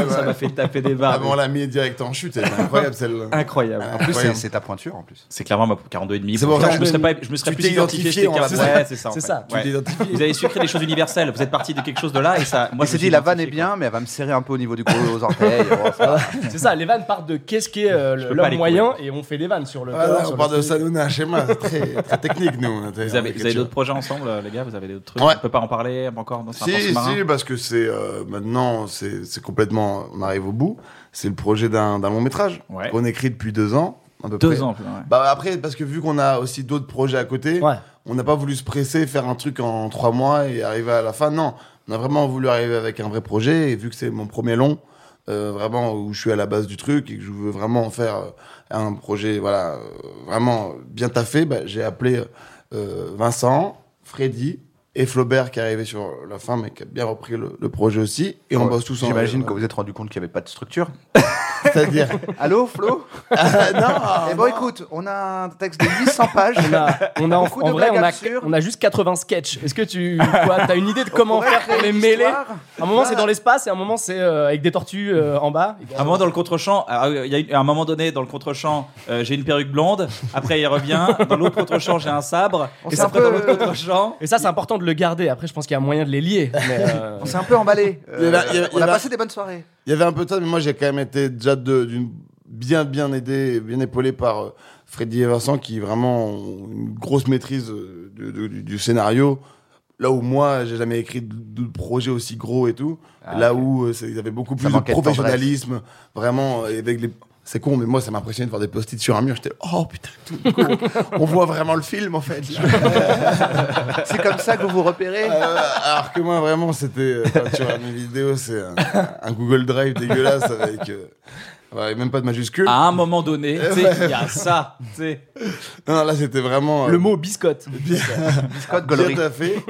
[SPEAKER 1] Ça m'a fait taper des barres.
[SPEAKER 3] Ah, mais on l'a mis direct en chute. C'est incroyable, celle-là.
[SPEAKER 1] Incroyable.
[SPEAKER 2] Ah, En plus, c'est-
[SPEAKER 3] Incroyable.
[SPEAKER 2] c'est ta pointure en plus.
[SPEAKER 1] C'est clairement ma 42 et demi.
[SPEAKER 3] C'est bon,
[SPEAKER 1] Franchement,
[SPEAKER 3] ouais.
[SPEAKER 1] je me serais, pas, je me serais
[SPEAKER 3] Tu
[SPEAKER 1] plus
[SPEAKER 3] t'es
[SPEAKER 1] identifié.
[SPEAKER 3] identifié,
[SPEAKER 1] j'étais
[SPEAKER 3] on-
[SPEAKER 1] capable-
[SPEAKER 3] c'est ça.
[SPEAKER 1] Ouais, c'est ça. en
[SPEAKER 5] C'est
[SPEAKER 1] fait.
[SPEAKER 5] ça, tu
[SPEAKER 1] Ouais. Vous avez su créer des choses universelles. Vous êtes parti de quelque chose de là et ça. Moi,
[SPEAKER 2] Il
[SPEAKER 1] je
[SPEAKER 2] s'est
[SPEAKER 1] me suis
[SPEAKER 2] dit, la vanne est
[SPEAKER 1] identifié, quoi.
[SPEAKER 2] bien, mais elle va me serrer un peu au niveau du gros aux orteils. Oh, ça va.
[SPEAKER 5] C'est ça, les vannes partent de qu'est-ce qu'est euh,
[SPEAKER 1] Je
[SPEAKER 5] le-
[SPEAKER 1] peux pas
[SPEAKER 5] l'homme
[SPEAKER 1] les
[SPEAKER 5] moyen et on fait des vannes sur le.
[SPEAKER 2] Ah,
[SPEAKER 3] Ouais,
[SPEAKER 5] corps,
[SPEAKER 3] Ah, là,
[SPEAKER 5] sur
[SPEAKER 3] on
[SPEAKER 5] le
[SPEAKER 3] parle de
[SPEAKER 5] style.
[SPEAKER 3] salon à schéma. C'est très, très technique, nous. on a-
[SPEAKER 1] Vous avez,
[SPEAKER 3] on a
[SPEAKER 1] vous avez
[SPEAKER 3] quelque
[SPEAKER 1] d'autres projets ensemble, euh, les gars Vous avez d'autres trucs
[SPEAKER 3] Ouais.
[SPEAKER 1] On peut pas en parler encore dans un
[SPEAKER 3] Si, si, parce que c'est euh, maintenant, c'est c'est complètement. On arrive au bout. C'est le projet d'un long métrage
[SPEAKER 1] Ouais.
[SPEAKER 3] qu'on écrit depuis deux ans. à peu
[SPEAKER 1] Deux
[SPEAKER 3] près.
[SPEAKER 1] ans. plus, ouais.
[SPEAKER 3] Bah après, parce que vu qu'on a aussi d'autres projets à côté,
[SPEAKER 5] Ouais.
[SPEAKER 3] on n'a pas voulu se presser, faire un truc en trois mois et arriver à la fin. Non, on a vraiment voulu arriver avec un vrai projet. Et vu que c'est mon premier long, euh, vraiment où je suis à la base du truc et que je veux vraiment en faire euh, un projet, voilà, euh, vraiment bien taffé, bah, j'ai appelé euh, Vincent, Freddy. Et Flaubert qui est arrivé sur la fin, mais qui a bien repris le, le projet aussi. Et on bosse tous ensemble. Euh,
[SPEAKER 2] J'imagine que vous vous êtes rendu compte qu'il n'y avait pas de structure.
[SPEAKER 3] C'est-à-dire.
[SPEAKER 2] Allô, Flo
[SPEAKER 3] non
[SPEAKER 2] Eh bon, écoute, on a un texte de 800 pages.
[SPEAKER 5] On a, on a en,
[SPEAKER 2] Beaucoup de
[SPEAKER 5] en vrai,
[SPEAKER 2] blagues
[SPEAKER 5] on a,
[SPEAKER 2] absurdes.
[SPEAKER 5] on a juste 80 sketchs. Est-ce que tu quoi, as une idée de comment
[SPEAKER 2] pourrait
[SPEAKER 5] faire pour
[SPEAKER 2] créer
[SPEAKER 5] les
[SPEAKER 2] une
[SPEAKER 5] mêler
[SPEAKER 2] histoire.
[SPEAKER 5] À un moment, c'est dans l'espace et à un moment, c'est euh, avec des tortues euh, en bas.
[SPEAKER 1] À un moment dans le contre-champ, ah, il y a une- à un moment donné dans le contre-champ, euh, j'ai une perruque blonde. Après, il revient. Dans l'autre contre-champ, j'ai un sabre.
[SPEAKER 2] On
[SPEAKER 1] et
[SPEAKER 2] s'est un
[SPEAKER 1] après,
[SPEAKER 2] peu-
[SPEAKER 1] dans l'autre contre-champ,
[SPEAKER 5] Et ça, c'est important de le garder. Après, je pense qu'il y a moyen de les lier. mais, euh,
[SPEAKER 2] On s'est un peu emballé. Euh,
[SPEAKER 3] Il y avait- il y avait-
[SPEAKER 2] on
[SPEAKER 3] il y
[SPEAKER 2] a
[SPEAKER 3] avait-
[SPEAKER 2] passé des bonnes soirées.
[SPEAKER 3] Il y avait un peu de ça, mais moi j'ai quand même été déjà de- d'une bien bien aidé, bien épaulé par euh, Freddy et Vincent qui vraiment ont une grosse maîtrise euh, du, du- du scénario. Là où moi j'ai jamais écrit de, de projet aussi gros et tout. là où euh, c'est- il y avait beaucoup plus de
[SPEAKER 2] Ah, manquait de tendresse.
[SPEAKER 3] professionnalisme, vraiment euh, avec les. C'est con, mais moi ça m'impressionnait de voir des post-it sur un mur. J'étais oh putain, tout, du coup, on voit vraiment le film en fait.
[SPEAKER 2] C'est comme ça que vous vous repérez.
[SPEAKER 3] Euh, alors que moi, vraiment, c'était. euh, quand tu regardes mes vidéos, c'est un, un Google Drive dégueulasse avec. euh, ouais, même pas de majuscule.
[SPEAKER 1] à un moment donné, tu sais, il y a ça. tu sais.
[SPEAKER 3] Non, là, c'était vraiment. euh,
[SPEAKER 5] le mot biscotte.
[SPEAKER 3] Bien,
[SPEAKER 2] Scott
[SPEAKER 3] bien
[SPEAKER 2] Gollery.
[SPEAKER 3] taffé. Et,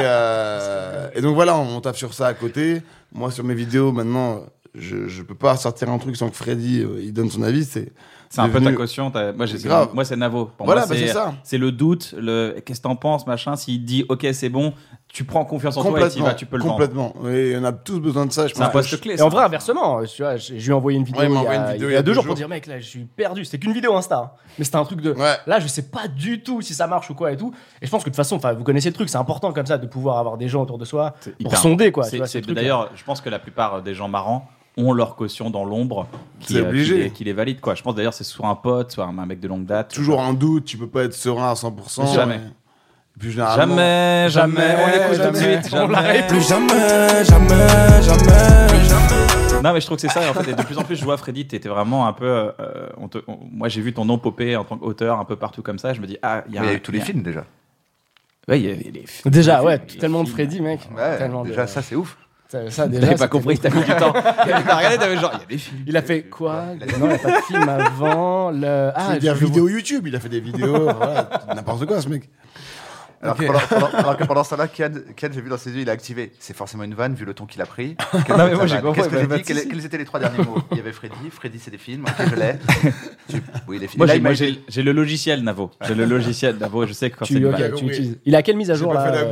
[SPEAKER 3] euh, et donc voilà, on, on taffe sur ça à côté. Moi, sur mes vidéos, maintenant, je, je peux pas sortir un truc sans que Freddy euh, il donne son avis. C'est
[SPEAKER 1] C'est un peu ta
[SPEAKER 3] devenu-
[SPEAKER 1] caution. t'as- Moi, j'ai-
[SPEAKER 3] C'est grave.
[SPEAKER 1] moi, c'est Navo. Pour
[SPEAKER 3] Voilà,
[SPEAKER 1] moi,
[SPEAKER 3] bah, c'est ça.
[SPEAKER 1] C'est le doute. Le qu'est-ce que t'en penses, machin. S'il dit OK, c'est bon, tu prends confiance en toi et t'y
[SPEAKER 3] complètement.
[SPEAKER 1] vas, tu peux le vendre.
[SPEAKER 3] complètement. Oui, on a tous besoin de ça. Je
[SPEAKER 1] C'est un
[SPEAKER 3] pense que
[SPEAKER 1] poste clé.
[SPEAKER 5] Et en
[SPEAKER 1] ça.
[SPEAKER 5] vrai, inversement, euh, tu vois, j'ai- je lui ai envoyé une vidéo,
[SPEAKER 3] Ouais, il
[SPEAKER 5] il,
[SPEAKER 3] m'a
[SPEAKER 5] y
[SPEAKER 3] envoyé
[SPEAKER 5] a,
[SPEAKER 3] une vidéo
[SPEAKER 5] il y a deux, jours pour dire, mec, là, je suis perdu. C'était qu'une vidéo Insta, hein. mais c'était un truc de.
[SPEAKER 3] Ouais.
[SPEAKER 5] Là, je sais pas du tout si ça marche ou quoi et tout. Et je pense que de toute façon, enfin, vous connaissez le truc, c'est important comme ça de pouvoir avoir des gens autour de soi
[SPEAKER 1] C'est
[SPEAKER 5] pour
[SPEAKER 1] hyper-
[SPEAKER 5] sonder, quoi. tu
[SPEAKER 1] C'est-
[SPEAKER 5] vois,
[SPEAKER 1] c'est-
[SPEAKER 5] ces trucs-là.
[SPEAKER 1] D'ailleurs, je pense que la plupart des gens marrants ont leur caution dans l'ombre qui,
[SPEAKER 3] C'est
[SPEAKER 1] euh, qui
[SPEAKER 3] obligé.
[SPEAKER 1] les- qui les valide quoi. Je pense d'ailleurs c'est soit un pote, soit un un mec de longue date.
[SPEAKER 3] toujours un doute, tu peux pas être serein à 100%.
[SPEAKER 1] Jamais.
[SPEAKER 3] Et puis généralement.
[SPEAKER 1] Jamais, jamais, on l'écoute tout de
[SPEAKER 5] jamais.
[SPEAKER 1] suite,
[SPEAKER 5] On
[SPEAKER 1] jamais.
[SPEAKER 5] l'arrête.
[SPEAKER 8] Plus jamais, jamais, jamais,
[SPEAKER 1] Non, mais je trouve que c'est ça. En fait, et de plus en plus, je vois Freddy, t'étais vraiment un peu. euh, on te- on- moi, j'ai vu ton nom popper en tant qu'auteur un peu partout comme ça. Je me dis, ah, il y
[SPEAKER 2] Il
[SPEAKER 1] a,
[SPEAKER 2] y a
[SPEAKER 1] un-
[SPEAKER 2] eu tous les
[SPEAKER 1] il y a-
[SPEAKER 2] films déjà.
[SPEAKER 1] Ouais, il y avait les films.
[SPEAKER 5] hein. Déjà,
[SPEAKER 1] Les
[SPEAKER 5] ouais,
[SPEAKER 1] films, les
[SPEAKER 5] tellement de
[SPEAKER 1] films.
[SPEAKER 5] Freddy, mec.
[SPEAKER 2] Ouais,
[SPEAKER 5] Tellement de-
[SPEAKER 2] déjà, ça c'est ouf.
[SPEAKER 5] ça, ça, déjà.
[SPEAKER 1] T'avais
[SPEAKER 5] c'était-
[SPEAKER 1] pas compris, euh, t'as mis du temps. T'avais pas regardé, t'avais genre, il y a des films.
[SPEAKER 5] Il a fait quoi Non, il a pas de film avant. Le... Ah,
[SPEAKER 3] Ah, dire
[SPEAKER 5] je- je
[SPEAKER 3] vidéo YouTube, il a fait des vidéos, voilà, n'importe quoi ce mec.
[SPEAKER 2] Alors, que pendant, pendant- alors que pendant ce temps-là, Kian, Kian, j'ai vu dans ses yeux, il a activé. C'est forcément une vanne vu le ton qu'il a pris. Qu'est-ce que
[SPEAKER 1] Non, mais moi,
[SPEAKER 2] ça
[SPEAKER 1] j'ai
[SPEAKER 2] va
[SPEAKER 1] compris,
[SPEAKER 2] Qu'est-ce que
[SPEAKER 1] bah,
[SPEAKER 2] j'ai
[SPEAKER 1] pas de
[SPEAKER 2] dit Quels
[SPEAKER 1] souci.
[SPEAKER 2] quels étaient les trois derniers mots Il y avait Freddy. Freddy, c'est des films. Ok, je l'ai. Tu- Oui, les films.
[SPEAKER 1] Moi,
[SPEAKER 2] Là,
[SPEAKER 1] j'ai-
[SPEAKER 2] il
[SPEAKER 1] moi,
[SPEAKER 2] m'a- euh,
[SPEAKER 1] j'ai j'ai le logiciel Navo. J'ai le logiciel Navo. Je sais que quand c'est
[SPEAKER 5] Tu,
[SPEAKER 1] une
[SPEAKER 5] ok,
[SPEAKER 1] vanne-
[SPEAKER 3] blague.
[SPEAKER 5] tu utilises. Il a quelle mise à jour là euh,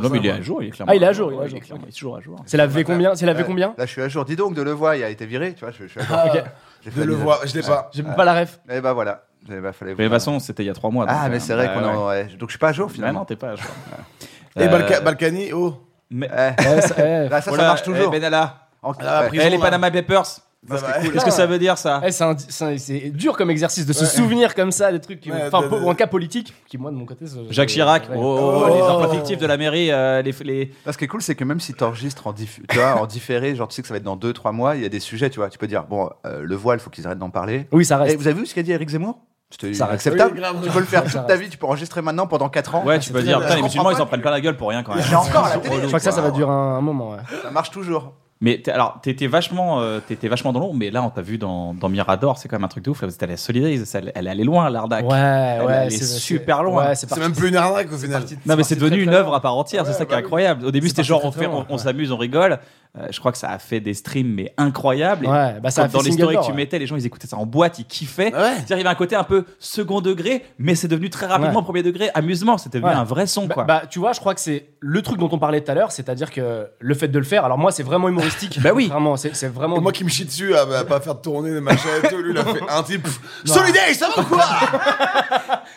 [SPEAKER 1] Non, mais il est à jour, il est clairement.
[SPEAKER 5] Ah, il est à jour, il est à
[SPEAKER 1] Ouais,
[SPEAKER 5] jour.
[SPEAKER 1] clairement- il est toujours à jour.
[SPEAKER 5] C'est la V combien C'est la V
[SPEAKER 2] Ouais. Ah.
[SPEAKER 5] combien Ah,
[SPEAKER 2] Là, je suis à jour. Dis donc, de le voir, il a été viré. Tu vois, je, je suis à jour.
[SPEAKER 5] Ok.
[SPEAKER 2] J'ai fait
[SPEAKER 3] Je
[SPEAKER 2] la
[SPEAKER 3] le
[SPEAKER 2] mise à
[SPEAKER 3] vois, je l'ai pas.
[SPEAKER 5] J'ai pas la ref.
[SPEAKER 2] jour. Eh ben voilà. Eh ben, fallait
[SPEAKER 1] Mais de toute
[SPEAKER 2] voir.
[SPEAKER 1] façon, c'était il y a trois mois. donc,
[SPEAKER 2] Ah,
[SPEAKER 1] euh,
[SPEAKER 2] mais c'est vrai
[SPEAKER 1] bah,
[SPEAKER 2] qu'on est
[SPEAKER 1] ouais.
[SPEAKER 2] en- ouais. Donc je suis pas à jour
[SPEAKER 1] Bah non,
[SPEAKER 2] finalement.
[SPEAKER 1] t'es pas. genre.
[SPEAKER 3] Et
[SPEAKER 1] Euh,
[SPEAKER 3] Balka- Balkany, oh
[SPEAKER 1] mais-
[SPEAKER 2] Eh,
[SPEAKER 5] Ouais, ça- eh,
[SPEAKER 2] Là, ça,
[SPEAKER 1] Voilà,
[SPEAKER 2] ça marche toujours.
[SPEAKER 1] eh, Benalla.
[SPEAKER 2] En-
[SPEAKER 3] Ah,
[SPEAKER 2] ouais.
[SPEAKER 3] après,
[SPEAKER 1] Eh,
[SPEAKER 3] Prison,
[SPEAKER 1] les
[SPEAKER 3] là.
[SPEAKER 1] Panama Papers.
[SPEAKER 3] Ça va,
[SPEAKER 1] Qu'est-ce que ça veut dire ça
[SPEAKER 5] eh, c'est un- c'est un- c'est dur comme exercice de se souvenir comme ça des trucs, qui,
[SPEAKER 3] Ouais,
[SPEAKER 5] enfin
[SPEAKER 3] de-
[SPEAKER 5] pour
[SPEAKER 3] de-
[SPEAKER 5] un cas politique, qui moi de mon côté. ça-
[SPEAKER 1] Jacques Chirac, oh,
[SPEAKER 5] Ouais.
[SPEAKER 1] oh,
[SPEAKER 3] Oh.
[SPEAKER 1] les emplois fictifs de la mairie, euh, les, les-
[SPEAKER 2] Là, ce qui est cool, c'est que même si t'enregistres en, diff- tu vois, en différé, genre tu sais que ça va être dans 2-3 mois, il y a des sujets, tu vois. Tu peux dire, bon, euh, le voile, faut qu'ils arrêtent d'en parler.
[SPEAKER 5] Oui, ça
[SPEAKER 2] Eh,
[SPEAKER 5] reste.
[SPEAKER 2] vous avez vu ce qu'a dit Eric Zemmour C'était
[SPEAKER 5] Ça reste.
[SPEAKER 2] inacceptable.
[SPEAKER 3] Oui, grave.
[SPEAKER 2] tu peux le faire
[SPEAKER 5] Ça
[SPEAKER 2] toute ta
[SPEAKER 5] reste.
[SPEAKER 2] vie, tu peux enregistrer maintenant pendant 4 ans.
[SPEAKER 1] Ouais, tu peux
[SPEAKER 2] Ah, c'est
[SPEAKER 1] dire,
[SPEAKER 2] très
[SPEAKER 1] putain, les
[SPEAKER 2] bien. Je
[SPEAKER 1] musulmans, ils
[SPEAKER 2] comprends
[SPEAKER 1] en prennent plein la gueule pour rien quand même.
[SPEAKER 2] J'ai encore à la télé.
[SPEAKER 1] Eh,
[SPEAKER 5] Je crois que ça, ça va durer un, un moment. ouais.
[SPEAKER 2] Ça marche toujours.
[SPEAKER 1] Mais t'es- alors, t'étais vachement, euh, t'étais vachement dans l'ombre, mais là, on t'a vu dans, dans Mirador, c'est quand même un truc de ouf. Là, vous êtes allé à Solidarise, elle, elle est allée loin, l'Ardac.
[SPEAKER 5] Ouais, ouais,
[SPEAKER 1] elle est super loin.
[SPEAKER 5] ouais, c'est
[SPEAKER 3] C'est
[SPEAKER 5] parti.
[SPEAKER 3] même plus une arnaque au final.
[SPEAKER 1] Non, mais
[SPEAKER 5] parti
[SPEAKER 1] c'est
[SPEAKER 5] de
[SPEAKER 1] devenu
[SPEAKER 5] très,
[SPEAKER 1] une
[SPEAKER 5] très
[SPEAKER 1] œuvre
[SPEAKER 5] loin.
[SPEAKER 1] à part entière, c'est ça qui est incroyable. Au début,
[SPEAKER 5] C'est
[SPEAKER 1] c'était
[SPEAKER 5] parti
[SPEAKER 1] genre,
[SPEAKER 5] très,
[SPEAKER 1] on,
[SPEAKER 5] très
[SPEAKER 1] fait-
[SPEAKER 5] loin,
[SPEAKER 1] on- on
[SPEAKER 5] ouais.
[SPEAKER 1] s'amuse, on rigole. Euh, je crois que ça a fait des streams, mais incroyables. Et
[SPEAKER 5] Ouais, bah ça a
[SPEAKER 1] comme
[SPEAKER 5] fait
[SPEAKER 1] dans les
[SPEAKER 5] Single
[SPEAKER 1] stories que
[SPEAKER 5] Door,
[SPEAKER 1] tu
[SPEAKER 5] ouais.
[SPEAKER 1] mettais, les gens, ils écoutaient ça en boîte, ils kiffaient.
[SPEAKER 3] Ouais.
[SPEAKER 1] C'est-à-dire, il y avait un côté un peu second degré, mais c'est devenu très rapidement
[SPEAKER 5] Ouais.
[SPEAKER 1] premier degré, amusement. C'était devenu
[SPEAKER 5] Ouais.
[SPEAKER 1] un vrai son,
[SPEAKER 5] Bah,
[SPEAKER 1] quoi.
[SPEAKER 5] bah, tu vois, je crois que c'est le truc dont on parlait tout à l'heure, c'est-à-dire que le fait de le faire, alors moi c'est vraiment humoristique.
[SPEAKER 1] Bah oui.
[SPEAKER 5] Vraiment, c'est c'est vraiment.
[SPEAKER 3] Et moi qui me chie dessus à bah, pas faire de tournée, de machin et tout, lui il a fait un type. Solidaire, ça va ou quoi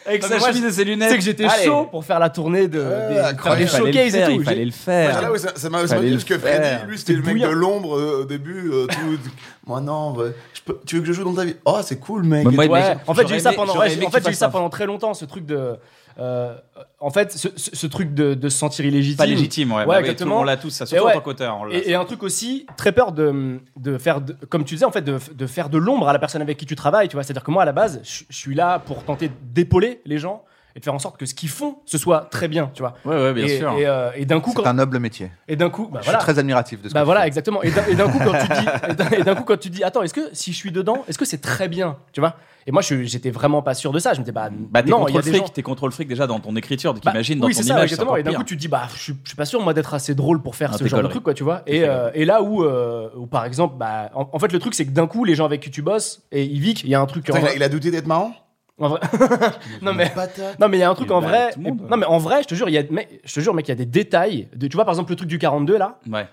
[SPEAKER 1] Avec
[SPEAKER 5] Ah,
[SPEAKER 1] sa
[SPEAKER 5] mais moi,
[SPEAKER 1] chemise
[SPEAKER 5] je-
[SPEAKER 1] et ses lunettes.
[SPEAKER 5] C'est que j'étais
[SPEAKER 1] Allez.
[SPEAKER 5] chaud pour faire la tournée de, des- faire
[SPEAKER 3] incroyable.
[SPEAKER 5] des
[SPEAKER 1] Il fallait le
[SPEAKER 5] showcases
[SPEAKER 1] faire,
[SPEAKER 5] et tout.
[SPEAKER 1] il fallait
[SPEAKER 5] J'ai-
[SPEAKER 1] le faire.
[SPEAKER 3] Ah là, ouais, ça ça m'a ça m'a
[SPEAKER 1] Fallait
[SPEAKER 3] dit
[SPEAKER 1] le
[SPEAKER 3] parce que
[SPEAKER 1] faire.
[SPEAKER 3] Freddy, lui, c'était le mec de
[SPEAKER 5] bouillant.
[SPEAKER 3] l'ombre euh, au début. euh, tout, Moi, non, ouais, je peux- tu veux que je joue dans ta vie Oh, c'est cool, mec.
[SPEAKER 1] Mais Bah, moi,
[SPEAKER 3] Et tout.
[SPEAKER 1] mais-
[SPEAKER 5] Ouais, en fait, j'ai eu ça
[SPEAKER 1] j'aurais
[SPEAKER 5] pendant,
[SPEAKER 1] aimé-
[SPEAKER 5] ouais,
[SPEAKER 1] j'aurais aimé
[SPEAKER 5] en
[SPEAKER 1] qu'il
[SPEAKER 5] fait, j'ai eu
[SPEAKER 1] fasse
[SPEAKER 5] ça
[SPEAKER 1] un-
[SPEAKER 5] pendant très longtemps, ce truc de, euh, en fait, ce, ce- ce truc de, de se sentir illégitime.
[SPEAKER 1] Pas légitime, ouais.
[SPEAKER 5] Ouais,
[SPEAKER 1] bah oui,
[SPEAKER 5] exactement.
[SPEAKER 1] tout le monde l'a tous, ça, surtout
[SPEAKER 5] Et ouais.
[SPEAKER 1] en tant qu'auteur. on l'a, ça.
[SPEAKER 5] Et, et un truc aussi, très peur de, de faire, de- comme tu disais, en fait, de, de faire de l'ombre à la personne avec qui tu travailles, tu vois. C'est-à-dire que moi, à la base, je, je suis là pour tenter d'épauler les gens et de faire en sorte que ce qu'ils font, ce soit très bien, tu vois.
[SPEAKER 1] Ouais, ouais, bien
[SPEAKER 5] et,
[SPEAKER 1] sûr.
[SPEAKER 5] Et, euh, et d'un coup,
[SPEAKER 2] C'est
[SPEAKER 5] quand,
[SPEAKER 2] un noble métier.
[SPEAKER 5] et d'un coup, bah
[SPEAKER 2] Je suis
[SPEAKER 5] voilà.
[SPEAKER 2] très admiratif de ce
[SPEAKER 5] Bah
[SPEAKER 2] que
[SPEAKER 5] voilà,
[SPEAKER 2] tu
[SPEAKER 5] exactement. Et d'un et d'un coup, quand tu dis, et d'un- et d'un coup, quand tu dis, attends, est-ce que si je suis dedans, est-ce que c'est très bien, tu vois Et moi, je- j'étais vraiment pas sûr de ça. Je me disais, bah,
[SPEAKER 1] Bah, t'es
[SPEAKER 5] non,
[SPEAKER 1] contre
[SPEAKER 5] il y a
[SPEAKER 1] le
[SPEAKER 5] des
[SPEAKER 1] fric,
[SPEAKER 5] gens-
[SPEAKER 1] t'es contre le fric déjà dans ton écriture, donc
[SPEAKER 5] Bah,
[SPEAKER 1] imagine dans
[SPEAKER 5] oui,
[SPEAKER 1] ton
[SPEAKER 5] c'est ça,
[SPEAKER 1] image, c'est
[SPEAKER 5] exactement.
[SPEAKER 1] encore
[SPEAKER 5] Et d'un coup,
[SPEAKER 1] pire.
[SPEAKER 5] tu te dis, bah, je suis je suis pas sûr, moi, d'être assez drôle pour faire
[SPEAKER 1] Ah,
[SPEAKER 5] ce
[SPEAKER 1] t'es
[SPEAKER 5] genre de
[SPEAKER 1] colleré.
[SPEAKER 5] truc, quoi, tu vois. Et,
[SPEAKER 1] colleré.
[SPEAKER 5] euh, et là où, euh, où, par exemple, bah, en, en fait, le truc, c'est que d'un coup, les gens avec qui tu bosses, et Yvick, il y a un truc. En
[SPEAKER 3] Putain, il, a,
[SPEAKER 5] vrai,
[SPEAKER 3] il a douté d'être marrant
[SPEAKER 5] en vrai- non, mais.
[SPEAKER 3] Patate.
[SPEAKER 5] Non mais il y a un truc
[SPEAKER 1] Il
[SPEAKER 5] en
[SPEAKER 1] va
[SPEAKER 5] vrai,
[SPEAKER 1] avec tout le monde.
[SPEAKER 5] non mais en vrai, je te jure, il y a, mais, je te jure mec, il y a des détails. de- tu vois par exemple le truc du 42 là,
[SPEAKER 1] Ouais.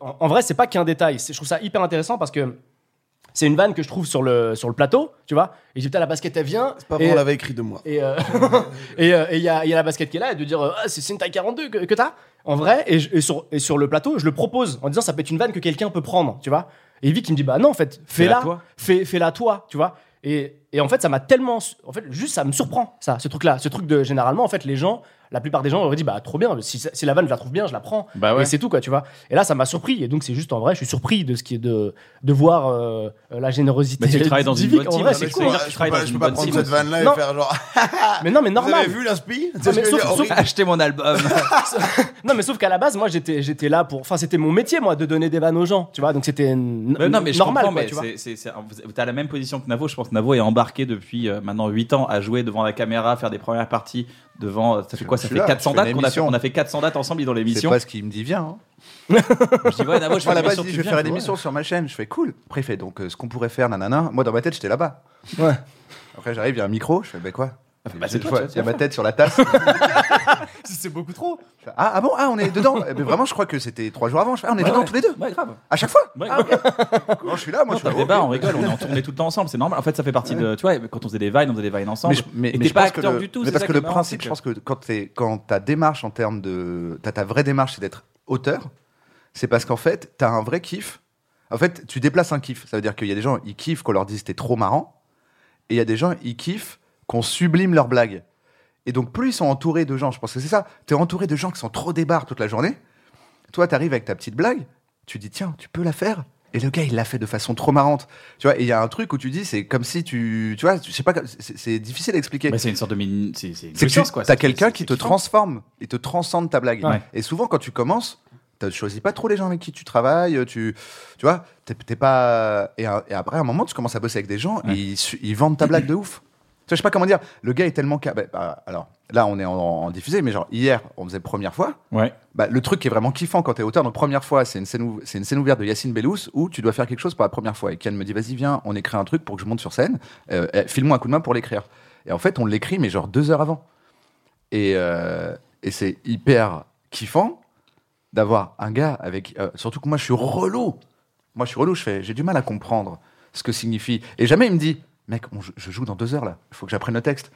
[SPEAKER 5] en, en vrai, c'est pas qu'un détail. C'est- Je trouve ça hyper intéressant parce que c'est une vanne que je trouve sur le, sur le plateau, tu vois. Et j'ai putain, la basket, elle vient.
[SPEAKER 3] C'est pas vrai,
[SPEAKER 5] et,
[SPEAKER 3] on l'avait écrit de moi.
[SPEAKER 5] et euh, et, euh, et il y, a, il y a la basket qui est là et de dire euh, Ah, c'est c'est une taille 42 que, que t'as en vrai et, je- et sur, et sur le plateau je le propose en disant ça peut être une vanne que quelqu'un peut prendre tu vois et Vic il me dit bah non en fait
[SPEAKER 1] Fais-la
[SPEAKER 5] fais-la
[SPEAKER 1] toi.
[SPEAKER 5] fais, fais-la toi tu vois et, et en fait ça m'a tellement su- en fait juste ça me surprend ça ce truc là ce truc de généralement en fait les gens la plupart des gens auraient dit bah trop bien si, ça- si la vanne je la trouve bien je la prends
[SPEAKER 1] Bah ouais.
[SPEAKER 5] et c'est tout quoi tu vois et là ça m'a surpris et donc c'est juste en vrai je suis surpris de ce qui est de de voir euh, la générosité
[SPEAKER 1] Mais Bah, tu travailles dans
[SPEAKER 5] du
[SPEAKER 1] une
[SPEAKER 5] Vic.
[SPEAKER 1] bonne
[SPEAKER 5] En
[SPEAKER 1] team,
[SPEAKER 5] vrai,
[SPEAKER 1] non,
[SPEAKER 5] c'est
[SPEAKER 1] mais
[SPEAKER 5] cool,
[SPEAKER 1] c'est-
[SPEAKER 5] hein.
[SPEAKER 1] dire que je
[SPEAKER 3] je peux
[SPEAKER 1] travaille
[SPEAKER 3] pas,
[SPEAKER 1] dans
[SPEAKER 3] je peux
[SPEAKER 1] une
[SPEAKER 3] pas
[SPEAKER 1] bonne
[SPEAKER 3] prendre
[SPEAKER 1] team
[SPEAKER 3] cette vanne là
[SPEAKER 5] Non.
[SPEAKER 3] et faire genre.
[SPEAKER 5] mais non mais
[SPEAKER 3] Vous
[SPEAKER 5] normal
[SPEAKER 3] avez vu l'inspi
[SPEAKER 5] Non, mais sauf- sauf-
[SPEAKER 1] Achetez mon album.
[SPEAKER 2] Euh,
[SPEAKER 5] Non, mais sauf qu'à la base, moi, j'étais, j'étais là pour. Enfin, c'était mon métier, moi, de donner des vannes aux gens, tu vois. Donc, c'était n-
[SPEAKER 1] Mais non, mais je
[SPEAKER 5] normal,
[SPEAKER 1] comprends,
[SPEAKER 5] quoi,
[SPEAKER 1] mais
[SPEAKER 5] tu vois.
[SPEAKER 1] c'est- c'est- c'est- vous- t'as la même position que Navo. Je pense que Navo est embarqué depuis euh, maintenant 8 ans à jouer devant la caméra, faire des premières parties devant. euh, Ça fait quoi
[SPEAKER 2] je
[SPEAKER 1] Ça
[SPEAKER 2] suis
[SPEAKER 1] fait
[SPEAKER 2] là,
[SPEAKER 1] 400
[SPEAKER 2] je fais
[SPEAKER 1] dates qu'on a fait.
[SPEAKER 2] l'émission.
[SPEAKER 1] On a fait 400 dates ensemble dans
[SPEAKER 2] fais. C'est
[SPEAKER 1] l'émission.
[SPEAKER 2] pas ce qui me dit, viens. hein.
[SPEAKER 1] Je dis ouais, Navo, je fais
[SPEAKER 2] Moi, à la base,
[SPEAKER 1] l'émission,
[SPEAKER 2] il dit,
[SPEAKER 1] tu
[SPEAKER 2] je vais
[SPEAKER 1] viens,
[SPEAKER 2] faire
[SPEAKER 1] je
[SPEAKER 2] une
[SPEAKER 1] vois.
[SPEAKER 2] émission sur ma chaîne. Je fais cool. Après, il fait donc euh, ce qu'on pourrait faire, nanana. Moi, dans ma tête, j'étais là-bas.
[SPEAKER 5] Ouais.
[SPEAKER 2] Après, j'arrive, il y a un micro. Je fais, ben quoi
[SPEAKER 1] bah, c'est
[SPEAKER 2] Je
[SPEAKER 1] toi,
[SPEAKER 2] vois,
[SPEAKER 1] tu vas
[SPEAKER 2] Il y a ma tête sur la tasse.
[SPEAKER 5] C'est beaucoup trop.
[SPEAKER 2] Je fais, ah, ah bon Ah, on est dedans Eh ben, Vraiment, je crois que c'était trois jours avant. Je fais, ah, on est dedans tous les deux.
[SPEAKER 1] Ouais, grave.
[SPEAKER 2] À chaque fois
[SPEAKER 1] Ouais,
[SPEAKER 2] Ah,
[SPEAKER 1] grave.
[SPEAKER 2] ok. Quand je suis là, moi,
[SPEAKER 1] Non,
[SPEAKER 2] je suis
[SPEAKER 1] t'as
[SPEAKER 2] là,
[SPEAKER 1] des débats,
[SPEAKER 2] ok.
[SPEAKER 1] on rigole, on est en tournée tout le temps ensemble, c'est normal. En fait, ça fait partie de. Tu vois, quand on faisait des vines, on faisait des vines ensemble.
[SPEAKER 2] Mais je- mais-
[SPEAKER 1] et
[SPEAKER 2] mais
[SPEAKER 1] t'es
[SPEAKER 2] je
[SPEAKER 1] pas
[SPEAKER 2] pense que
[SPEAKER 1] acteur
[SPEAKER 2] le-
[SPEAKER 1] du tout.
[SPEAKER 2] mais
[SPEAKER 1] c'est
[SPEAKER 2] parce
[SPEAKER 1] ça
[SPEAKER 2] que
[SPEAKER 1] qui est
[SPEAKER 2] le
[SPEAKER 1] marrant,
[SPEAKER 2] principe,
[SPEAKER 1] c'est
[SPEAKER 2] je pense que quand, t'es- quand ta démarche en termes de. t'as ta vraie démarche, c'est d'être auteur. C'est parce qu'en fait, t'as un vrai kiff. En fait, tu déplaces un kiff. Ça veut dire qu'il y a des gens, ils kiffent qu'on leur dise t'es trop marrant. Et il y a des gens, ils kiffent qu'on sublime leurs blagues. Et donc, plus ils sont entourés de gens, je pense que c'est ça. T'es entouré de gens qui sont trop débarres toute la journée. Toi, t'arrives avec ta petite blague. Tu dis, tiens, tu peux la faire. Et le gars, il l'a fait de façon trop marrante. Tu vois, et il y a un truc où tu dis, c'est comme si tu. Tu vois, je sais pas, comme- c'est c'est difficile à expliquer.
[SPEAKER 1] Mais c'est une sorte de mini. C'est c'est une
[SPEAKER 2] C'est que
[SPEAKER 1] jouissance,
[SPEAKER 2] tu-
[SPEAKER 1] quoi.
[SPEAKER 2] t'as
[SPEAKER 1] C'est-
[SPEAKER 2] quelqu'un
[SPEAKER 1] c'est-
[SPEAKER 2] qui
[SPEAKER 1] c'est
[SPEAKER 2] te
[SPEAKER 1] kiffant.
[SPEAKER 2] transforme, il te transcende ta blague.
[SPEAKER 5] Ouais.
[SPEAKER 2] Et souvent, quand tu commences, tu choisis pas trop les gens avec qui tu travailles, tu, tu vois, t'es t'es pas. Et, un- et après, à un moment, tu commences à bosser avec des gens et ils, su- ils vendent ta blague de ouf. Tu vois, je sais pas comment dire. Le gars est tellement. ca- bah, bah, alors, là, on est en, en diffusé, mais genre, hier, on faisait première fois.
[SPEAKER 1] Ouais.
[SPEAKER 2] Bah, le truc qui est vraiment kiffant quand t'es auteur, donc première fois, c'est une, scène ouv- c'est une scène ouverte de Yacine Bellous où tu dois faire quelque chose pour la première fois. Et Kian me dit, vas-y, viens, on écrit un truc pour que je monte sur scène, euh, eh, file-moi un coup de main pour l'écrire. Et en fait, on l'écrit, mais genre deux heures avant. Et, euh, et c'est hyper kiffant d'avoir un gars avec. euh, surtout que moi, je suis relou. Moi, je suis relou, je fais, j'ai du mal à comprendre ce que signifie. Et jamais il me dit, mec, on- je, je joue dans deux heures là, il faut que j'apprenne le texte.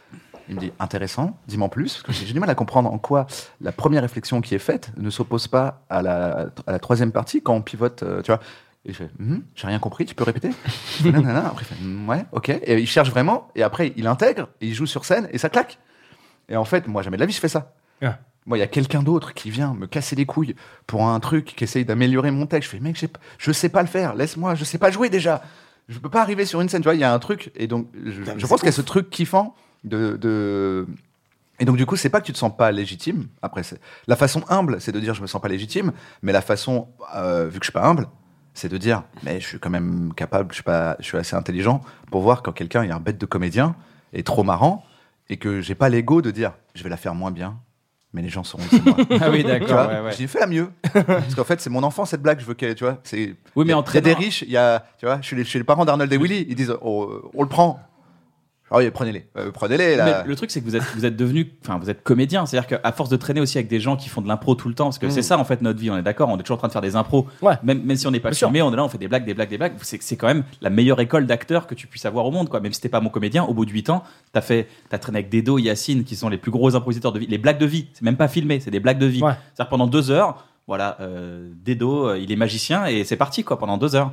[SPEAKER 2] Il me dit, intéressant, dis-moi en plus, parce que j'ai j'ai du mal à comprendre en quoi la première réflexion qui est faite ne s'oppose pas à la, à la troisième partie quand on pivote, euh, tu vois. Et je fais, Mhm, j'ai rien compris, tu peux répéter Je fais, Nanana. Après, il fait, Mm, ouais, ok. Et il cherche vraiment, et après, il intègre, et il joue sur scène, et ça claque. Et en fait, moi, jamais de la vie, je fais ça.
[SPEAKER 10] Ah.
[SPEAKER 2] Moi, il y a quelqu'un d'autre qui vient me casser les couilles pour un truc, qui essaye d'améliorer mon texte. Je fais, mec, j'ai p- je sais pas le faire, laisse-moi, je sais pas jouer déjà. Je peux pas arriver sur une scène, tu vois, il y a un truc. Et donc, je,
[SPEAKER 3] Putain, mais
[SPEAKER 2] je
[SPEAKER 3] c'est
[SPEAKER 2] pense qu'il y a
[SPEAKER 3] ouf.
[SPEAKER 2] ce truc kiffant de. de... Et donc, du coup, c'est pas que tu te sens pas légitime. Après, c'est- la façon humble, c'est de dire je me sens pas légitime, mais la façon, euh, vu que je suis pas humble, c'est de dire mais je suis quand même capable, je suis, pas, je suis assez intelligent pour voir quand quelqu'un est un bête de comédien et trop marrant et que j'ai pas l'ego de dire je vais la faire moins bien, mais les gens seront c'est moi.
[SPEAKER 1] Ah oui, d'accord,
[SPEAKER 2] Tu vois,
[SPEAKER 1] ouais, ouais.
[SPEAKER 2] J'ai fait la mieux. Parce qu'en fait, c'est mon enfant cette blague, je veux que tu vois. C'est
[SPEAKER 1] Oui, mais en
[SPEAKER 2] il y a des
[SPEAKER 1] traînant-
[SPEAKER 2] riches, il y a tu vois, chez les, chez les parents d'Arnold et Willy, ils disent oh, on le prend. Ah oui, prenez-les, Euh, prenez-les là.
[SPEAKER 1] Mais le truc, c'est que vous êtes, vous êtes devenu, enfin, vous êtes comédien. C'est-à-dire qu'à force de traîner aussi avec des gens qui font de l'impro tout le temps, parce que c'est ça, en fait, notre vie, on est d'accord, on est toujours en train de faire des impros.
[SPEAKER 5] Mm. Ouais.
[SPEAKER 1] Même, même si on n'est pas
[SPEAKER 5] Bien sûr.
[SPEAKER 1] filmé, on est là, on fait des blagues, des blagues, des blagues. C'est, c'est quand même la meilleure école d'acteurs que tu puisses avoir au monde, quoi. Même si t'es pas mon comédien, au bout de 8 ans, t'as fait, t'as traîné avec Dedo, Yacine, qui sont les plus gros improvisateurs de vie. Les blagues de vie, c'est même pas filmé, c'est des blagues de vie.
[SPEAKER 5] Ouais.
[SPEAKER 1] C'est-à-dire que pendant deux heures, voilà, euh, Dedo, euh, il est magicien et c'est parti, quoi, pendant deux heures.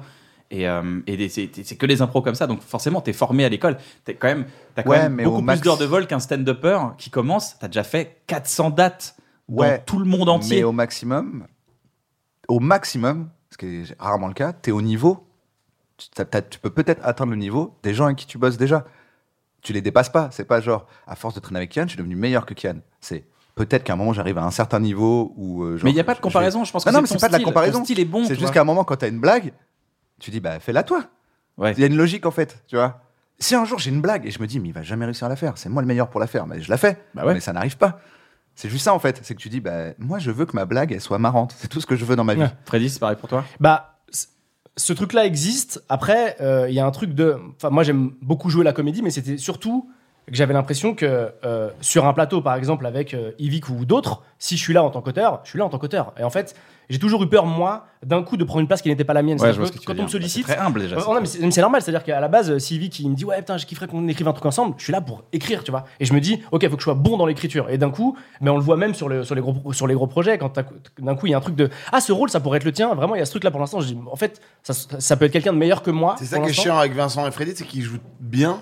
[SPEAKER 1] Et, euh, et des- c'est, c'est que des impros comme ça, donc forcément, t'es formé à l'école. T'es quand même, t'as quand
[SPEAKER 2] Ouais,
[SPEAKER 1] même
[SPEAKER 2] mais au
[SPEAKER 1] beaucoup
[SPEAKER 2] max-
[SPEAKER 1] plus d'heures de vol qu'un stand-upper qui commence. T'as déjà fait 400 dates
[SPEAKER 2] Ouais.
[SPEAKER 1] dans tout le monde entier.
[SPEAKER 2] Mais au maximum, au maximum, ce qui est rarement le cas, tu es au niveau. Tu, t'as- t'as- tu peux peut-être atteindre le niveau des gens avec qui tu bosses déjà. Tu les dépasses pas. C'est pas genre, à force de traîner avec Kian, je suis devenu meilleur que Kian. C'est peut-être qu'à un moment, j'arrive à un certain niveau où. euh, genre,
[SPEAKER 1] Mais il n'y a pas
[SPEAKER 2] je-
[SPEAKER 1] de comparaison, je, pense que
[SPEAKER 2] Non, non, mais
[SPEAKER 1] c'est
[SPEAKER 2] c'est
[SPEAKER 1] ton
[SPEAKER 2] pas de la
[SPEAKER 1] style.
[SPEAKER 2] comparaison.
[SPEAKER 1] Ton style est bon.
[SPEAKER 2] je vais-
[SPEAKER 1] tu
[SPEAKER 2] C'est juste
[SPEAKER 1] vois.
[SPEAKER 2] qu'à un moment, quand tu as une blague, tu dis, bah, fais-la toi.
[SPEAKER 1] Ouais.
[SPEAKER 2] Il y a une logique en fait, tu vois. Si un jour j'ai une blague et je me dis, mais il va jamais réussir à la faire, c'est moi le meilleur pour la faire, mais je la fais,
[SPEAKER 1] Bah ouais.
[SPEAKER 2] mais ça n'arrive pas. C'est juste ça en fait, c'est que tu dis, bah, moi je veux que ma blague elle soit marrante, c'est tout ce que je veux dans ma vie.
[SPEAKER 5] Ouais.
[SPEAKER 1] Freddy, c'est pareil pour toi
[SPEAKER 5] Bah, c- ce truc-là existe. Après, euh, il y a un truc de. Enfin, moi, j'aime beaucoup jouer la comédie, mais c'était surtout que j'avais l'impression que euh, sur un plateau, par exemple, avec euh, Yvick ou d'autres, si je suis là en tant qu'auteur, je suis là en tant qu'auteur. Et en fait, j'ai toujours eu peur, moi, d'un coup, de prendre une place qui n'était pas la
[SPEAKER 1] Ouais,
[SPEAKER 5] mienne.
[SPEAKER 1] je
[SPEAKER 5] C'est-à-dire
[SPEAKER 1] vois
[SPEAKER 5] que
[SPEAKER 1] ce que tu
[SPEAKER 5] quand
[SPEAKER 1] veux
[SPEAKER 5] on me
[SPEAKER 1] dire. Bah, c'est
[SPEAKER 5] sollicite,
[SPEAKER 1] très humble déjà.
[SPEAKER 5] euh,
[SPEAKER 1] ça.
[SPEAKER 5] non, mais c'est mais c'est normal, c'est-à-dire qu'à la base, euh, si Yvick il me dit ouais putain, je kifferais qu'on écrive un truc ensemble, je suis là pour écrire, tu vois. Et je me dis ok, faut que je sois bon dans l'écriture. Et d'un coup, mais on le voit même sur, le, sur, les, gros, sur les gros projets, quand t'as- d'un coup il y a un truc de ah ce rôle ça pourrait être le tien. Vraiment, il y a ce truc là pour l'instant. Je dis en fait ça, ça peut être quelqu'un de meilleur que moi.
[SPEAKER 3] C'est ça
[SPEAKER 5] Ah, pour
[SPEAKER 3] qui est
[SPEAKER 5] l'instant.
[SPEAKER 3] chiant avec Vincent et Freddy, c'est qu'ils jouent bien,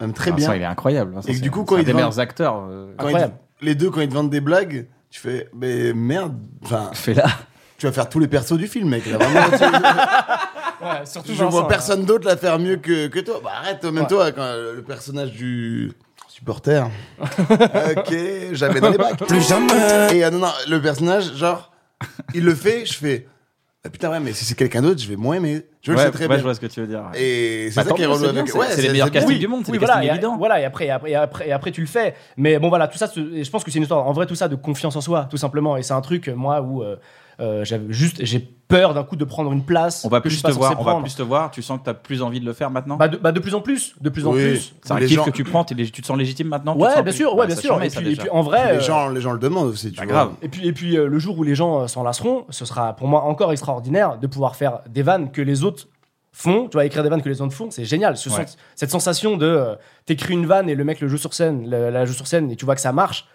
[SPEAKER 3] même très
[SPEAKER 1] Vincent,
[SPEAKER 3] bien.
[SPEAKER 1] Ah, il est incroyable. Vincent,
[SPEAKER 3] Et
[SPEAKER 1] c'est-
[SPEAKER 3] du coup, quand
[SPEAKER 1] c'est un
[SPEAKER 3] il
[SPEAKER 1] des
[SPEAKER 3] vend-
[SPEAKER 1] meilleurs acteurs. euh,
[SPEAKER 3] Quand ils-
[SPEAKER 5] Incroyable.
[SPEAKER 3] les deux, quand ils te vendent des blagues, tu fais, mais merde, enfin,
[SPEAKER 1] Fais-la.
[SPEAKER 3] tu vas faire tous les persos du film, mec. là, vraiment, tu-
[SPEAKER 5] Ouais, surtout
[SPEAKER 3] je
[SPEAKER 5] Vincent,
[SPEAKER 1] hein.
[SPEAKER 3] vois
[SPEAKER 5] là.
[SPEAKER 3] personne d'autre la faire mieux que, que toi. Bah arrête, toi, même
[SPEAKER 5] Ouais.
[SPEAKER 3] toi, quand euh, le personnage du supporter. ok, j'avais dans les bacs.
[SPEAKER 8] Plus jamais.
[SPEAKER 3] Et euh, non, non, le personnage, genre, il le fait, je fais, ah, putain, ouais, mais si c'est quelqu'un d'autre, je vais moins aimer. Je le
[SPEAKER 1] Ouais,
[SPEAKER 3] sais très
[SPEAKER 1] ouais, je
[SPEAKER 3] bien.
[SPEAKER 1] vois ce que tu veux dire. ouais.
[SPEAKER 3] Et c'est
[SPEAKER 1] Bah,
[SPEAKER 3] ça
[SPEAKER 1] tant
[SPEAKER 3] qui est
[SPEAKER 1] mieux,
[SPEAKER 3] relou
[SPEAKER 1] c'est bien,
[SPEAKER 3] avec
[SPEAKER 1] c'est- c'est les meilleurs
[SPEAKER 3] bien.
[SPEAKER 1] castings du monde, c'est des castings
[SPEAKER 5] et-
[SPEAKER 1] évidents.
[SPEAKER 5] Voilà, et après, et après, et après, et après, tu le fais. Mais bon, voilà, tout ça, c'est- et je pense que c'est une histoire, en vrai, tout ça, de confiance en soi, tout simplement. Et c'est un truc, moi, où euh, euh, j'avais juste, j'ai peur d'un coup de prendre une place.
[SPEAKER 1] On va
[SPEAKER 5] que je
[SPEAKER 1] plus
[SPEAKER 5] suis
[SPEAKER 1] te
[SPEAKER 5] pas
[SPEAKER 1] voir,
[SPEAKER 5] censé
[SPEAKER 1] on va
[SPEAKER 5] prendre.
[SPEAKER 1] plus te voir. Tu sens que tu as plus envie de le faire maintenant
[SPEAKER 5] Bah de, bah, de plus en plus, de plus en
[SPEAKER 3] Oui.
[SPEAKER 5] plus.
[SPEAKER 1] C'est un
[SPEAKER 3] les
[SPEAKER 1] kiff
[SPEAKER 3] gens-
[SPEAKER 1] que tu prends, t'es lég- tu te sens légitime maintenant tu te
[SPEAKER 5] Ouais,
[SPEAKER 1] sens
[SPEAKER 5] bien
[SPEAKER 1] plus-
[SPEAKER 5] sûr,
[SPEAKER 1] Bah,
[SPEAKER 5] ouais, bien
[SPEAKER 1] ça
[SPEAKER 5] sûr.
[SPEAKER 1] changeait,
[SPEAKER 5] Et
[SPEAKER 1] ça,
[SPEAKER 5] puis, et
[SPEAKER 1] déjà.
[SPEAKER 5] puis, en vrai,
[SPEAKER 3] Les
[SPEAKER 5] euh,
[SPEAKER 3] gens, les gens le demandent aussi, tu
[SPEAKER 1] Pas
[SPEAKER 3] vois.
[SPEAKER 1] Bah, grave.
[SPEAKER 5] Et puis, et puis euh, le jour où les gens euh, s'en lasseront, ce sera pour moi encore extraordinaire de pouvoir faire des vannes que les autres font. Tu vois, écrire des vannes que les autres font, c'est génial. Ce
[SPEAKER 1] Ouais.
[SPEAKER 5] sens- cette sensation de euh, t'écris une vanne et le mec le joue sur scène, la, la joue sur scène et tu vois que ça marche,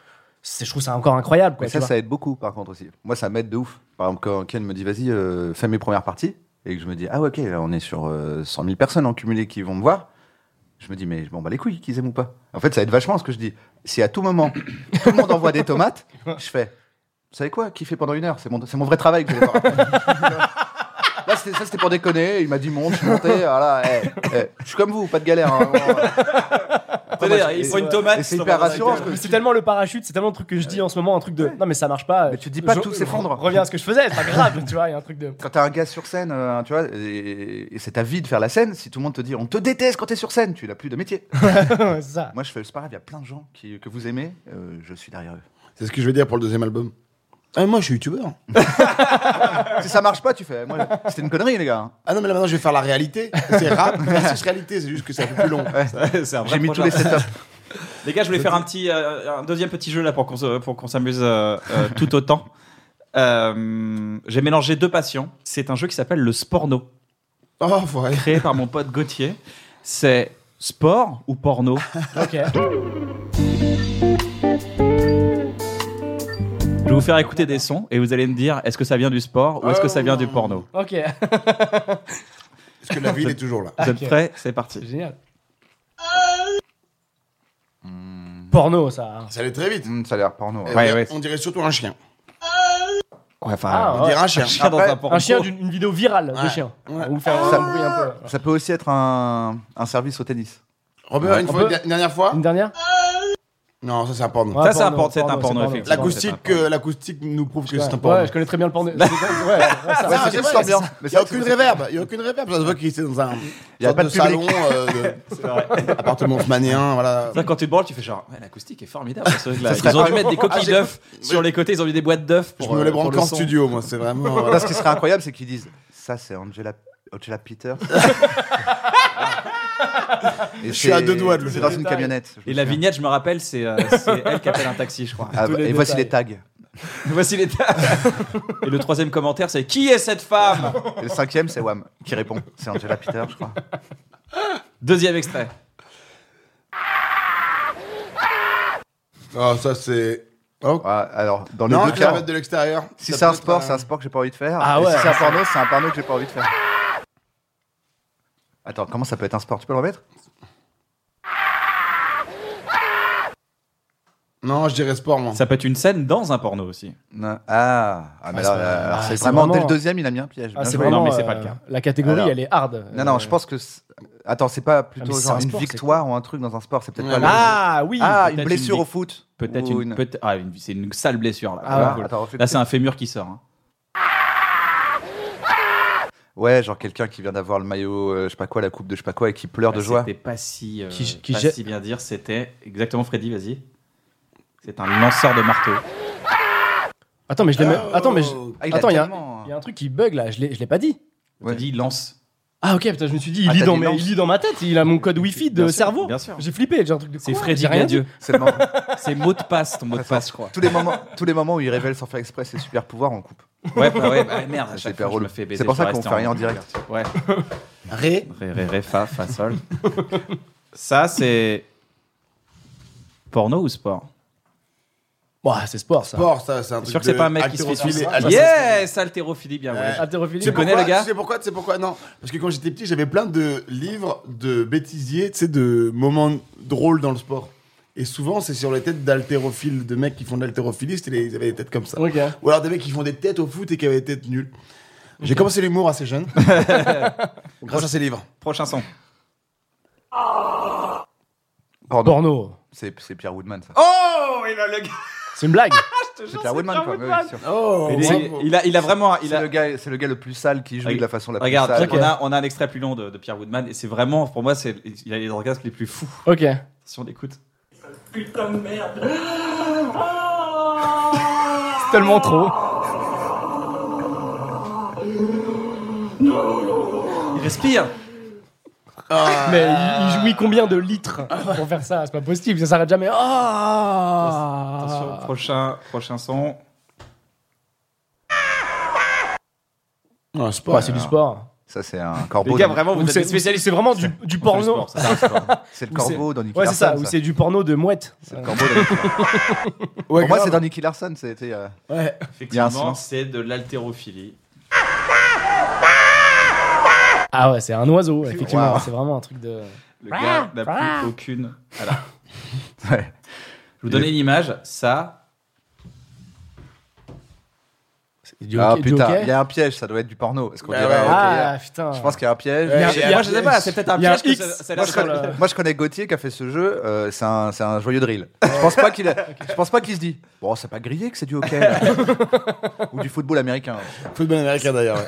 [SPEAKER 5] c'est- je trouve ça encore incroyable. Quoi,
[SPEAKER 2] Mais
[SPEAKER 5] tu
[SPEAKER 2] ça,
[SPEAKER 5] vois.
[SPEAKER 2] ça aide beaucoup par contre aussi. Moi, ça m'aide de ouf. Par exemple, quand Ken me dit, vas-y, euh, fais mes premières parties, et que je me dis, ah ouais, ok, là, on est sur euh, 100 000 personnes en cumulé qui vont me voir, je me dis, mais je m'en bats les couilles qu'ils aiment ou pas. En fait, ça aide vachement ce que je dis. Si à tout moment, tout le monde envoie des tomates, je fais, vous savez quoi, kiffer pendant une heure, c'est mon, c'est mon vrai travail que je vais faire. Là, c'était- ça, c'était pour déconner. Il m'a dit, monte, je suis monté. Voilà, eh, eh, je suis comme vous, pas de galère. hein, vraiment. Après, moi,
[SPEAKER 1] Tenez,
[SPEAKER 2] je-
[SPEAKER 1] il faut une tomate,
[SPEAKER 2] et C'est
[SPEAKER 1] ça
[SPEAKER 2] hyper
[SPEAKER 1] va dans la
[SPEAKER 2] rassurant.
[SPEAKER 1] gueule.
[SPEAKER 2] parce que
[SPEAKER 5] C'est tellement le parachute, c'est tellement le truc que je dis en ce moment, un truc de non mais ça marche pas.
[SPEAKER 2] Mais tu dis pas
[SPEAKER 5] Je-
[SPEAKER 2] tout s'effondre.
[SPEAKER 5] je Reviens à ce que je faisais, c'est pas grave, tu vois, il y a un truc de.
[SPEAKER 2] quand t'as un gars sur scène, euh, tu vois, et, et c'est ta vie de faire la scène, si tout le monde te dit on te déteste quand t'es sur scène, tu n'as plus de métier.
[SPEAKER 5] c'est ça.
[SPEAKER 2] Moi, je fais, c'est pas grave, il y a plein de gens qui- que vous aimez, euh, je suis derrière eux.
[SPEAKER 3] C'est ce que je veux dire pour le deuxième album. Ah, moi, je suis youtubeur.
[SPEAKER 2] si ça marche pas, tu fais, moi, je- c'était une connerie, les gars. hein.
[SPEAKER 3] Ah non, mais là maintenant, je vais faire la réalité. C'est rap versus réalité, c'est juste que c'est un peu plus long.
[SPEAKER 1] C'est un vrai
[SPEAKER 2] J'ai mis tous
[SPEAKER 1] projet.
[SPEAKER 2] les setups.
[SPEAKER 1] Les gars, je voulais faire un petit, euh, un deuxième petit jeu là pour qu'on se- pour qu'on s'amuse euh, euh, tout autant. Euh, J'ai mélangé deux passions. C'est un jeu qui s'appelle le Sporno,
[SPEAKER 3] Oh, faut aller.
[SPEAKER 1] créé par mon pote Gauthier. C'est Sport ou porno
[SPEAKER 5] Ok.
[SPEAKER 1] Je vais vous faire écouter des sons et vous allez me dire est-ce que ça vient du sport ou est-ce que ça vient du porno
[SPEAKER 5] Ok.
[SPEAKER 3] Parce que la ville est toujours là.
[SPEAKER 1] Vous êtes
[SPEAKER 5] Ok.
[SPEAKER 1] prêts C'est parti.
[SPEAKER 5] Génial. Porno, ça. hein.
[SPEAKER 3] Ça allait très vite.
[SPEAKER 2] Hmm, ça a l'air porno. hein.
[SPEAKER 3] Eh
[SPEAKER 1] Ouais,
[SPEAKER 3] bien,
[SPEAKER 1] ouais.
[SPEAKER 3] On dirait surtout un chien.
[SPEAKER 1] Ouais, enfin,
[SPEAKER 5] Ah,
[SPEAKER 3] On
[SPEAKER 5] ouais.
[SPEAKER 3] dirait un chien.
[SPEAKER 1] un chien dans
[SPEAKER 2] Après,
[SPEAKER 1] un porno.
[SPEAKER 5] Un chien d'une une vidéo virale de
[SPEAKER 3] Ouais.
[SPEAKER 5] chien.
[SPEAKER 3] Ouais.
[SPEAKER 5] Ou faire ça bruit un peu.
[SPEAKER 2] Ça peut aussi être un, un service au tennis.
[SPEAKER 3] Robert, une,
[SPEAKER 5] On
[SPEAKER 3] fois,
[SPEAKER 5] peut-
[SPEAKER 3] une dernière fois
[SPEAKER 5] Une dernière
[SPEAKER 3] Non, ça c'est un porno.
[SPEAKER 5] Ouais,
[SPEAKER 1] Ça, c'est un
[SPEAKER 5] porno,
[SPEAKER 1] porno, c'est un
[SPEAKER 5] porno,
[SPEAKER 1] porno,
[SPEAKER 5] c'est
[SPEAKER 1] effectivement.
[SPEAKER 3] L'acoustique,
[SPEAKER 1] c'est un porno.
[SPEAKER 3] euh, l'acoustique nous prouve que
[SPEAKER 5] Ouais,
[SPEAKER 3] c'est un porno.
[SPEAKER 5] Ouais, je connais très bien le porno. C'est- ouais, ouais, ça,
[SPEAKER 3] Ah,
[SPEAKER 5] ouais.
[SPEAKER 3] c'est vrai, c'est- Il n'y a aucune réverb, il y a aucune réverb, ça se voit qu'il était dans un
[SPEAKER 2] Il y a
[SPEAKER 3] sorte
[SPEAKER 2] pas de
[SPEAKER 3] salon,
[SPEAKER 2] public.
[SPEAKER 3] euh, de... appartement haussmannien, voilà.
[SPEAKER 1] Ça, quand tu te branles, tu fais genre, ouais, l'acoustique est formidable. parce que là,
[SPEAKER 2] serait
[SPEAKER 1] ils ont dû
[SPEAKER 2] pas-
[SPEAKER 1] mettre des
[SPEAKER 3] Ah,
[SPEAKER 1] coquilles
[SPEAKER 3] j'ai-
[SPEAKER 1] d'œufs sur les côtés, ils ont mis des boîtes d'œufs.
[SPEAKER 3] Je
[SPEAKER 1] pour,
[SPEAKER 3] me
[SPEAKER 1] euh,
[SPEAKER 3] les
[SPEAKER 1] pour
[SPEAKER 3] branque
[SPEAKER 1] le
[SPEAKER 3] en
[SPEAKER 1] son.
[SPEAKER 3] studio, moi, c'est vraiment...
[SPEAKER 2] Là,
[SPEAKER 3] voilà.
[SPEAKER 2] ce qui serait incroyable, c'est qu'ils disent ça, c'est Angela, Angela Peters. Et
[SPEAKER 3] suis à deux doigts de le
[SPEAKER 2] C'est
[SPEAKER 3] faire.
[SPEAKER 2] dans une camionnette. je
[SPEAKER 1] Et
[SPEAKER 2] me
[SPEAKER 1] la
[SPEAKER 2] souviens.
[SPEAKER 1] vignette, je me rappelle, c'est euh, c'est elle qui appelle un taxi, je crois.
[SPEAKER 2] Ah,
[SPEAKER 5] tous les
[SPEAKER 2] et voici
[SPEAKER 5] détails.
[SPEAKER 2] les tags.
[SPEAKER 1] Voici les tas. Et le troisième commentaire, c'est Qui est cette femme
[SPEAKER 2] Et le cinquième, c'est Wham qui répond. C'est Angela Peters, je crois.
[SPEAKER 1] Deuxième extrait.
[SPEAKER 3] Ah, ça c'est... Oh.
[SPEAKER 2] Ouais, Ah, alors, dans les
[SPEAKER 3] Non,
[SPEAKER 2] deux
[SPEAKER 3] je vais
[SPEAKER 2] cas,
[SPEAKER 3] mettre de l'extérieur.
[SPEAKER 2] si
[SPEAKER 3] Ça
[SPEAKER 2] c'est un
[SPEAKER 3] peut être
[SPEAKER 2] sport, c'est un sport que j'ai pas envie de faire.
[SPEAKER 5] Ah
[SPEAKER 2] Et
[SPEAKER 5] ouais.
[SPEAKER 2] si c'est un porno, c'est un porno que j'ai pas envie de faire. Attends, comment ça peut être un sport Tu peux le remettre
[SPEAKER 3] Non, je dirais sport, moi.
[SPEAKER 1] Ça peut être une scène dans un porno aussi.
[SPEAKER 2] Non. Ah, ah, mais
[SPEAKER 5] Ah,
[SPEAKER 2] alors,
[SPEAKER 5] c'est-
[SPEAKER 2] euh, alors,
[SPEAKER 5] ah,
[SPEAKER 2] c'est
[SPEAKER 5] c'est
[SPEAKER 2] vraiment,
[SPEAKER 5] vraiment-
[SPEAKER 2] dès le deuxième, il a mis un piège.
[SPEAKER 5] Ah,
[SPEAKER 2] Bien
[SPEAKER 5] c'est
[SPEAKER 2] joué.
[SPEAKER 5] vraiment.
[SPEAKER 1] Non, mais c'est pas le cas.
[SPEAKER 5] euh, La catégorie,
[SPEAKER 2] Alors.
[SPEAKER 5] elle est hard. Euh,
[SPEAKER 2] Non, non, je pense que. c'est- Attends, c'est pas
[SPEAKER 5] Ah, mais
[SPEAKER 2] plutôt
[SPEAKER 5] c'est
[SPEAKER 2] genre
[SPEAKER 5] un
[SPEAKER 2] une
[SPEAKER 5] sport, c'est
[SPEAKER 2] victoire ou un truc dans un sport, c'est peut-être
[SPEAKER 3] Ouais,
[SPEAKER 2] pas le-
[SPEAKER 5] Ah oui.
[SPEAKER 2] Ah,
[SPEAKER 1] peut-être
[SPEAKER 2] une
[SPEAKER 1] une
[SPEAKER 2] blessure
[SPEAKER 1] vic-
[SPEAKER 2] au foot.
[SPEAKER 1] Peut-être
[SPEAKER 2] Ou
[SPEAKER 1] une, peut-être- ah, une- c'est une sale blessure là.
[SPEAKER 5] Ah,
[SPEAKER 1] Voilà.
[SPEAKER 2] ouais. Attends, refais
[SPEAKER 1] là
[SPEAKER 2] le
[SPEAKER 1] c'est un fémur qui sort. hein.
[SPEAKER 2] Ouais, genre quelqu'un qui vient d'avoir le maillot, euh, je sais pas quoi, la coupe de je sais pas quoi et qui pleure
[SPEAKER 5] Ah,
[SPEAKER 1] Bah,
[SPEAKER 2] de joie.
[SPEAKER 1] C'était pas si, euh,
[SPEAKER 5] Qui- qui
[SPEAKER 1] pas
[SPEAKER 5] jette-
[SPEAKER 1] si bien dire. C'était exactement Freddy. Vas-y. C'est un lanceur de marteau.
[SPEAKER 5] Attends, mais je l'ai. même- Attends, mais je-
[SPEAKER 2] Ah, il a
[SPEAKER 5] Attends, il y a
[SPEAKER 2] tellement-
[SPEAKER 5] il y a un truc qui bug là. Je l'ai je l'ai pas dit.
[SPEAKER 1] T'as dit lance.
[SPEAKER 5] Ah ok, putain, je me suis dit, il,
[SPEAKER 2] Ah,
[SPEAKER 5] lit
[SPEAKER 2] t'as
[SPEAKER 5] dans
[SPEAKER 2] dit
[SPEAKER 5] mes-
[SPEAKER 2] lance.
[SPEAKER 5] il lit dans ma tête, il a mon code Wi-Fi de
[SPEAKER 1] Bien sûr,
[SPEAKER 5] cerveau.
[SPEAKER 1] bien sûr.
[SPEAKER 5] J'ai flippé, j'ai un truc de
[SPEAKER 1] C'est
[SPEAKER 5] quoi
[SPEAKER 1] Freddy
[SPEAKER 5] J'ai rien
[SPEAKER 1] Gadieu.
[SPEAKER 2] C'est le moment-
[SPEAKER 1] C'est mot de passe, ton mot de passe, je crois.
[SPEAKER 2] tous, les moments, tous les moments où il révèle sans faire exprès ses super pouvoirs, on coupe.
[SPEAKER 1] Ouais, bah ouais, bah merde, à
[SPEAKER 2] C'est
[SPEAKER 1] chaque
[SPEAKER 2] hyper
[SPEAKER 1] fois, je
[SPEAKER 2] drôle.
[SPEAKER 1] me fais baiser.
[SPEAKER 2] C'est pour ça
[SPEAKER 1] je
[SPEAKER 2] qu'on
[SPEAKER 1] reste
[SPEAKER 2] fait rien en direct.
[SPEAKER 1] Ouais.
[SPEAKER 3] Ré.
[SPEAKER 1] Ré, ré, ré, fa, fa, sol. Ça, c'est. Porno ou sport
[SPEAKER 5] Ouah, c'est sport ça.
[SPEAKER 3] Sport, ça c'est un
[SPEAKER 1] C'est
[SPEAKER 3] truc
[SPEAKER 1] sûr que c'est
[SPEAKER 3] de-
[SPEAKER 1] pas un mec qui se fait
[SPEAKER 3] haltérophilie,
[SPEAKER 1] suicider.
[SPEAKER 3] haltérophilie.
[SPEAKER 1] Yes Haltérophilie, bien
[SPEAKER 3] Ouais.
[SPEAKER 1] vrai.
[SPEAKER 5] Haltérophilie.
[SPEAKER 1] Tu
[SPEAKER 3] pourquoi-
[SPEAKER 1] connais le gars
[SPEAKER 3] Tu sais pourquoi Tu sais pourquoi Non, parce que quand j'étais petit, j'avais plein de livres de bêtisiers, tu sais, de moments drôles dans le sport. Et souvent, c'est sur les têtes d'haltérophiles, de mecs qui font de l'haltérophilie, c'était les- ils avaient des têtes comme ça.
[SPEAKER 5] Ok.
[SPEAKER 3] Ou alors des mecs qui font des têtes au foot et qui avaient des têtes nulles. J'ai commencé l'humour assez jeune. Grâce à ces livres.
[SPEAKER 1] Prochain son.
[SPEAKER 2] Pardon,
[SPEAKER 5] Porno.
[SPEAKER 2] c'est c'est Pierre Woodman, ça.
[SPEAKER 1] Oh Il a le gars
[SPEAKER 5] C'est une blague.
[SPEAKER 2] c'est Pierre Woodman, quoi. ouais, bien sûr.
[SPEAKER 3] Oh,
[SPEAKER 1] Il, est- il a, il a vraiment. Il
[SPEAKER 2] C'est
[SPEAKER 1] a...
[SPEAKER 2] le, gars- c'est le gars le plus sale qui joue
[SPEAKER 1] Regarde,
[SPEAKER 2] de la façon la plus
[SPEAKER 1] Regarde,
[SPEAKER 2] sale.
[SPEAKER 1] on, a, on a un extrait plus long de, de Pierre Woodman et c'est vraiment, pour moi, c'est il a les orgasmes les plus fous.
[SPEAKER 5] Ok.
[SPEAKER 1] Si on écoute.
[SPEAKER 5] C'est tellement trop.
[SPEAKER 1] Il respire
[SPEAKER 5] Mais il, il jouit combien de litres pour faire ça C'est pas possible, ça s'arrête jamais.
[SPEAKER 1] Attention,
[SPEAKER 5] Ah
[SPEAKER 1] prochain, prochain son.
[SPEAKER 3] Non, c'est pas-
[SPEAKER 5] Ouais, Ah, c'est du sport.
[SPEAKER 2] Ça, c'est un corbeau.
[SPEAKER 1] Les gars,
[SPEAKER 2] dans-
[SPEAKER 1] vraiment,
[SPEAKER 5] Ou
[SPEAKER 1] vous êtes
[SPEAKER 5] c'est-
[SPEAKER 1] des spécialistes.
[SPEAKER 5] C'est vraiment du, du
[SPEAKER 1] On fait le
[SPEAKER 5] porno.
[SPEAKER 1] sport, ça, c'est un sport.
[SPEAKER 2] C'est le
[SPEAKER 5] Ou c'est-
[SPEAKER 2] corbeau dans Nicky
[SPEAKER 5] Ouais, c'est
[SPEAKER 2] Larson.
[SPEAKER 5] ça, ou c'est du porno de mouette.
[SPEAKER 2] C'est le corbeau dans Nicky Larson. Pour moi, c'est dans Nicky Larson. c'était, euh, Il y a un
[SPEAKER 1] Effectivement,
[SPEAKER 2] silence.
[SPEAKER 1] c'est de l'haltérophilie.
[SPEAKER 5] Ah ouais, c'est un oiseau, effectivement.
[SPEAKER 2] Waouh.
[SPEAKER 5] C'est vraiment un truc de.
[SPEAKER 1] Le gars n'a plus aucune. Voilà.
[SPEAKER 2] ouais.
[SPEAKER 1] Je vous donnais une image. Ça,
[SPEAKER 5] C'est du
[SPEAKER 2] Ah
[SPEAKER 5] hockey- du
[SPEAKER 2] putain,
[SPEAKER 5] hockey.
[SPEAKER 2] il y a un piège, ça doit être du porno. Parce qu'on
[SPEAKER 3] Bah
[SPEAKER 2] dirait,
[SPEAKER 3] ouais.
[SPEAKER 2] ok,
[SPEAKER 5] Ah putain.
[SPEAKER 2] je pense qu'il y a un piège.
[SPEAKER 5] Il y a-
[SPEAKER 3] Et
[SPEAKER 5] il y a-
[SPEAKER 3] moi,
[SPEAKER 1] je sais pas, c'est peut-être un
[SPEAKER 5] il y a
[SPEAKER 1] piège que ça-
[SPEAKER 5] un X
[SPEAKER 1] ça a
[SPEAKER 2] Moi
[SPEAKER 1] l'air
[SPEAKER 2] je,
[SPEAKER 5] sur
[SPEAKER 2] connais,
[SPEAKER 5] le-
[SPEAKER 2] moi, je connais Gauthier qui a fait ce jeu, euh, c'est un, c'est un joyeux drill. Je pense pas qu'il a- je pense pas qu'il se dit Bon, c'est pas grillé que c'est du hockey là. ou du football américain.
[SPEAKER 3] Football américain d'ailleurs. ouais.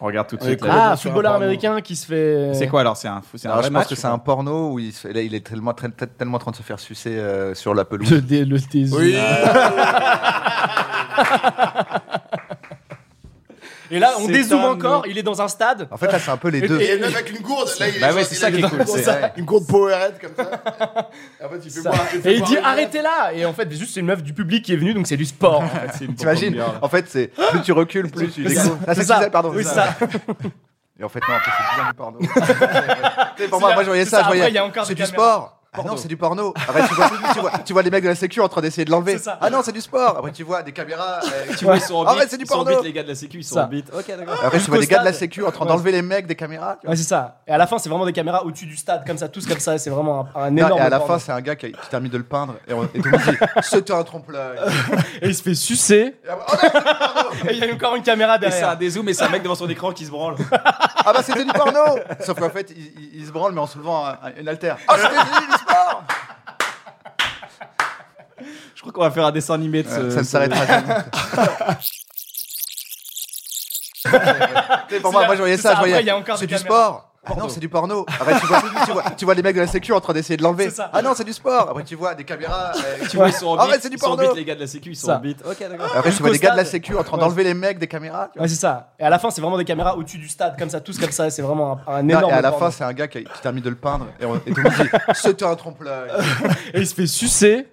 [SPEAKER 1] On regarde tout de
[SPEAKER 3] Ouais,
[SPEAKER 1] suite.
[SPEAKER 3] quoi.
[SPEAKER 1] là.
[SPEAKER 5] Ah,
[SPEAKER 3] sur un
[SPEAKER 5] footballeur
[SPEAKER 3] porno.
[SPEAKER 5] américain qui se fait.
[SPEAKER 1] C'est quoi alors C'est un, fou- c'est un
[SPEAKER 2] Alors,
[SPEAKER 1] vrai
[SPEAKER 2] je pense
[SPEAKER 1] match
[SPEAKER 2] que
[SPEAKER 1] ou
[SPEAKER 2] c'est
[SPEAKER 1] quoi
[SPEAKER 2] un porno où il, se- là, il est tellement, train- tra- tellement en train de se faire sucer euh, sur la pelouse.
[SPEAKER 5] Le, dé- le dé-
[SPEAKER 3] Oui.
[SPEAKER 5] Et là, on
[SPEAKER 1] C'est
[SPEAKER 5] dézoome
[SPEAKER 1] un
[SPEAKER 5] encore,
[SPEAKER 1] nom.
[SPEAKER 5] il est dans un stade.
[SPEAKER 2] En fait, là, c'est un peu les
[SPEAKER 5] Et-
[SPEAKER 2] deux.
[SPEAKER 3] Et le mec avec une gourde, là, il
[SPEAKER 1] Bah
[SPEAKER 3] est-
[SPEAKER 1] ouais, c'est
[SPEAKER 3] il
[SPEAKER 1] ça
[SPEAKER 3] est
[SPEAKER 1] qui est
[SPEAKER 3] dans-
[SPEAKER 1] cool, c'est-
[SPEAKER 3] ça, Une gourde Powerade comme ça. Et en fait, il fait boire- fait
[SPEAKER 5] Et il
[SPEAKER 3] boire
[SPEAKER 5] dit
[SPEAKER 3] une bière.
[SPEAKER 5] arrêtez là Et en fait, juste c'est une meuf du public qui est venue, donc c'est du sport. en fait.
[SPEAKER 1] C'est une
[SPEAKER 2] T'imagines
[SPEAKER 1] bombe,
[SPEAKER 2] En fait, c'est plus tu recules, plus tu
[SPEAKER 5] C'est
[SPEAKER 2] découvres. Ah, c'est
[SPEAKER 5] ça.
[SPEAKER 2] ça, pardon.
[SPEAKER 5] Oui, ça.
[SPEAKER 2] Et en fait, non, après, c'est bien du porno. Tu sais, pour moi,
[SPEAKER 5] C'est
[SPEAKER 2] moi, je voyais
[SPEAKER 5] ça,
[SPEAKER 2] ça, je
[SPEAKER 5] après, il y
[SPEAKER 2] voyais.
[SPEAKER 5] a encore
[SPEAKER 2] C'est
[SPEAKER 5] des
[SPEAKER 2] du
[SPEAKER 5] caméras.
[SPEAKER 2] sport. Ah
[SPEAKER 5] Porno.
[SPEAKER 2] non, c'est du porno. Arrête, tu vois, tu vois- tu vois les mecs de la sécu en train d'essayer de l'enlever.
[SPEAKER 5] C'est ça.
[SPEAKER 2] Ah non, c'est du sport. Après, tu vois des caméras. euh,
[SPEAKER 1] Tu vois, ils sont en
[SPEAKER 2] Ah ouais,
[SPEAKER 1] bite,
[SPEAKER 2] c'est du
[SPEAKER 1] ils sont en
[SPEAKER 2] porno.
[SPEAKER 1] bite, les gars de la sécu, ils sont
[SPEAKER 5] Ça.
[SPEAKER 1] en bite. Ok, d'accord.
[SPEAKER 2] Après, tu vois
[SPEAKER 5] Jusqu'au
[SPEAKER 2] les gars de la
[SPEAKER 5] stade.
[SPEAKER 2] sécu en train
[SPEAKER 5] Ouais.
[SPEAKER 2] d'enlever les mecs des caméras. tu vois.
[SPEAKER 5] Ouais, c'est ça. Et à la fin, c'est vraiment des caméras au-dessus du stade, comme ça, tous comme ça. C'est vraiment un, un
[SPEAKER 2] Non,
[SPEAKER 5] énorme.
[SPEAKER 2] et à la
[SPEAKER 5] porno.
[SPEAKER 2] fin, c'est un gars qui, qui termine de le peindre et, on, et tout le monde dit C'était un trompe-l'œil.
[SPEAKER 5] Et il se fait sucer. et il y a encore une caméra
[SPEAKER 1] Et ça a
[SPEAKER 5] derrière.
[SPEAKER 1] des zooms et c'est un mec devant son écran qui se branle.
[SPEAKER 2] Ah bah c'était du porno Sauf qu'en fait, il, il- il se branle mais en soulevant un- un- une haltère. Ah c'était du sport
[SPEAKER 1] Je crois qu'on va faire un dessin animé de ce.
[SPEAKER 2] Ça ne
[SPEAKER 1] ce-
[SPEAKER 2] s'arrêtera jamais. Tu sais, Pour moi,
[SPEAKER 5] C'est
[SPEAKER 2] moi je voyais
[SPEAKER 5] ça,
[SPEAKER 2] ça, je
[SPEAKER 5] après, il y
[SPEAKER 2] voyais.
[SPEAKER 5] a encore
[SPEAKER 2] C'est
[SPEAKER 5] des
[SPEAKER 2] du
[SPEAKER 5] caméras.
[SPEAKER 2] sport Ah non, c'est du porno. Après, tu, vois, tu, vois, tu vois les mecs de la sécu en train d'essayer de l'enlever.
[SPEAKER 5] C'est ça.
[SPEAKER 2] Ah non, c'est du sport. Après, tu vois des caméras. euh,
[SPEAKER 1] Tu vois, ils sont en
[SPEAKER 2] Ah
[SPEAKER 1] bite.
[SPEAKER 2] ouais, c'est du
[SPEAKER 1] ils sont en
[SPEAKER 2] porno.
[SPEAKER 1] bite, les gars de la sécu, ils sont
[SPEAKER 5] Ça.
[SPEAKER 1] en bite. Ok, d'accord.
[SPEAKER 2] Après, tu vois les
[SPEAKER 5] Jusqu'au
[SPEAKER 2] gars de la
[SPEAKER 5] stade.
[SPEAKER 2] sécu en train d'enlever les mecs des caméras. tu vois.
[SPEAKER 5] Ouais, c'est ça. Et à la fin, c'est vraiment des caméras au-dessus du stade, comme ça, tous comme ça. C'est vraiment un, un
[SPEAKER 2] Non,
[SPEAKER 5] énorme.
[SPEAKER 2] et à la
[SPEAKER 5] porno.
[SPEAKER 2] fin, c'est un gars qui, qui termine de le peindre et, on- et tout le monde dit C'était un trompe-l'œil.
[SPEAKER 5] Et il se fait sucer.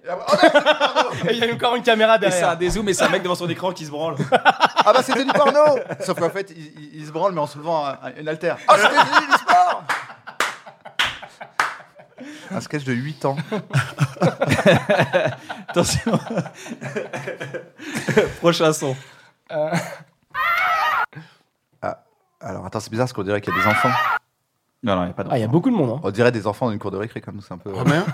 [SPEAKER 5] et il y a encore une caméra
[SPEAKER 1] Et ça
[SPEAKER 5] derrière.
[SPEAKER 1] a des zooms et c'est un mec devant son écran qui se branle.
[SPEAKER 2] Ah bah c'était du porno Sauf qu'en fait, il, il- il se branle mais en soulevant un- un- une haltère. Ah c'était du sport Un sketch de 8 ans.
[SPEAKER 1] Attention. Prochain son.
[SPEAKER 2] Euh. Ah, Alors attends, c'est bizarre parce qu'on dirait qu'il y a des enfants.
[SPEAKER 1] Non, non, il n'y a pas de.
[SPEAKER 5] Ah, il y a beaucoup de monde. hein.
[SPEAKER 2] On dirait des enfants d'une cour de récré comme nous, c'est un peu...
[SPEAKER 3] Romain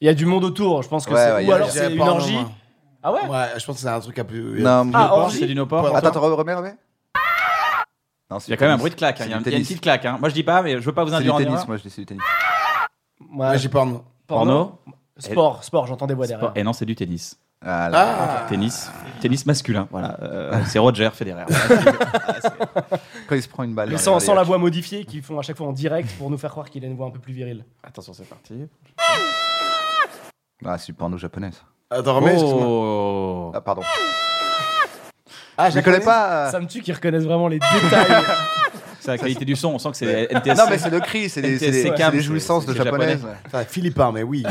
[SPEAKER 5] Il y a du monde autour. Je pense Ah, que
[SPEAKER 2] Ouais,
[SPEAKER 5] c'est.
[SPEAKER 2] ouais, il y
[SPEAKER 5] Ou
[SPEAKER 2] a-
[SPEAKER 5] alors
[SPEAKER 2] il y
[SPEAKER 5] c'est une orgie. Ah ouais.
[SPEAKER 3] Ouais, je pense que c'est un truc un peu. euh,
[SPEAKER 2] Non,
[SPEAKER 3] un peu-
[SPEAKER 5] Ah, orgie.
[SPEAKER 1] C'est du no porn.
[SPEAKER 2] Attends, attends, remets, remets. Non, c'est
[SPEAKER 1] Il y a
[SPEAKER 2] du
[SPEAKER 1] quand même un
[SPEAKER 2] tennis.
[SPEAKER 1] bruit de claque. hein.
[SPEAKER 2] C'est
[SPEAKER 1] Il y a un-
[SPEAKER 2] du
[SPEAKER 1] il y a une
[SPEAKER 2] tennis.
[SPEAKER 1] petite claque. hein. Moi, je dis pas, mais je veux pas vous
[SPEAKER 2] C'est du
[SPEAKER 1] induire en
[SPEAKER 2] tennis,
[SPEAKER 1] erreur.
[SPEAKER 2] moi je dis c'est du tennis.
[SPEAKER 5] Moi,
[SPEAKER 3] Ouais, Ah, j'ai porno.
[SPEAKER 1] Porno.
[SPEAKER 5] Sport, sport. J'entends des voix derrière.
[SPEAKER 1] Sport. Et non, c'est du tennis.
[SPEAKER 2] Ah, là.
[SPEAKER 3] Ah
[SPEAKER 1] Tennis. Tennis masculin. Voilà. Euh, C'est Roger Federer. Voilà, Ah, c'est-
[SPEAKER 2] Quand il se prend une balle.
[SPEAKER 5] Mais
[SPEAKER 2] dans les
[SPEAKER 5] sans,
[SPEAKER 2] gradins.
[SPEAKER 5] sans la voix modifiée qu'ils font à chaque fois en direct pour nous faire croire qu'il a une voix un peu plus virile.
[SPEAKER 1] Attention, c'est parti.
[SPEAKER 2] Ah, c'est du porno japonais. ça.
[SPEAKER 3] Attends,
[SPEAKER 5] Oh,
[SPEAKER 2] Oh.
[SPEAKER 3] remets, excuse-moi.
[SPEAKER 1] Oh.
[SPEAKER 2] Ah, pardon.
[SPEAKER 3] Ah,
[SPEAKER 2] Je connais pas. euh,
[SPEAKER 5] Ça me tue qu'ils reconnaissent vraiment les détails.
[SPEAKER 1] C'est la qualité du son. On sent que c'est NTSC.
[SPEAKER 2] Ah, Non, mais c'est le cri, c'est des, c'est des,
[SPEAKER 1] NTSC,
[SPEAKER 2] c'est
[SPEAKER 1] cam,
[SPEAKER 2] des
[SPEAKER 1] c'est-
[SPEAKER 2] jouissances de
[SPEAKER 1] c'est japonais.
[SPEAKER 2] japonaises. ouais.
[SPEAKER 3] Enfin, Philippin, mais oui.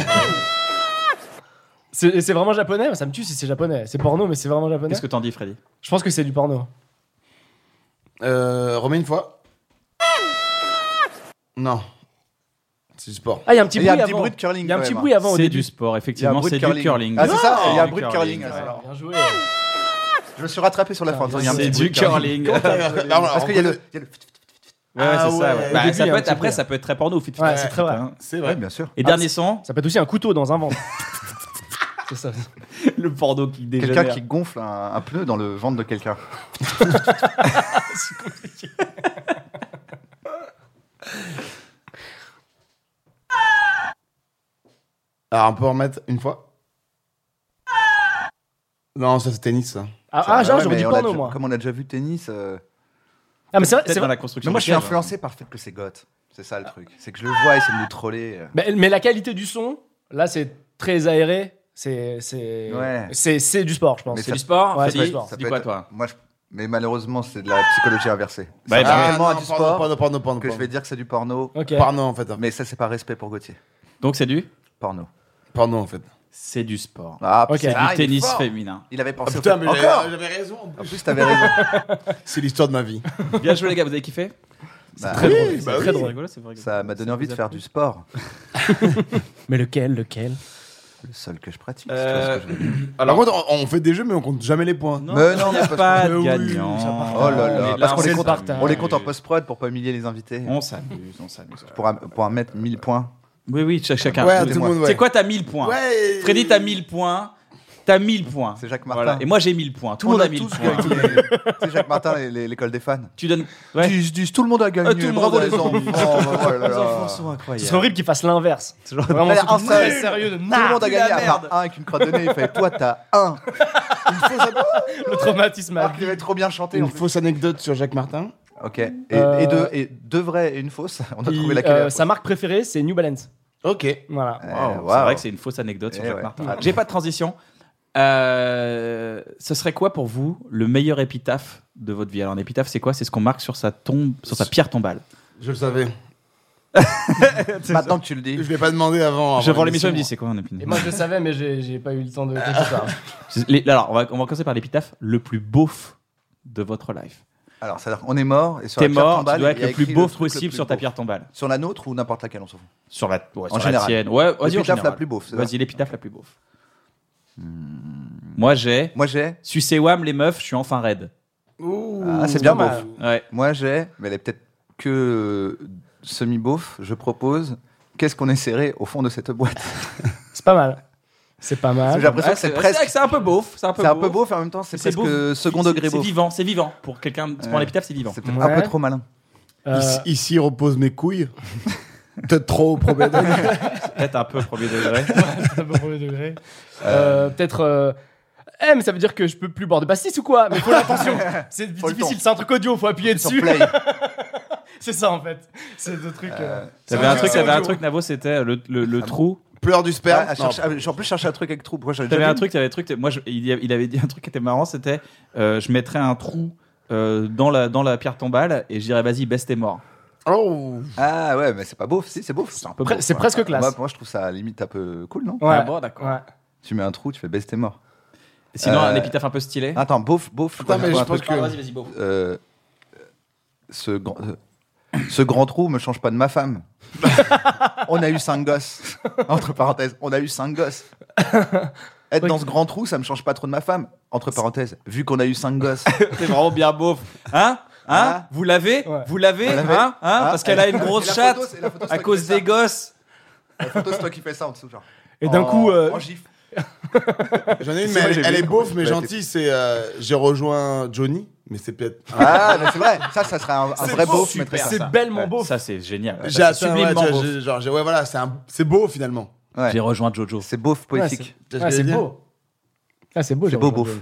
[SPEAKER 5] c'est c'est vraiment japonais Ça me tue si c'est japonais. C'est porno, mais c'est vraiment japonais.
[SPEAKER 1] Qu'est-ce que t'en dis, Freddy
[SPEAKER 5] Je pense que c'est du porno.
[SPEAKER 3] euh, remets une fois. Non. C'est du sport.
[SPEAKER 5] Ah, il y a un petit
[SPEAKER 2] Il
[SPEAKER 5] bruit
[SPEAKER 2] y a un
[SPEAKER 5] avant.
[SPEAKER 2] petit bruit de curling.
[SPEAKER 5] Il y a un
[SPEAKER 2] quand
[SPEAKER 5] petit
[SPEAKER 2] même,
[SPEAKER 5] bruit
[SPEAKER 2] hein.
[SPEAKER 5] avant au
[SPEAKER 1] C'est
[SPEAKER 5] début.
[SPEAKER 1] du sport.
[SPEAKER 2] Il y a un
[SPEAKER 1] Effectivement,
[SPEAKER 2] bruit de
[SPEAKER 1] c'est du curling.
[SPEAKER 2] Ah, c'est ça,
[SPEAKER 1] C'est
[SPEAKER 2] il y a un
[SPEAKER 1] du
[SPEAKER 2] bruit de
[SPEAKER 1] curling.
[SPEAKER 2] curling. ouais.
[SPEAKER 5] Ouais, Bien joué.
[SPEAKER 2] Je me suis rattrapé sur la fin. il y a un
[SPEAKER 1] C'est
[SPEAKER 2] petit bruit
[SPEAKER 1] du
[SPEAKER 2] de curling.
[SPEAKER 1] curling.
[SPEAKER 2] Parce qu'il y a le. il y a le-
[SPEAKER 1] Ouais, ouais,
[SPEAKER 3] Ah
[SPEAKER 1] c'est ça.
[SPEAKER 3] ouais.
[SPEAKER 1] ouais.
[SPEAKER 3] Au
[SPEAKER 1] Bah,
[SPEAKER 5] début,
[SPEAKER 1] ça
[SPEAKER 5] il y
[SPEAKER 1] peut
[SPEAKER 5] a un
[SPEAKER 1] être,
[SPEAKER 5] petit
[SPEAKER 1] après,
[SPEAKER 5] bruit.
[SPEAKER 1] ça peut être très porno. fit-
[SPEAKER 5] Ouais, c'est très vrai.
[SPEAKER 1] Putain.
[SPEAKER 3] C'est
[SPEAKER 2] Ouais,
[SPEAKER 3] vrai.
[SPEAKER 2] bien sûr.
[SPEAKER 1] Et
[SPEAKER 5] Ah,
[SPEAKER 1] dernier son,
[SPEAKER 5] Ça peut être aussi un couteau dans un Ah, ventre. c'est ça.
[SPEAKER 1] le porno qui dégénère.
[SPEAKER 2] Quelqu'un qui gonfle un, un pneu dans le ventre de quelqu'un.
[SPEAKER 3] Alors, on peut en remettre une fois Non, ça c'est tennis, ça.
[SPEAKER 5] Ah, ah, genre,
[SPEAKER 2] Ouais,
[SPEAKER 5] j'aurais
[SPEAKER 2] mais
[SPEAKER 5] dit
[SPEAKER 2] on a
[SPEAKER 5] porno,
[SPEAKER 2] déjà-
[SPEAKER 5] moi.
[SPEAKER 2] Comme on a déjà vu tennis. euh,
[SPEAKER 5] Ah, mais c'est vrai.
[SPEAKER 1] Peut-être
[SPEAKER 5] c'est
[SPEAKER 1] dans
[SPEAKER 5] vrai.
[SPEAKER 1] la construction.
[SPEAKER 2] Mais moi, je suis
[SPEAKER 1] du cadre.
[SPEAKER 2] influencé par le fait que c'est goth. C'est ça le truc. C'est que je le vois, essayer de nous troller. euh.
[SPEAKER 5] Mais, mais la qualité du son, là, c'est très aéré. C'est c'est
[SPEAKER 2] Ouais.
[SPEAKER 5] c'est- c'est du sport, je pense.
[SPEAKER 2] Mais
[SPEAKER 1] C'est
[SPEAKER 2] Ça-
[SPEAKER 1] du sport.
[SPEAKER 5] Ouais,
[SPEAKER 1] Ouais,
[SPEAKER 5] c'est du sport.
[SPEAKER 1] Tu dis quoi, toi
[SPEAKER 2] Moi, je- Mais malheureusement, c'est de la psychologie inversée.
[SPEAKER 1] Bah,
[SPEAKER 2] C'est
[SPEAKER 1] bah,
[SPEAKER 2] tellement à
[SPEAKER 3] Ah, non,
[SPEAKER 2] du
[SPEAKER 3] porno,
[SPEAKER 2] sport
[SPEAKER 3] porno, porno, porno,
[SPEAKER 2] que je
[SPEAKER 3] porno.
[SPEAKER 2] vais dire que c'est du porno.
[SPEAKER 5] Ok.
[SPEAKER 3] Porno, en fait. hein.
[SPEAKER 2] Mais ça, c'est pas respect pour Gauthier.
[SPEAKER 1] Donc, c'est du
[SPEAKER 2] Porno.
[SPEAKER 3] Porno, en fait.
[SPEAKER 1] C'est du sport.
[SPEAKER 2] Ah,
[SPEAKER 5] Ok.
[SPEAKER 2] c'est
[SPEAKER 1] Du
[SPEAKER 2] ah, il est
[SPEAKER 1] tennis
[SPEAKER 2] fort.
[SPEAKER 1] féminin.
[SPEAKER 2] Il avait
[SPEAKER 3] Ah,
[SPEAKER 2] pensé. au
[SPEAKER 3] putain,
[SPEAKER 2] fait-
[SPEAKER 3] mais
[SPEAKER 2] Encore
[SPEAKER 3] j'avais j'avais raison. en
[SPEAKER 2] En
[SPEAKER 3] plus.
[SPEAKER 2] plus, t'avais raison.
[SPEAKER 3] C'est l'histoire de ma vie.
[SPEAKER 1] Bien joué, les gars. Vous avez kiffé
[SPEAKER 2] Bah,
[SPEAKER 5] drôle, c'est très
[SPEAKER 1] C'est
[SPEAKER 5] drôle.
[SPEAKER 1] rigolo, c'est vrai.
[SPEAKER 2] Ça m'a donné envie de faire du sport.
[SPEAKER 5] Mais lequel, lequel
[SPEAKER 2] Le seul que je pratique. tu vois
[SPEAKER 1] Euh,
[SPEAKER 2] ce que je veux dire.
[SPEAKER 3] Alors, Par contre, on, on fait des jeux, mais on compte jamais les points.
[SPEAKER 2] Mais non,
[SPEAKER 1] il n'y a
[SPEAKER 2] parce
[SPEAKER 1] pas
[SPEAKER 2] que-
[SPEAKER 1] de
[SPEAKER 2] Oui,
[SPEAKER 1] gagnant.
[SPEAKER 5] ça part.
[SPEAKER 2] Oh là là.
[SPEAKER 1] Mais
[SPEAKER 2] Parce qu'on
[SPEAKER 5] c'est
[SPEAKER 2] les
[SPEAKER 5] le
[SPEAKER 2] compte-
[SPEAKER 5] partage.
[SPEAKER 2] on les compte en post-prod pour pas humilier les invités.
[SPEAKER 1] On s'amuse, on s'amuse.
[SPEAKER 2] Pour, un- pour en mettre 1000 points.
[SPEAKER 1] Oui, oui, ch- chacun.
[SPEAKER 3] Ouais, tout le monde, ouais.
[SPEAKER 1] C'est quoi, t'as 1000 points
[SPEAKER 3] Ouais.
[SPEAKER 1] Freddy, t'as 1000 points. T'as 1000 points.
[SPEAKER 2] C'est Jacques
[SPEAKER 1] Voilà.
[SPEAKER 2] Martin.
[SPEAKER 1] Et moi, j'ai 1000 points. Tout le
[SPEAKER 2] On
[SPEAKER 1] monde
[SPEAKER 2] a
[SPEAKER 1] a 1000
[SPEAKER 2] tous
[SPEAKER 1] points.
[SPEAKER 2] gagné. C'est Jacques Martin, les- les- l'école des fans.
[SPEAKER 1] Tu donnes. Ouais.
[SPEAKER 2] Ils se disent tout le monde a gagné.
[SPEAKER 1] Ah, tout le
[SPEAKER 2] Bravo
[SPEAKER 1] monde a
[SPEAKER 2] les
[SPEAKER 1] gagné.
[SPEAKER 2] enfants. Oh là là.
[SPEAKER 1] Les enfants sont
[SPEAKER 5] Ce
[SPEAKER 1] incroyables.
[SPEAKER 5] serait horrible qu'il fasse l'inverse. Vraiment,
[SPEAKER 2] Allez,
[SPEAKER 5] ce truc
[SPEAKER 2] un
[SPEAKER 5] très
[SPEAKER 2] seul.
[SPEAKER 5] sérieux de
[SPEAKER 2] Tout le monde a
[SPEAKER 1] la
[SPEAKER 2] gagné à part
[SPEAKER 1] merde.
[SPEAKER 2] un avec une crotte de nez. Il fallait toi t'as un. Une fausse
[SPEAKER 5] le traumatisme. à
[SPEAKER 2] alors qu'il avait trop bien chanté. en
[SPEAKER 3] Une
[SPEAKER 2] plus.
[SPEAKER 3] fausse anecdote sur Jacques Martin.
[SPEAKER 2] Ok. Et,
[SPEAKER 5] Euh,
[SPEAKER 2] et deux et deux vraies et une fausse. On a
[SPEAKER 5] vie.
[SPEAKER 2] trouvé laquelle.
[SPEAKER 5] Euh,
[SPEAKER 2] est la
[SPEAKER 5] sa
[SPEAKER 2] fausse.
[SPEAKER 5] marque préférée, c'est New Balance.
[SPEAKER 3] Ok.
[SPEAKER 5] Voilà.
[SPEAKER 2] Eh,
[SPEAKER 1] Wow,
[SPEAKER 2] waouh.
[SPEAKER 1] C'est vrai que c'est une fausse anecdote sur
[SPEAKER 2] Eh
[SPEAKER 1] Jacques
[SPEAKER 2] ouais.
[SPEAKER 1] Martin.
[SPEAKER 2] Ah.
[SPEAKER 1] J'ai pas de transition. Euh, ce serait quoi pour vous le meilleur épitaphe de votre vie Alors, un épitaphe, c'est quoi C'est ce qu'on marque sur sa tombe, sur sa pierre tombale.
[SPEAKER 3] Je le savais.
[SPEAKER 2] Maintenant que tu le dis.
[SPEAKER 3] Je l'ai pas demandé avant.
[SPEAKER 1] Je vois l'émission, il me dit c'est quoi un
[SPEAKER 5] Et
[SPEAKER 1] épitaphe
[SPEAKER 5] moi, je le savais, mais j'ai j'ai pas eu le temps de.
[SPEAKER 1] Les- Alors, on va, on va commencer par l'épitaphe le plus beauf de votre life.
[SPEAKER 2] Alors, c'est-à-dire qu'on est mort et sur
[SPEAKER 1] T'es
[SPEAKER 2] la pierre
[SPEAKER 1] mort,
[SPEAKER 2] tombale,
[SPEAKER 1] tu dois
[SPEAKER 2] il
[SPEAKER 1] être
[SPEAKER 2] y a
[SPEAKER 1] le plus
[SPEAKER 2] écrit
[SPEAKER 1] beauf
[SPEAKER 2] truc le
[SPEAKER 1] possible
[SPEAKER 2] plus
[SPEAKER 1] sur ta
[SPEAKER 2] beauf.
[SPEAKER 1] pierre tombale.
[SPEAKER 2] Sur la nôtre ou n'importe laquelle, on s'en fout.
[SPEAKER 1] Sur la, ouais, sur la
[SPEAKER 2] général.
[SPEAKER 1] tienne. Ouais, vas-y, en
[SPEAKER 2] L'épitaphe
[SPEAKER 1] général.
[SPEAKER 2] la plus beauf, c'est
[SPEAKER 1] Vas-y,
[SPEAKER 2] ça.
[SPEAKER 1] l'épitaphe la plus beauf. Moi, j'ai.
[SPEAKER 2] Moi j'ai.
[SPEAKER 1] Sucez Wam, les meufs, je suis enfin raide.
[SPEAKER 2] Ah, c'est bien
[SPEAKER 5] pas
[SPEAKER 2] beauf.
[SPEAKER 5] mal.
[SPEAKER 1] Ouais.
[SPEAKER 2] Moi j'ai, mais elle est peut-être que euh, semi-beauf. Je propose. Qu'est-ce qu'on est serré au fond de cette boîte
[SPEAKER 5] C'est pas mal. Ah, C'est pas
[SPEAKER 2] J'ai
[SPEAKER 5] mal.
[SPEAKER 2] l'impression que c'est presque.
[SPEAKER 1] Ah, C'est un peu beauf. C'est un peu
[SPEAKER 2] C'est un peu beauf et en même temps, c'est
[SPEAKER 1] Mais c'est
[SPEAKER 2] presque
[SPEAKER 1] beauf.
[SPEAKER 2] second
[SPEAKER 1] C'est-
[SPEAKER 2] degré
[SPEAKER 1] C'est
[SPEAKER 2] beauf.
[SPEAKER 1] vivant, c'est vivant. Pour quelqu'un, pour
[SPEAKER 2] Ouais.
[SPEAKER 1] l'épitaphe, c'est vivant.
[SPEAKER 2] C'est peut-être un
[SPEAKER 5] Ouais.
[SPEAKER 2] peu trop malin.
[SPEAKER 5] Euh,
[SPEAKER 3] Ici, ici repose mes couilles. Peut-être trop au premier degré.
[SPEAKER 1] Peut-être un peu premier degré.
[SPEAKER 5] C'est un peu premier degré. Euh, Peut-être. euh, Eh, mais ça veut dire que je peux plus boire de pastis ou quoi Mais faut l'attention. C'est
[SPEAKER 2] Faut le
[SPEAKER 5] difficile,
[SPEAKER 2] temps.
[SPEAKER 5] c'est un truc audio, faut appuyer
[SPEAKER 2] Sur
[SPEAKER 5] dessus.
[SPEAKER 2] play.
[SPEAKER 5] C'est ça en fait. C'est deux trucs. euh,
[SPEAKER 1] T'avais un
[SPEAKER 5] c'est
[SPEAKER 1] truc,
[SPEAKER 5] audio.
[SPEAKER 1] t'avais un truc, Navo, c'était euh, le, le, le trou.
[SPEAKER 2] Pleur du sperme.
[SPEAKER 3] Non.
[SPEAKER 2] en plus, je cherchais un truc avec trou. Pourquoi j'avais
[SPEAKER 1] T'avais
[SPEAKER 2] déjà
[SPEAKER 1] un
[SPEAKER 2] vu
[SPEAKER 1] truc, t'avais un truc. Moi, je- il, y a- il avait dit un truc qui était marrant, c'était euh, je mettrais un trou euh, dans la dans la pierre tombale et je dirais vas-y, baisse tes morts.
[SPEAKER 3] Oh.
[SPEAKER 2] Ah ouais, mais c'est pas beauf. Si, c'est beauf.
[SPEAKER 1] C'est un peu
[SPEAKER 5] Pre-
[SPEAKER 1] beauf.
[SPEAKER 5] C'est presque classe.
[SPEAKER 2] Moi, moi, je trouve ça limite un peu cool, non
[SPEAKER 5] Ouais.
[SPEAKER 1] Ah bon, d'accord.
[SPEAKER 5] Ouais.
[SPEAKER 2] Tu mets un trou, tu fais baisse tes morts.
[SPEAKER 1] Sinon,
[SPEAKER 2] Euh,
[SPEAKER 1] un épitaphe un peu stylé.
[SPEAKER 2] Attends, beauf, beauf.
[SPEAKER 3] Attends, mais
[SPEAKER 2] faut
[SPEAKER 3] je
[SPEAKER 2] un
[SPEAKER 3] pense
[SPEAKER 2] truc,
[SPEAKER 3] que-
[SPEAKER 1] Ah, vas-y, vas-y, beauf.
[SPEAKER 2] euh, ce grand. euh, Ce grand trou me change pas de ma femme. on a eu cinq gosses. Entre parenthèses, on a eu cinq gosses. Être
[SPEAKER 5] Oui.
[SPEAKER 2] dans ce grand trou, ça me change pas trop de ma femme. Entre parenthèses, vu qu'on a eu cinq gosses.
[SPEAKER 1] C'est vraiment Oh, bien beauf. Hein Hein
[SPEAKER 2] Ah.
[SPEAKER 1] Vous l'avez
[SPEAKER 5] Ouais.
[SPEAKER 1] Vous l'avez
[SPEAKER 2] On
[SPEAKER 1] Hein
[SPEAKER 2] l'avait.
[SPEAKER 1] Hein
[SPEAKER 2] Ah.
[SPEAKER 1] Parce qu'elle a une
[SPEAKER 2] Et
[SPEAKER 1] grosse
[SPEAKER 2] la
[SPEAKER 1] chatte
[SPEAKER 2] photo, c'est- la photo, c'est
[SPEAKER 1] à
[SPEAKER 2] toi
[SPEAKER 1] cause
[SPEAKER 2] qui fais
[SPEAKER 1] des gosses.
[SPEAKER 2] La photo, c'est toi qui fais ça en dessous, genre.
[SPEAKER 5] Et d'un
[SPEAKER 2] En-
[SPEAKER 5] coup, euh,
[SPEAKER 2] en gifle.
[SPEAKER 3] J'en ai une,
[SPEAKER 2] Si,
[SPEAKER 3] mais
[SPEAKER 2] moi,
[SPEAKER 3] elle,
[SPEAKER 2] j'ai
[SPEAKER 3] elle
[SPEAKER 2] vu.
[SPEAKER 3] est beauf, mais
[SPEAKER 2] Ouais,
[SPEAKER 3] gentille. C'est euh, j'ai rejoint Johnny, mais c'est peut-être.
[SPEAKER 2] Ah, mais c'est vrai. Ça, ça serait un, un
[SPEAKER 1] C'est
[SPEAKER 2] vrai
[SPEAKER 1] beau,
[SPEAKER 2] beau.
[SPEAKER 1] super.
[SPEAKER 2] ça.
[SPEAKER 5] c'est bellement beau.
[SPEAKER 1] Ça, c'est génial.
[SPEAKER 3] J'ai
[SPEAKER 1] Ça, c'est
[SPEAKER 3] atteint, ouais,
[SPEAKER 1] sublimement
[SPEAKER 3] tu vois,
[SPEAKER 1] beauf.
[SPEAKER 3] j'ai- genre, j'ai- ouais, voilà, c'est un- c'est beau finalement.
[SPEAKER 2] Ouais.
[SPEAKER 1] J'ai rejoint Jojo.
[SPEAKER 2] C'est beauf
[SPEAKER 5] Ouais,
[SPEAKER 2] poétique.
[SPEAKER 3] Tu
[SPEAKER 5] c'est-
[SPEAKER 3] vois
[SPEAKER 5] ouais,
[SPEAKER 3] ce que je
[SPEAKER 5] c'est
[SPEAKER 3] veux dire
[SPEAKER 5] beau. Ah, c'est beau.
[SPEAKER 2] C'est
[SPEAKER 5] genre,
[SPEAKER 2] beau,
[SPEAKER 5] genre,
[SPEAKER 2] beauf.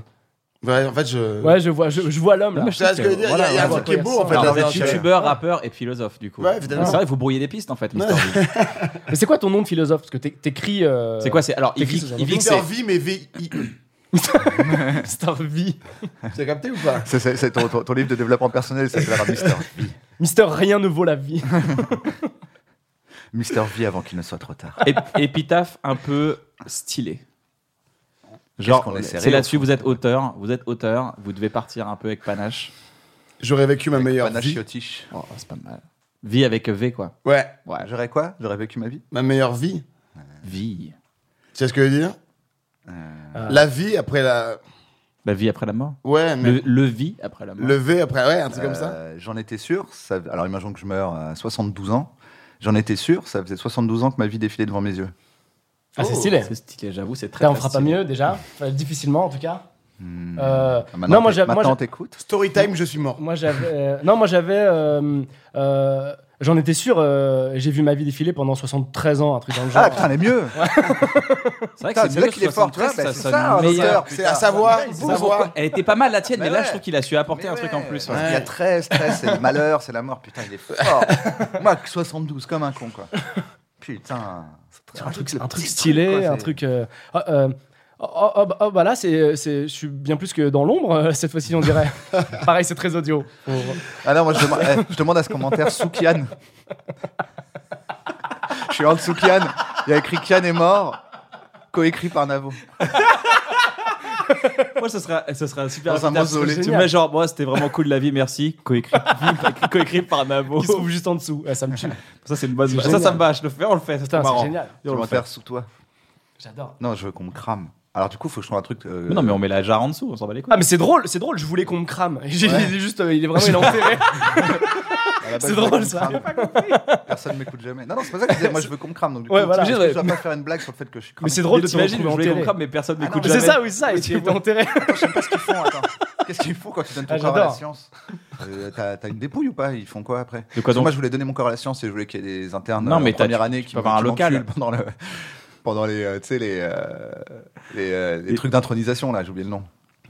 [SPEAKER 3] Ouais, en fait, je.
[SPEAKER 5] Ouais, je vois, je, je vois l'homme là.
[SPEAKER 3] Tu vois ce que je veux dire Il y a- il y a un
[SPEAKER 5] voilà,
[SPEAKER 3] truc qui est beau en fait.
[SPEAKER 1] Alors,
[SPEAKER 3] là,
[SPEAKER 1] vous êtes
[SPEAKER 3] dedans, tu vois.
[SPEAKER 1] youtubeur, rappeur et philosophe, du coup.
[SPEAKER 3] Ouais, évidemment.
[SPEAKER 1] C'est vrai, vous brouillez des pistes, en fait, Mr. V.
[SPEAKER 5] Mais c'est quoi ton nom de philosophe Parce que t'é- t'écris. euh,
[SPEAKER 1] C'est quoi c'est- Alors,
[SPEAKER 5] T'écris
[SPEAKER 1] Yvick,
[SPEAKER 5] sous un
[SPEAKER 1] Yvick,
[SPEAKER 3] Mr.
[SPEAKER 1] c'est.
[SPEAKER 3] V, mais V-I-E.
[SPEAKER 5] Mr. V.
[SPEAKER 3] Tu as capté ou pas
[SPEAKER 2] C'est- C'est c'est ton, ton- ton livre de développement personnel, ça s'appelle Mister.
[SPEAKER 5] Mister Rien ne vaut la vie.
[SPEAKER 2] Mister V avant qu'il ne soit trop tard.
[SPEAKER 1] ép- Épitaphe un peu stylé.
[SPEAKER 2] Qu'est-ce qu'on
[SPEAKER 1] Genre,
[SPEAKER 2] est serré,
[SPEAKER 1] c'est là-dessus,
[SPEAKER 2] au fond
[SPEAKER 1] vous êtes auteur, vous êtes auteur, vous devez partir un peu avec panache.
[SPEAKER 3] J'aurais vécu ma meilleure
[SPEAKER 2] Panache
[SPEAKER 3] vie.
[SPEAKER 2] Yotiche.
[SPEAKER 1] Oh, c'est pas mal. Vie avec V, quoi.
[SPEAKER 3] Ouais,
[SPEAKER 1] Ouais,
[SPEAKER 2] J'aurais quoi J'aurais vécu ma vie
[SPEAKER 3] ma meilleure vie.
[SPEAKER 1] vie.
[SPEAKER 3] Tu sais ce que je veux dire Euh,
[SPEAKER 1] Ah.
[SPEAKER 3] La vie après la.
[SPEAKER 1] La Bah, vie après la mort
[SPEAKER 3] Ouais, mais.
[SPEAKER 1] le, le vie après la mort.
[SPEAKER 3] Le V après, ouais, un truc comme ça.
[SPEAKER 2] Euh, J'en étais sûr. ça- alors imaginons que je meurs à 72 ans. J'en étais sûr, ça faisait 72 ans que ma vie défilait devant mes yeux.
[SPEAKER 5] Ah, c'est stylé.
[SPEAKER 1] C'est stylé, j'avoue, c'est très
[SPEAKER 5] Là, on
[SPEAKER 1] très
[SPEAKER 5] fera pas
[SPEAKER 1] stylé.
[SPEAKER 5] mieux déjà. Enfin, difficilement en tout cas. Euh,
[SPEAKER 2] Ah,
[SPEAKER 5] non, moi
[SPEAKER 2] t'é-
[SPEAKER 5] j'ai- moi,
[SPEAKER 2] maintenant,
[SPEAKER 5] j'ai-
[SPEAKER 2] t'écoutes.
[SPEAKER 3] Story time, je suis mort.
[SPEAKER 5] Moi j'avais. euh, non, moi j'avais. euh, euh, J'en étais sûr, euh, j'ai vu ma vie défiler pendant 73 ans, un truc dans le genre.
[SPEAKER 2] Ah putain, elle est mieux
[SPEAKER 1] C'est vrai que
[SPEAKER 2] Putain,
[SPEAKER 1] c'est
[SPEAKER 2] C'est là
[SPEAKER 1] mieux
[SPEAKER 2] qu'il est fort, tu vois,
[SPEAKER 1] 73,
[SPEAKER 2] bah, C'est
[SPEAKER 1] ça
[SPEAKER 2] ça, un
[SPEAKER 1] sonne meilleur.
[SPEAKER 2] auteur.
[SPEAKER 3] C'est à savoir, c'est à savoir.
[SPEAKER 1] Elle était pas mal la tienne, mais,
[SPEAKER 2] Mais
[SPEAKER 1] là
[SPEAKER 2] ouais.
[SPEAKER 1] je trouve qu'il a su apporter
[SPEAKER 2] Mais
[SPEAKER 1] un truc
[SPEAKER 2] ouais,
[SPEAKER 1] en plus. ouais.
[SPEAKER 2] parce qu'il y a 13, 13, c'est le malheur, c'est la mort. Putain, il est fort. Moi, 72, comme un con, quoi. Putain. c'est
[SPEAKER 5] un truc,
[SPEAKER 2] de
[SPEAKER 5] un truc
[SPEAKER 2] petit
[SPEAKER 5] stylé,
[SPEAKER 2] quoi,
[SPEAKER 5] un
[SPEAKER 2] c'est-
[SPEAKER 5] truc. euh, oh, euh, oh, oh, oh, bah- oh, bah là, c'est, c'est, je suis bien plus que dans l'ombre euh, cette fois-ci, on dirait. Pareil, c'est très audio. Faut-
[SPEAKER 2] Ah non, moi, je demande, eh, je demande à ce commentaire sous Kian. je suis en dessous Kian. Il y a écrit Kian est mort, coécrit par Navo.
[SPEAKER 1] Moi, ce sera, ce sera un super.
[SPEAKER 2] Dans un
[SPEAKER 1] épitaphe.
[SPEAKER 2] mausolée.
[SPEAKER 1] Tu
[SPEAKER 5] Génial.
[SPEAKER 1] mets genre, moi, c'était vraiment cool la vie, merci. Coécrit, coécrit par Navo.
[SPEAKER 5] Qui se trouve juste en dessous. Ah, ça me tue.
[SPEAKER 1] Ça, c'est une bonne. Ça,
[SPEAKER 5] génial.
[SPEAKER 1] ça me va. Je le fais, on le fait. C'est
[SPEAKER 5] Putain,
[SPEAKER 1] marrant.
[SPEAKER 5] c'est génial.
[SPEAKER 1] Et on le fait.
[SPEAKER 2] Commentaire sous toi.
[SPEAKER 5] J'adore.
[SPEAKER 2] Non, je veux qu'on me crame. Alors, du coup, faut que je trouve un truc. euh,
[SPEAKER 1] Mais non, mais on met la jarre en dessous. On s'en bat les couilles.
[SPEAKER 5] Ah, mais c'est drôle, c'est drôle, je voulais qu'on me crame. J'ai,
[SPEAKER 2] Ouais.
[SPEAKER 5] il est juste, euh, il est vraiment, il est enterré.
[SPEAKER 2] à la base,
[SPEAKER 5] c'est
[SPEAKER 2] je veux
[SPEAKER 5] drôle,
[SPEAKER 2] qu'on me
[SPEAKER 5] ça.
[SPEAKER 2] crame. Personne m'écoute jamais. Non, non, c'est pas ça que je disais. Moi, je veux qu'on me crame. Donc, du
[SPEAKER 5] Ouais,
[SPEAKER 2] coup,
[SPEAKER 5] voilà.
[SPEAKER 2] est-ce que je dois pas faire une blague sur le fait que je suis cramé.
[SPEAKER 5] mais c'est drôle
[SPEAKER 1] Mais
[SPEAKER 5] de te
[SPEAKER 1] t'imagines,
[SPEAKER 5] retrouver
[SPEAKER 1] je voulais qu'on
[SPEAKER 5] enterré.
[SPEAKER 1] crame, mais personne
[SPEAKER 2] non,
[SPEAKER 1] m'écoute
[SPEAKER 5] Mais
[SPEAKER 1] jamais.
[SPEAKER 5] c'est ça, oui, c'est ça.
[SPEAKER 1] Oui,
[SPEAKER 5] Et
[SPEAKER 1] tu
[SPEAKER 5] tu es
[SPEAKER 1] vois.
[SPEAKER 5] enterré.
[SPEAKER 2] Attends, je sais pas ce qu'ils font. Attends. Qu'est-ce qu'ils font quand tu donnes ton
[SPEAKER 5] Ah,
[SPEAKER 2] corps à la
[SPEAKER 5] j'adore.
[SPEAKER 2] science Euh, T'as t'as une dépouille ou pas Ils font quoi après
[SPEAKER 1] De quoi
[SPEAKER 2] Parce que
[SPEAKER 1] donc
[SPEAKER 2] Moi, je voulais donner mon corps à la science et je voulais qu'il y ait des internes
[SPEAKER 1] Non,
[SPEAKER 2] euh,
[SPEAKER 1] mais
[SPEAKER 2] en
[SPEAKER 1] t'as-
[SPEAKER 2] première
[SPEAKER 1] tu-
[SPEAKER 2] année
[SPEAKER 1] tu
[SPEAKER 2] qui
[SPEAKER 1] peux
[SPEAKER 2] me-
[SPEAKER 1] avoir un
[SPEAKER 2] qui
[SPEAKER 1] local.
[SPEAKER 2] m'enculent pendant le pendant les euh, tu sais les euh, les, euh, les
[SPEAKER 1] Les-
[SPEAKER 2] trucs d'intronisation là, j'ai oublié le nom.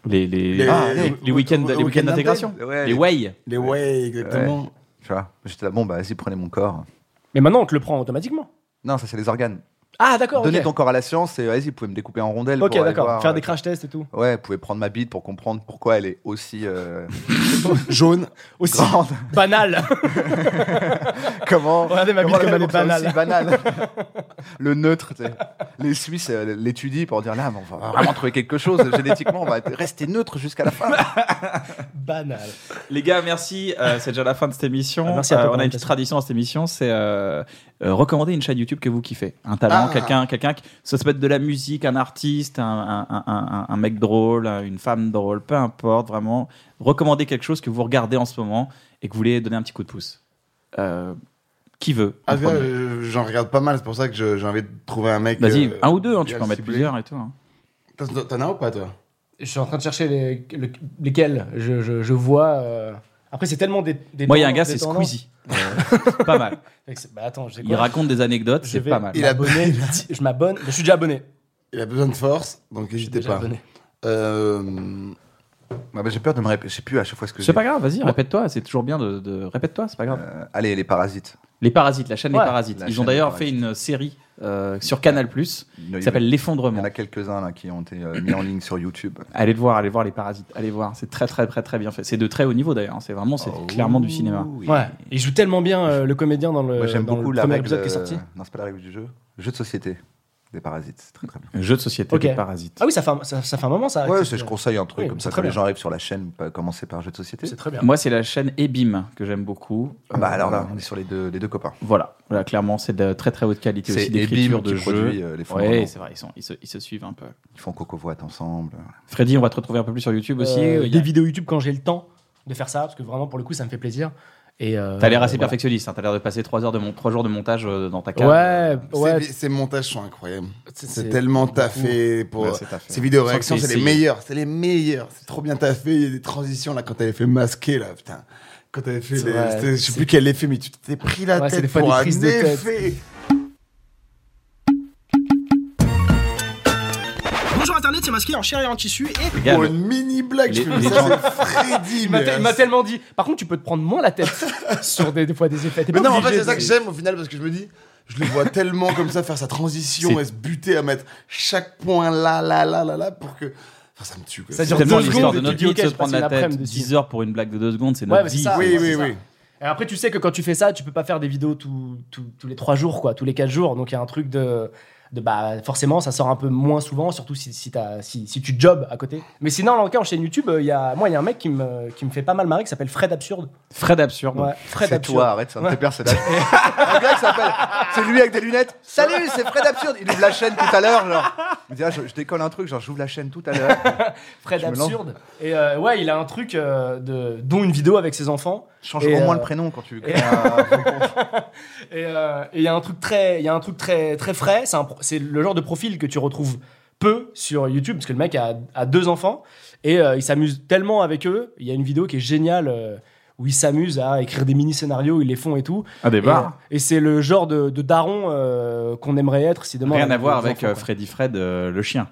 [SPEAKER 1] Les les
[SPEAKER 3] Les-
[SPEAKER 1] ah,
[SPEAKER 3] les-
[SPEAKER 1] les- les week-ends
[SPEAKER 3] les
[SPEAKER 1] les week-ends
[SPEAKER 3] week-ends
[SPEAKER 1] d'intégration.
[SPEAKER 2] Ouais,
[SPEAKER 1] Les way.
[SPEAKER 3] Les ouais, exactement.
[SPEAKER 2] Tu vois, j'étais là bon bah vas-y prenez mon corps.
[SPEAKER 5] Mais maintenant, on te le prend automatiquement.
[SPEAKER 2] Non, ça c'est les organes.
[SPEAKER 5] Ah, d'accord.
[SPEAKER 2] Donnez
[SPEAKER 5] ok.
[SPEAKER 2] ton corps à la science et vas-y, vous pouvez me découper en rondelles.
[SPEAKER 5] Ok,
[SPEAKER 2] pour aller
[SPEAKER 5] d'accord.
[SPEAKER 2] voir,
[SPEAKER 5] Faire
[SPEAKER 2] euh,
[SPEAKER 5] des crash tests et tout.
[SPEAKER 2] Ouais, vous pouvez prendre ma bite pour comprendre pourquoi elle est aussi euh,
[SPEAKER 3] Jaune.
[SPEAKER 5] Aussi
[SPEAKER 2] grande.
[SPEAKER 5] banal.
[SPEAKER 2] comment
[SPEAKER 5] Regardez ma bite
[SPEAKER 2] comment
[SPEAKER 5] comme
[SPEAKER 2] fait
[SPEAKER 5] elle est
[SPEAKER 2] pour que ça
[SPEAKER 5] banale.
[SPEAKER 2] aussi banal. Le neutre, tu sais. Les Suisses euh, l'étudient pour dire là, mais on va vraiment trouver quelque chose. Génétiquement, on va rester neutre jusqu'à la fin.
[SPEAKER 5] banal.
[SPEAKER 1] Les gars, merci. Euh, c'est déjà la fin de cette émission.
[SPEAKER 5] Ah, merci à toi
[SPEAKER 1] Euh,
[SPEAKER 5] pour
[SPEAKER 1] on a une petite
[SPEAKER 5] l'invitation.
[SPEAKER 1] tradition dans cette émission, c'est euh, euh, recommander une chaîne YouTube que vous kiffez. Un talent,
[SPEAKER 3] Ah.
[SPEAKER 1] quelqu'un, quelqu'un qui ça peut être de la musique, un artiste, un, un- un- un- un mec drôle, euh, une femme drôle, peu importe, vraiment. Recommander quelque chose que vous regardez en ce moment et que vous voulez donner un petit coup de pouce. Euh, qui veut en
[SPEAKER 3] Ah, tu vois,
[SPEAKER 1] premier
[SPEAKER 3] euh, J'en regarde pas mal, c'est pour ça que je- j'ai envie de trouver un mec.
[SPEAKER 1] Vas-y,
[SPEAKER 3] euh,
[SPEAKER 1] un ou deux, hein, tu
[SPEAKER 3] bien
[SPEAKER 1] peux en mettre
[SPEAKER 3] ciblé.
[SPEAKER 1] plusieurs et tout. hein.
[SPEAKER 3] T'en- T'en as ou pas, toi
[SPEAKER 5] Je suis en train de chercher les- le- lesquels. Je, je- je vois. euh, Après, c'est tellement des. des
[SPEAKER 1] Moi, il y a un
[SPEAKER 5] tendances,
[SPEAKER 1] gars,
[SPEAKER 5] des
[SPEAKER 1] c'est
[SPEAKER 5] tendances.
[SPEAKER 1] Squeezie. Euh, c'est pas mal.
[SPEAKER 5] Fait que c'est- Bah attends, je sais
[SPEAKER 1] Il
[SPEAKER 5] quoi.
[SPEAKER 1] raconte des anecdotes,
[SPEAKER 5] Je
[SPEAKER 1] c'est
[SPEAKER 5] vais
[SPEAKER 1] pas mal.
[SPEAKER 3] Il a-
[SPEAKER 5] m'abonner. je m'abonne. Je suis déjà abonné.
[SPEAKER 3] Il a besoin de force, donc
[SPEAKER 5] Je suis
[SPEAKER 3] n'hésitez
[SPEAKER 5] déjà
[SPEAKER 3] pas.
[SPEAKER 5] abonné.
[SPEAKER 3] Euh,
[SPEAKER 2] Ah, bah, j'ai peur de me répéter. Je sais plus à chaque fois ce que je
[SPEAKER 1] C'est
[SPEAKER 2] dis.
[SPEAKER 1] pas grave, vas-y, répète-toi, c'est toujours bien de, de- répète-toi, c'est pas grave.
[SPEAKER 2] Euh, allez, les parasites.
[SPEAKER 1] Les Parasites, la chaîne
[SPEAKER 5] Ouais,
[SPEAKER 1] Les Parasites.
[SPEAKER 2] la
[SPEAKER 1] Ils
[SPEAKER 2] chaîne
[SPEAKER 1] ont
[SPEAKER 2] Les
[SPEAKER 1] d'ailleurs fait
[SPEAKER 2] Parasites. Bah,
[SPEAKER 1] une série euh, sur Canal Plus
[SPEAKER 2] Il y en a-
[SPEAKER 1] qui s'appelle
[SPEAKER 2] Il y
[SPEAKER 1] L'effondrement.
[SPEAKER 2] en a quelques-uns là qui ont été euh, mis en ligne sur YouTube.
[SPEAKER 1] Allez le voir, allez voir Les Parasites, allez voir. C'est très très très très bien fait. C'est de très haut niveau d'ailleurs. C'est vraiment, c'est clairement du cinéma.
[SPEAKER 2] Oh, oui.
[SPEAKER 5] Ouais. Il joue tellement bien euh, le comédien dans le,
[SPEAKER 2] Moi, j'aime
[SPEAKER 5] dans
[SPEAKER 2] beaucoup
[SPEAKER 5] le
[SPEAKER 2] la
[SPEAKER 5] premier
[SPEAKER 2] règle. euh,
[SPEAKER 5] épisode qui est sorti.
[SPEAKER 3] euh,
[SPEAKER 2] Non, c'est pas la règle du jeu. Jeu de société des parasites. C'est très très bien.
[SPEAKER 1] Un jeu de société
[SPEAKER 5] Ok.
[SPEAKER 1] des Parasites.
[SPEAKER 5] Ah oui, ça fait un, ça, ça fait un moment ça.
[SPEAKER 2] Ouais,
[SPEAKER 5] que
[SPEAKER 2] c'est-
[SPEAKER 5] Ah, c'est-
[SPEAKER 2] je conseille un truc
[SPEAKER 5] Oui,
[SPEAKER 2] comme
[SPEAKER 5] c'est
[SPEAKER 2] ça.
[SPEAKER 5] très
[SPEAKER 2] Quand les
[SPEAKER 5] bien.
[SPEAKER 2] gens arrivent sur la chaîne, pas commencer par jeu de société.
[SPEAKER 5] C'est très bien.
[SPEAKER 1] Moi, c'est la chaîne Ebim que j'aime beaucoup.
[SPEAKER 2] Ah Bah
[SPEAKER 1] Euh,
[SPEAKER 2] alors là, on est sur les deux, les deux copains.
[SPEAKER 1] Voilà, Voilà, clairement, c'est de très très haute qualité
[SPEAKER 2] C'est
[SPEAKER 1] aussi
[SPEAKER 2] Ebim
[SPEAKER 1] d'écriture
[SPEAKER 2] qui
[SPEAKER 1] de
[SPEAKER 2] produit
[SPEAKER 1] jeu.
[SPEAKER 2] euh, les fonds.
[SPEAKER 1] Ouais, c'est vrai, ils, sont, ils, se, ils se suivent un peu.
[SPEAKER 2] Ils font cocovoite ensemble.
[SPEAKER 1] Freddy, on va te retrouver un peu plus sur YouTube aussi.
[SPEAKER 5] Euh,
[SPEAKER 1] Il y a-
[SPEAKER 5] des vidéos YouTube quand j'ai le temps de faire ça, parce que vraiment pour le coup ça me fait plaisir. Et euh,
[SPEAKER 1] T'as l'air assez
[SPEAKER 5] voilà.
[SPEAKER 1] perfectionniste, hein. t'as l'air de passer 3 heures de mon... trois jours de montage euh, dans ta cave.
[SPEAKER 5] Ouais,
[SPEAKER 3] ces
[SPEAKER 5] ouais.
[SPEAKER 3] vi- Ces montages sont incroyables.
[SPEAKER 5] C'est-
[SPEAKER 3] C'est
[SPEAKER 5] c'est
[SPEAKER 3] tellement
[SPEAKER 5] beaucoup.
[SPEAKER 3] taffé pour.
[SPEAKER 1] Ouais, c'est ta
[SPEAKER 3] Ces
[SPEAKER 1] fête.
[SPEAKER 3] vidéos
[SPEAKER 1] Sans
[SPEAKER 3] réactions,
[SPEAKER 1] que t'aies
[SPEAKER 3] c'est les
[SPEAKER 1] essayé.
[SPEAKER 3] meilleurs, c'est les meilleurs. C'est trop bien taffé. Il y a des transitions là quand elle est fait masquer là, putain. Quand elle fait,
[SPEAKER 5] C'est
[SPEAKER 3] les-
[SPEAKER 5] vrai,
[SPEAKER 3] c'était- je sais
[SPEAKER 5] c'est-
[SPEAKER 3] plus quel effet, mais tu t'es pris la
[SPEAKER 5] Ouais, c'est
[SPEAKER 3] tête
[SPEAKER 5] des fois
[SPEAKER 3] pour
[SPEAKER 5] des
[SPEAKER 3] un
[SPEAKER 5] prises de tête.
[SPEAKER 3] effet.
[SPEAKER 4] Bonjour Internet, c'est masqué en chair et en tissu et
[SPEAKER 1] Les gars,
[SPEAKER 3] Pour
[SPEAKER 1] le-
[SPEAKER 3] une mini blague, je
[SPEAKER 1] Les-
[SPEAKER 3] fais, mais
[SPEAKER 1] les gens-
[SPEAKER 3] ça, c'est Freddy.
[SPEAKER 5] Il m'a
[SPEAKER 3] mais
[SPEAKER 5] tel- il m'a tellement dit. Par contre, tu peux te prendre moins la tête sur des, des fois des effets. T'es
[SPEAKER 3] Mais
[SPEAKER 5] pas
[SPEAKER 3] non, en fait,
[SPEAKER 5] obligé
[SPEAKER 3] c'est ça
[SPEAKER 5] de-
[SPEAKER 3] que j'aime au final parce que je me dis, je le vois tellement comme ça faire sa transition et se buter à mettre chaque point là, là, là, là, là pour que. Enfin, ça me tue quoi.
[SPEAKER 5] Ça dure
[SPEAKER 1] C'est tellement
[SPEAKER 5] deux
[SPEAKER 1] l'histoire
[SPEAKER 5] secondes
[SPEAKER 1] de
[SPEAKER 5] et
[SPEAKER 1] notre
[SPEAKER 5] tu dis,
[SPEAKER 1] vie
[SPEAKER 5] ok,
[SPEAKER 1] de se
[SPEAKER 5] je
[SPEAKER 1] prendre
[SPEAKER 5] passe
[SPEAKER 1] la
[SPEAKER 5] une
[SPEAKER 1] tête.
[SPEAKER 5] après-midi dessus.
[SPEAKER 1] 10 heures pour une blague de 2 secondes, c'est
[SPEAKER 5] Ouais,
[SPEAKER 1] notre
[SPEAKER 5] mais c'est
[SPEAKER 1] vie.
[SPEAKER 5] ça.
[SPEAKER 3] Oui,
[SPEAKER 5] ouais,
[SPEAKER 3] oui,
[SPEAKER 5] c'est
[SPEAKER 3] oui.
[SPEAKER 5] ça. Et après, tu sais que quand tu fais ça, tu peux pas faire des vidéos tous- tous- tous les trois jours, quoi, tous les quatre jours. Donc il y a un truc de, de bah forcément, ça sort un peu moins souvent, surtout si si, t'as- si, si tu jobs à côté. Mais sinon, en tout cas, en chaîne YouTube, euh, il y a moi, il y a un mec qui me qui me fait pas mal marrer qui s'appelle Fred Absurde.
[SPEAKER 1] Fred absurde.
[SPEAKER 5] Ouais, Fred
[SPEAKER 2] C'est
[SPEAKER 5] Absurde.
[SPEAKER 2] toi, arrête, c'est un de tes
[SPEAKER 5] Ouais.
[SPEAKER 2] personnages. un gars qui s'appelle. C'est lui avec des lunettes. Salut, c'est Fred Absurde. Il ouvre la chaîne tout à l'heure. Genre. Il me dit, ah, je, je décolle un truc, genre j'ouvre la chaîne tout à l'heure.
[SPEAKER 5] Fred
[SPEAKER 2] Je me lance.
[SPEAKER 5] Absurde. Et euh, ouais, il a un truc euh, de dont une vidéo avec ses enfants.
[SPEAKER 2] Change
[SPEAKER 5] Et,
[SPEAKER 2] au moins
[SPEAKER 5] euh,
[SPEAKER 2] le prénom quand tu. euh,
[SPEAKER 5] et-
[SPEAKER 2] crées un faux compte.
[SPEAKER 5] Et euh, et il y a un truc très, il y a un truc très, très frais. C'est un pro- C'est le genre de profil que tu retrouves peu sur YouTube parce que le mec a, a deux enfants et euh, il s'amuse tellement avec eux. Il y a une vidéo qui est géniale euh, où il s'amuse à écrire des mini scénarios, ils les font et tout.
[SPEAKER 1] Ah, des
[SPEAKER 5] Et, euh, et c'est le genre de, de daron euh, qu'on aimerait être si demain. on
[SPEAKER 1] Rien
[SPEAKER 5] avait
[SPEAKER 1] à voir
[SPEAKER 5] des
[SPEAKER 1] avec
[SPEAKER 5] enfants,
[SPEAKER 1] euh,
[SPEAKER 5] quoi.
[SPEAKER 1] Freddy Fred, euh, le chien,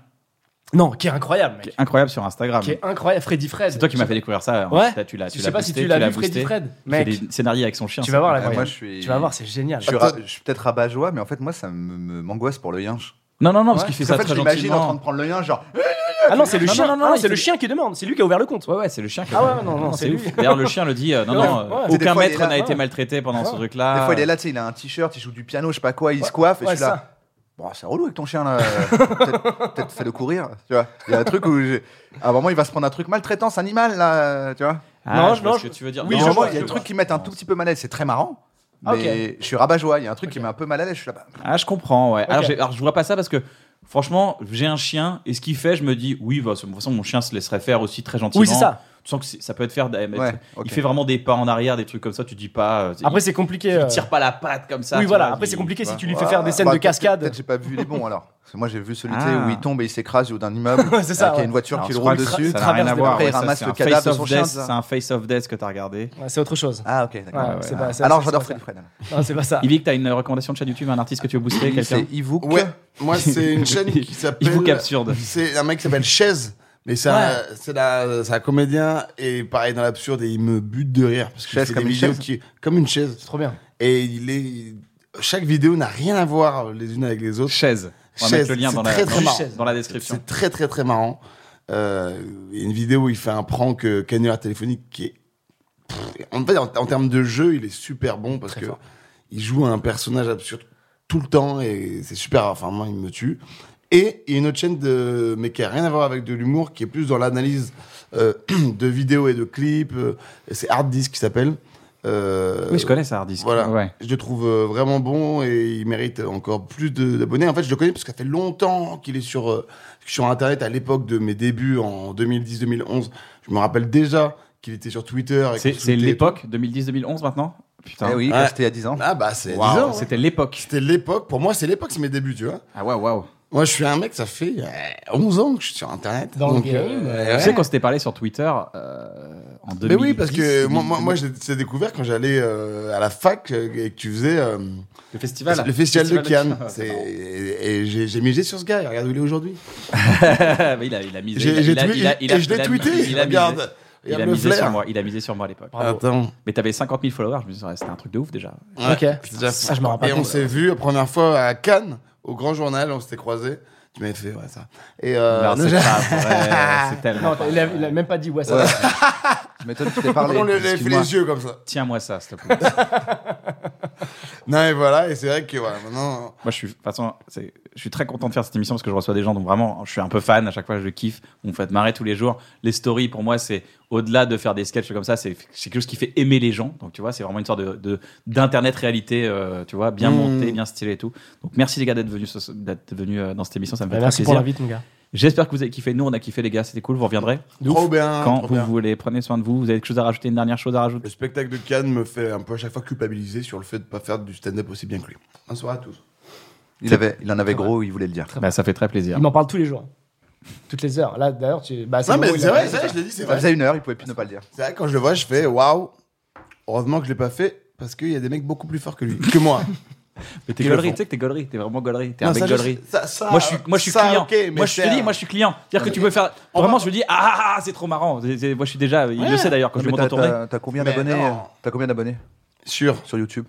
[SPEAKER 5] Non, qui est incroyable, mec.
[SPEAKER 1] qui est incroyable sur Instagram.
[SPEAKER 5] Qui est incroyable, Freddy Fred.
[SPEAKER 1] C'est toi qui m'as fait découvrir ça. hein.
[SPEAKER 5] Ouais.
[SPEAKER 1] T'as- Tu l'as, tu
[SPEAKER 5] Je
[SPEAKER 1] l'as
[SPEAKER 5] sais pas si
[SPEAKER 1] boosté,
[SPEAKER 5] tu l'as vu,
[SPEAKER 1] boosté.
[SPEAKER 5] Freddy Fred.
[SPEAKER 1] Tu fais
[SPEAKER 5] Mec,
[SPEAKER 1] des scénarios avec son chien.
[SPEAKER 5] tu
[SPEAKER 1] c'est
[SPEAKER 5] vas voir
[SPEAKER 2] Ah,
[SPEAKER 5] la
[SPEAKER 2] moi,
[SPEAKER 5] croyance.
[SPEAKER 2] je suis.
[SPEAKER 5] Tu vas voir, c'est génial.
[SPEAKER 2] Je suis, ra- je suis peut-être rabat joie, mais en fait, moi, ça me- me- m'angoisse pour le yinche.
[SPEAKER 1] Non, non, non, parce
[SPEAKER 2] Ouais.
[SPEAKER 1] qu'il fait
[SPEAKER 2] Parce
[SPEAKER 1] ça
[SPEAKER 2] qu'en fait,
[SPEAKER 1] très
[SPEAKER 2] je l'imagine en train de
[SPEAKER 1] gentiment.
[SPEAKER 2] prendre le yinche, genre.
[SPEAKER 5] Ah non, c'est le
[SPEAKER 1] Non,
[SPEAKER 5] chien.
[SPEAKER 1] non, non,
[SPEAKER 5] Ah non,
[SPEAKER 1] il
[SPEAKER 5] c'est le
[SPEAKER 1] fait-
[SPEAKER 5] chien qui demande. C'est lui qui a ouvert le compte.
[SPEAKER 1] Ouais, ouais, c'est le chien qui
[SPEAKER 5] Ah ouais, non, non, c'est
[SPEAKER 1] c'est
[SPEAKER 5] lui.
[SPEAKER 1] ouf. D'ailleurs, le chien le dit euh, non, non,
[SPEAKER 5] Ouais,
[SPEAKER 1] euh,
[SPEAKER 5] ouais.
[SPEAKER 2] Des
[SPEAKER 1] aucun
[SPEAKER 2] fois, il est
[SPEAKER 1] maître
[SPEAKER 2] là,
[SPEAKER 1] n'a été
[SPEAKER 5] ouais.
[SPEAKER 1] maltraité pendant ce
[SPEAKER 2] Des
[SPEAKER 1] truc-là.
[SPEAKER 2] fois, il est là, tu sais, il a un t-shirt, il joue du piano, je sais pas quoi, il se coiffe, et
[SPEAKER 5] Ah.
[SPEAKER 2] je
[SPEAKER 5] Ouais,
[SPEAKER 2] suis là.
[SPEAKER 5] ça.
[SPEAKER 2] Bon, c'est relou avec ton chien là. Peut-être peut-être fais-le courir. Tu vois, il y a un truc où j'ai- à un moment il va se prendre un truc maltraitant, cet animal là. Tu vois.
[SPEAKER 1] Ah,
[SPEAKER 5] Non,
[SPEAKER 1] je vois
[SPEAKER 5] non,
[SPEAKER 1] ce
[SPEAKER 5] je-
[SPEAKER 1] que tu veux dire.
[SPEAKER 5] oui,
[SPEAKER 2] Il y
[SPEAKER 1] Non,
[SPEAKER 2] a un
[SPEAKER 1] je
[SPEAKER 5] je
[SPEAKER 2] moment,
[SPEAKER 1] vois
[SPEAKER 5] vois,
[SPEAKER 2] il y a
[SPEAKER 1] ce
[SPEAKER 2] des
[SPEAKER 1] que
[SPEAKER 2] trucs
[SPEAKER 1] tu
[SPEAKER 2] qui mettent un tout petit peu mal à l'aise. C'est très marrant,
[SPEAKER 5] Ah,
[SPEAKER 2] mais
[SPEAKER 5] ok.
[SPEAKER 2] je suis rabat joie. Il y a un truc qui met un peu mal à l'aise. Je suis là. bah,
[SPEAKER 1] veux dire. Ah, je comprends, ouais. Alors,
[SPEAKER 5] Ok.
[SPEAKER 1] j'ai- Alors, je vois pas ça parce que. Franchement, j'ai un chien et ce qu'il fait, je me dis, oui, bah, de toute façon, mon chien se laisserait faire aussi très gentiment.
[SPEAKER 5] Oui, c'est ça.
[SPEAKER 1] Tu sens que c'est- ça peut être faire. d'être-
[SPEAKER 2] Ouais, ok.
[SPEAKER 1] Il fait vraiment des pas en arrière, des trucs comme ça. Tu dis pas. euh,
[SPEAKER 5] Après,
[SPEAKER 1] il,
[SPEAKER 5] c'est compliqué.
[SPEAKER 1] il
[SPEAKER 5] euh,
[SPEAKER 1] tire pas la patte comme ça.
[SPEAKER 5] oui,
[SPEAKER 1] tu
[SPEAKER 5] voilà.
[SPEAKER 1] vois,
[SPEAKER 5] Après,
[SPEAKER 1] il-
[SPEAKER 5] c'est compliqué si tu lui
[SPEAKER 2] ouais,
[SPEAKER 5] fais faire des scènes
[SPEAKER 2] bah,
[SPEAKER 5] de
[SPEAKER 2] peut-être-
[SPEAKER 5] cascade.
[SPEAKER 2] Peut-être j'ai pas vu les bons alors. Parce que moi j'ai vu celui tu sais,
[SPEAKER 1] Ah.
[SPEAKER 2] où il tombe et il s'écrase ou d'un immeuble.
[SPEAKER 5] c'est ça,
[SPEAKER 2] avec une
[SPEAKER 5] ouais.
[SPEAKER 2] voiture
[SPEAKER 1] Alors,
[SPEAKER 2] qui
[SPEAKER 1] je
[SPEAKER 2] le
[SPEAKER 1] crois
[SPEAKER 2] roule
[SPEAKER 1] que
[SPEAKER 2] dessus.
[SPEAKER 1] Ça n'a rien à
[SPEAKER 5] traverse des-
[SPEAKER 1] voir.
[SPEAKER 2] Après,
[SPEAKER 1] ouais,
[SPEAKER 2] il
[SPEAKER 1] ça,
[SPEAKER 2] ramasse
[SPEAKER 1] c'est
[SPEAKER 2] le
[SPEAKER 1] un
[SPEAKER 2] cadavre
[SPEAKER 1] face
[SPEAKER 2] de
[SPEAKER 1] of
[SPEAKER 2] son
[SPEAKER 1] death,
[SPEAKER 2] chien, ça.
[SPEAKER 1] C'est un face of death que t'as regardé.
[SPEAKER 5] Ouais, c'est autre chose.
[SPEAKER 2] Ah ok. d'accord.
[SPEAKER 5] Ouais, c'est
[SPEAKER 2] Ah.
[SPEAKER 5] pas- c'est-
[SPEAKER 2] Alors
[SPEAKER 5] c'est-
[SPEAKER 2] j'adore
[SPEAKER 5] c'est
[SPEAKER 2] Freddy Fred.
[SPEAKER 5] Non, c'est pas ça.
[SPEAKER 1] Yvick, t'as une recommandation de chaîne YouTube, un artiste que tu veux booster, quelqu'un
[SPEAKER 2] C'est Ivouk.
[SPEAKER 3] Ouais, moi c'est une chaîne qui s'appelle.
[SPEAKER 1] Ivouk absurde.
[SPEAKER 3] C'est un mec qui s'appelle Chaise. Mais c'est un, c'est la- c'est un comédien et pareil dans l'absurde et il me bute de rire parce que
[SPEAKER 2] Chaise
[SPEAKER 3] fait
[SPEAKER 2] comme
[SPEAKER 3] des
[SPEAKER 2] une
[SPEAKER 3] vidéos
[SPEAKER 2] chaise
[SPEAKER 3] qui comme une chaise
[SPEAKER 5] C'est trop bien.
[SPEAKER 3] et il est chaque vidéo n'a rien à voir les unes avec les autres.
[SPEAKER 1] Chaise. On va
[SPEAKER 3] Chaise,
[SPEAKER 1] mettre le lien
[SPEAKER 3] c'est
[SPEAKER 1] dans la,
[SPEAKER 3] très, très
[SPEAKER 1] dans-
[SPEAKER 3] marrant.
[SPEAKER 1] dans la description.
[SPEAKER 3] C'est très très très marrant. Euh, il y a une vidéo où il fait un prank euh, canular téléphonique qui est. Pff, En fait, en, en termes de jeu, il est super bon parce que il joue un personnage absurde tout le temps et c'est super. Enfin, moi, il me tue. Et il y a une autre chaîne de, mais qui a rien à voir avec de l'humour, qui est plus dans l'analyse euh, de vidéos et de clips. euh, C'est Hard Disk qui s'appelle. Euh,
[SPEAKER 1] Oui, je connais ça, Hardisk.
[SPEAKER 3] voilà.
[SPEAKER 1] Ouais.
[SPEAKER 3] Je le trouve euh, vraiment bon et il mérite encore plus de- d'abonnés. En fait, je le connais parce que ça fait longtemps qu'il est sur, euh, sur Internet à l'époque de mes débuts en 2010-2011. Je me rappelle déjà qu'il était sur Twitter. et
[SPEAKER 1] C'est
[SPEAKER 3] qu'on
[SPEAKER 1] c'est
[SPEAKER 3] s'outait-
[SPEAKER 1] l'époque 2010-2011 maintenant Putain.
[SPEAKER 2] Eh oui,
[SPEAKER 3] Ouais.
[SPEAKER 2] quand c'était il y a 10 ans.
[SPEAKER 3] Ah bah, c'est
[SPEAKER 1] Waouh,
[SPEAKER 3] disons,
[SPEAKER 1] C'était l'époque.
[SPEAKER 3] C'était l'époque. Pour moi, c'est l'époque, c'est mes débuts, tu vois.
[SPEAKER 1] Ah waouh, waouh.
[SPEAKER 3] Moi, je suis un mec, ça fait euh, 11 ans que je suis sur Internet.
[SPEAKER 5] Dans le
[SPEAKER 3] Donc,
[SPEAKER 5] game,
[SPEAKER 3] euh,
[SPEAKER 1] Tu
[SPEAKER 3] ouais.
[SPEAKER 1] sais, quand s'était parlé sur Twitter euh, en 2010.
[SPEAKER 3] Mais oui, parce que moi, moi,
[SPEAKER 1] 2010,
[SPEAKER 3] moi, je l'ai- c'est découvert quand j'allais euh, à la fac euh, et que tu faisais euh,
[SPEAKER 1] le festival.
[SPEAKER 3] le festival, de Cannes. C'est-
[SPEAKER 1] C'est
[SPEAKER 3] Et, et j'ai j'ai misé sur ce gars. et Regarde où il est aujourd'hui.
[SPEAKER 1] marrant. Bah, il a, il a misé.
[SPEAKER 3] J'ai-
[SPEAKER 1] il a-
[SPEAKER 3] j'ai
[SPEAKER 1] il a-
[SPEAKER 3] tweeté-
[SPEAKER 1] il a- il a-
[SPEAKER 3] et je l'ai
[SPEAKER 1] il a-
[SPEAKER 3] tweeté,
[SPEAKER 1] Il a misé.
[SPEAKER 3] regarde.
[SPEAKER 1] Il
[SPEAKER 3] Regarde
[SPEAKER 1] a
[SPEAKER 3] le
[SPEAKER 1] misé sur
[SPEAKER 3] flair.
[SPEAKER 1] moi. Il a misé sur moi à l'époque.
[SPEAKER 3] Attends.
[SPEAKER 1] Mais t'avais 50 000 followers. Je me suis dit, c'était un truc de ouf déjà.
[SPEAKER 3] Ouais,
[SPEAKER 5] Ok.
[SPEAKER 3] c'est déjà
[SPEAKER 5] Ça,
[SPEAKER 3] fou.
[SPEAKER 5] je me rends pas
[SPEAKER 3] Et on
[SPEAKER 5] compte.
[SPEAKER 3] s'est vu la première fois à Cannes, au Grand Journal, on s'était croisés. Tu m'avais fait, ouais, ça. Et euh,
[SPEAKER 1] Non, c'est
[SPEAKER 3] déjà-
[SPEAKER 1] pas vrai, c'est tellement.
[SPEAKER 5] Non,
[SPEAKER 1] pas
[SPEAKER 5] il a,
[SPEAKER 1] vrai.
[SPEAKER 5] il a même pas dit ouais, ça.
[SPEAKER 2] Ouais.
[SPEAKER 5] va.
[SPEAKER 2] Je m'étonne que tu t'es parlé.
[SPEAKER 3] on lui avait fait
[SPEAKER 2] excuse-moi.
[SPEAKER 3] les yeux comme ça.
[SPEAKER 1] Tiens-moi ça, s'il te plaît.
[SPEAKER 3] Non, et voilà, et c'est vrai que voilà, maintenant.
[SPEAKER 1] Moi, je suis, de toute façon, c'est- je suis très content de faire cette émission parce que je reçois des gens dont vraiment je suis un peu fan. À chaque fois, je kiffe. Vous me faites marrer tous les jours. Les stories, pour moi, c'est au-delà de faire des sketchs comme ça, c'est c'est quelque chose qui fait aimer les gens. Donc, tu vois, c'est vraiment une sorte d'internet de, d'internet réalité, euh, tu vois, bien
[SPEAKER 3] Mmh.
[SPEAKER 1] monté, bien stylé et tout. Donc, merci les gars d'être venus, ce- d'être venus euh, dans cette émission. Ça me fait
[SPEAKER 5] Bah,
[SPEAKER 1] très
[SPEAKER 5] Merci pour
[SPEAKER 1] plaisir.
[SPEAKER 5] l'invite, mon gars.
[SPEAKER 1] J'espère que vous avez kiffé. Nous, on a kiffé, les gars. C'était cool. Vous reviendrez
[SPEAKER 3] Trop bien.
[SPEAKER 1] quand
[SPEAKER 3] Ah, trop
[SPEAKER 1] vous
[SPEAKER 3] bien.
[SPEAKER 1] voulez. Prenez soin de vous. Vous avez quelque chose à rajouter, une dernière chose à rajouter
[SPEAKER 3] Le spectacle de Cannes me fait un peu à chaque fois culpabiliser sur le fait de pas faire du stand-up aussi bien que lui. Bonsoir à tous.
[SPEAKER 2] Il, avait, il en avait gros, il voulait le dire.
[SPEAKER 1] Bah, Ça fait très plaisir.
[SPEAKER 5] Il m'en parle tous les jours. Toutes les heures. Là, d'ailleurs, tu. Bah,
[SPEAKER 3] Non,
[SPEAKER 5] le
[SPEAKER 3] mais
[SPEAKER 5] moment où il
[SPEAKER 3] c'est
[SPEAKER 5] a-
[SPEAKER 1] hein.
[SPEAKER 3] vrai, c'est vrai, je l'ai dit, c'est
[SPEAKER 2] Ça
[SPEAKER 3] vrai.
[SPEAKER 2] faisait une heure, il pouvait plus ne pas le dire.
[SPEAKER 3] C'est vrai, quand je le vois, je fais waouh. Heureusement que je l'ai pas fait parce qu'il y a des mecs beaucoup plus forts que lui, que moi.
[SPEAKER 1] Mais t'es
[SPEAKER 3] Ils le
[SPEAKER 1] gaulerie,
[SPEAKER 3] font.
[SPEAKER 1] tu sais que t'es gaulerie. T'es vraiment gaulerie. T'es
[SPEAKER 3] Non,
[SPEAKER 1] un mec
[SPEAKER 3] ça, je-
[SPEAKER 1] gaulerie.
[SPEAKER 3] ça- ça-
[SPEAKER 1] moi je suis moi je suis
[SPEAKER 3] Ah, ça,
[SPEAKER 1] client
[SPEAKER 3] ok, mais
[SPEAKER 1] moi je te
[SPEAKER 3] c'est
[SPEAKER 1] dis
[SPEAKER 3] un-
[SPEAKER 1] moi je suis client dire que tu peux faire vraiment je lui dis ah, ah, ah, c'est trop marrant C'est- c'est- moi je suis déjà il le sait d'ailleurs quand
[SPEAKER 2] Non,
[SPEAKER 1] je lui
[SPEAKER 2] mais
[SPEAKER 1] montre en
[SPEAKER 2] t'as-
[SPEAKER 1] tournée
[SPEAKER 2] t'as- T'as combien
[SPEAKER 3] Mais
[SPEAKER 2] d'abonnés
[SPEAKER 3] non.
[SPEAKER 2] euh, T'as combien d'abonnés
[SPEAKER 3] Sur
[SPEAKER 2] sur YouTube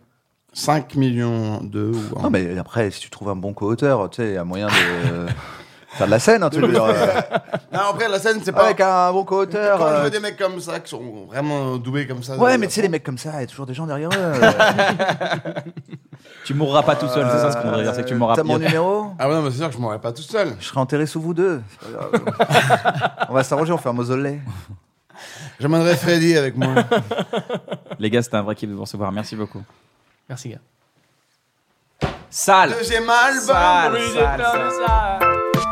[SPEAKER 3] 5 millions de ou un
[SPEAKER 2] Non, mais après, si tu trouves un bon co-auteur, tu sais, il y a moyen de faire de la scène, hein, tu veux dire. euh,
[SPEAKER 3] Non, après, la scène, c'est pas.
[SPEAKER 2] Avec un bon
[SPEAKER 3] Quand
[SPEAKER 2] co-auteur.
[SPEAKER 3] je euh,
[SPEAKER 2] euh,
[SPEAKER 3] vois des mecs comme ça, qui sont vraiment doués comme ça.
[SPEAKER 2] Ouais,
[SPEAKER 3] de-
[SPEAKER 2] mais tu sais, les mecs comme ça, il y a toujours des gens derrière eux. euh,
[SPEAKER 1] tu mourras pas tout seul c'est ça ce qu'on voudrait dire c'est que tu mourras
[SPEAKER 2] T'as mon
[SPEAKER 1] pas
[SPEAKER 2] numéro
[SPEAKER 3] Ah, ouais, non, mais c'est sûr que je m'en vais pas tout seul.
[SPEAKER 2] Je serai enterré sous vous deux. C'est pas grave. on va s'arranger, on fait un mausolée.
[SPEAKER 3] J'emmènerai Freddy avec moi.
[SPEAKER 1] les gars c'était un vrai kiff de vous recevoir merci beaucoup
[SPEAKER 5] Merci, gars.
[SPEAKER 1] sale
[SPEAKER 3] Deuxième album
[SPEAKER 1] sale
[SPEAKER 3] oui.
[SPEAKER 1] sale, sale.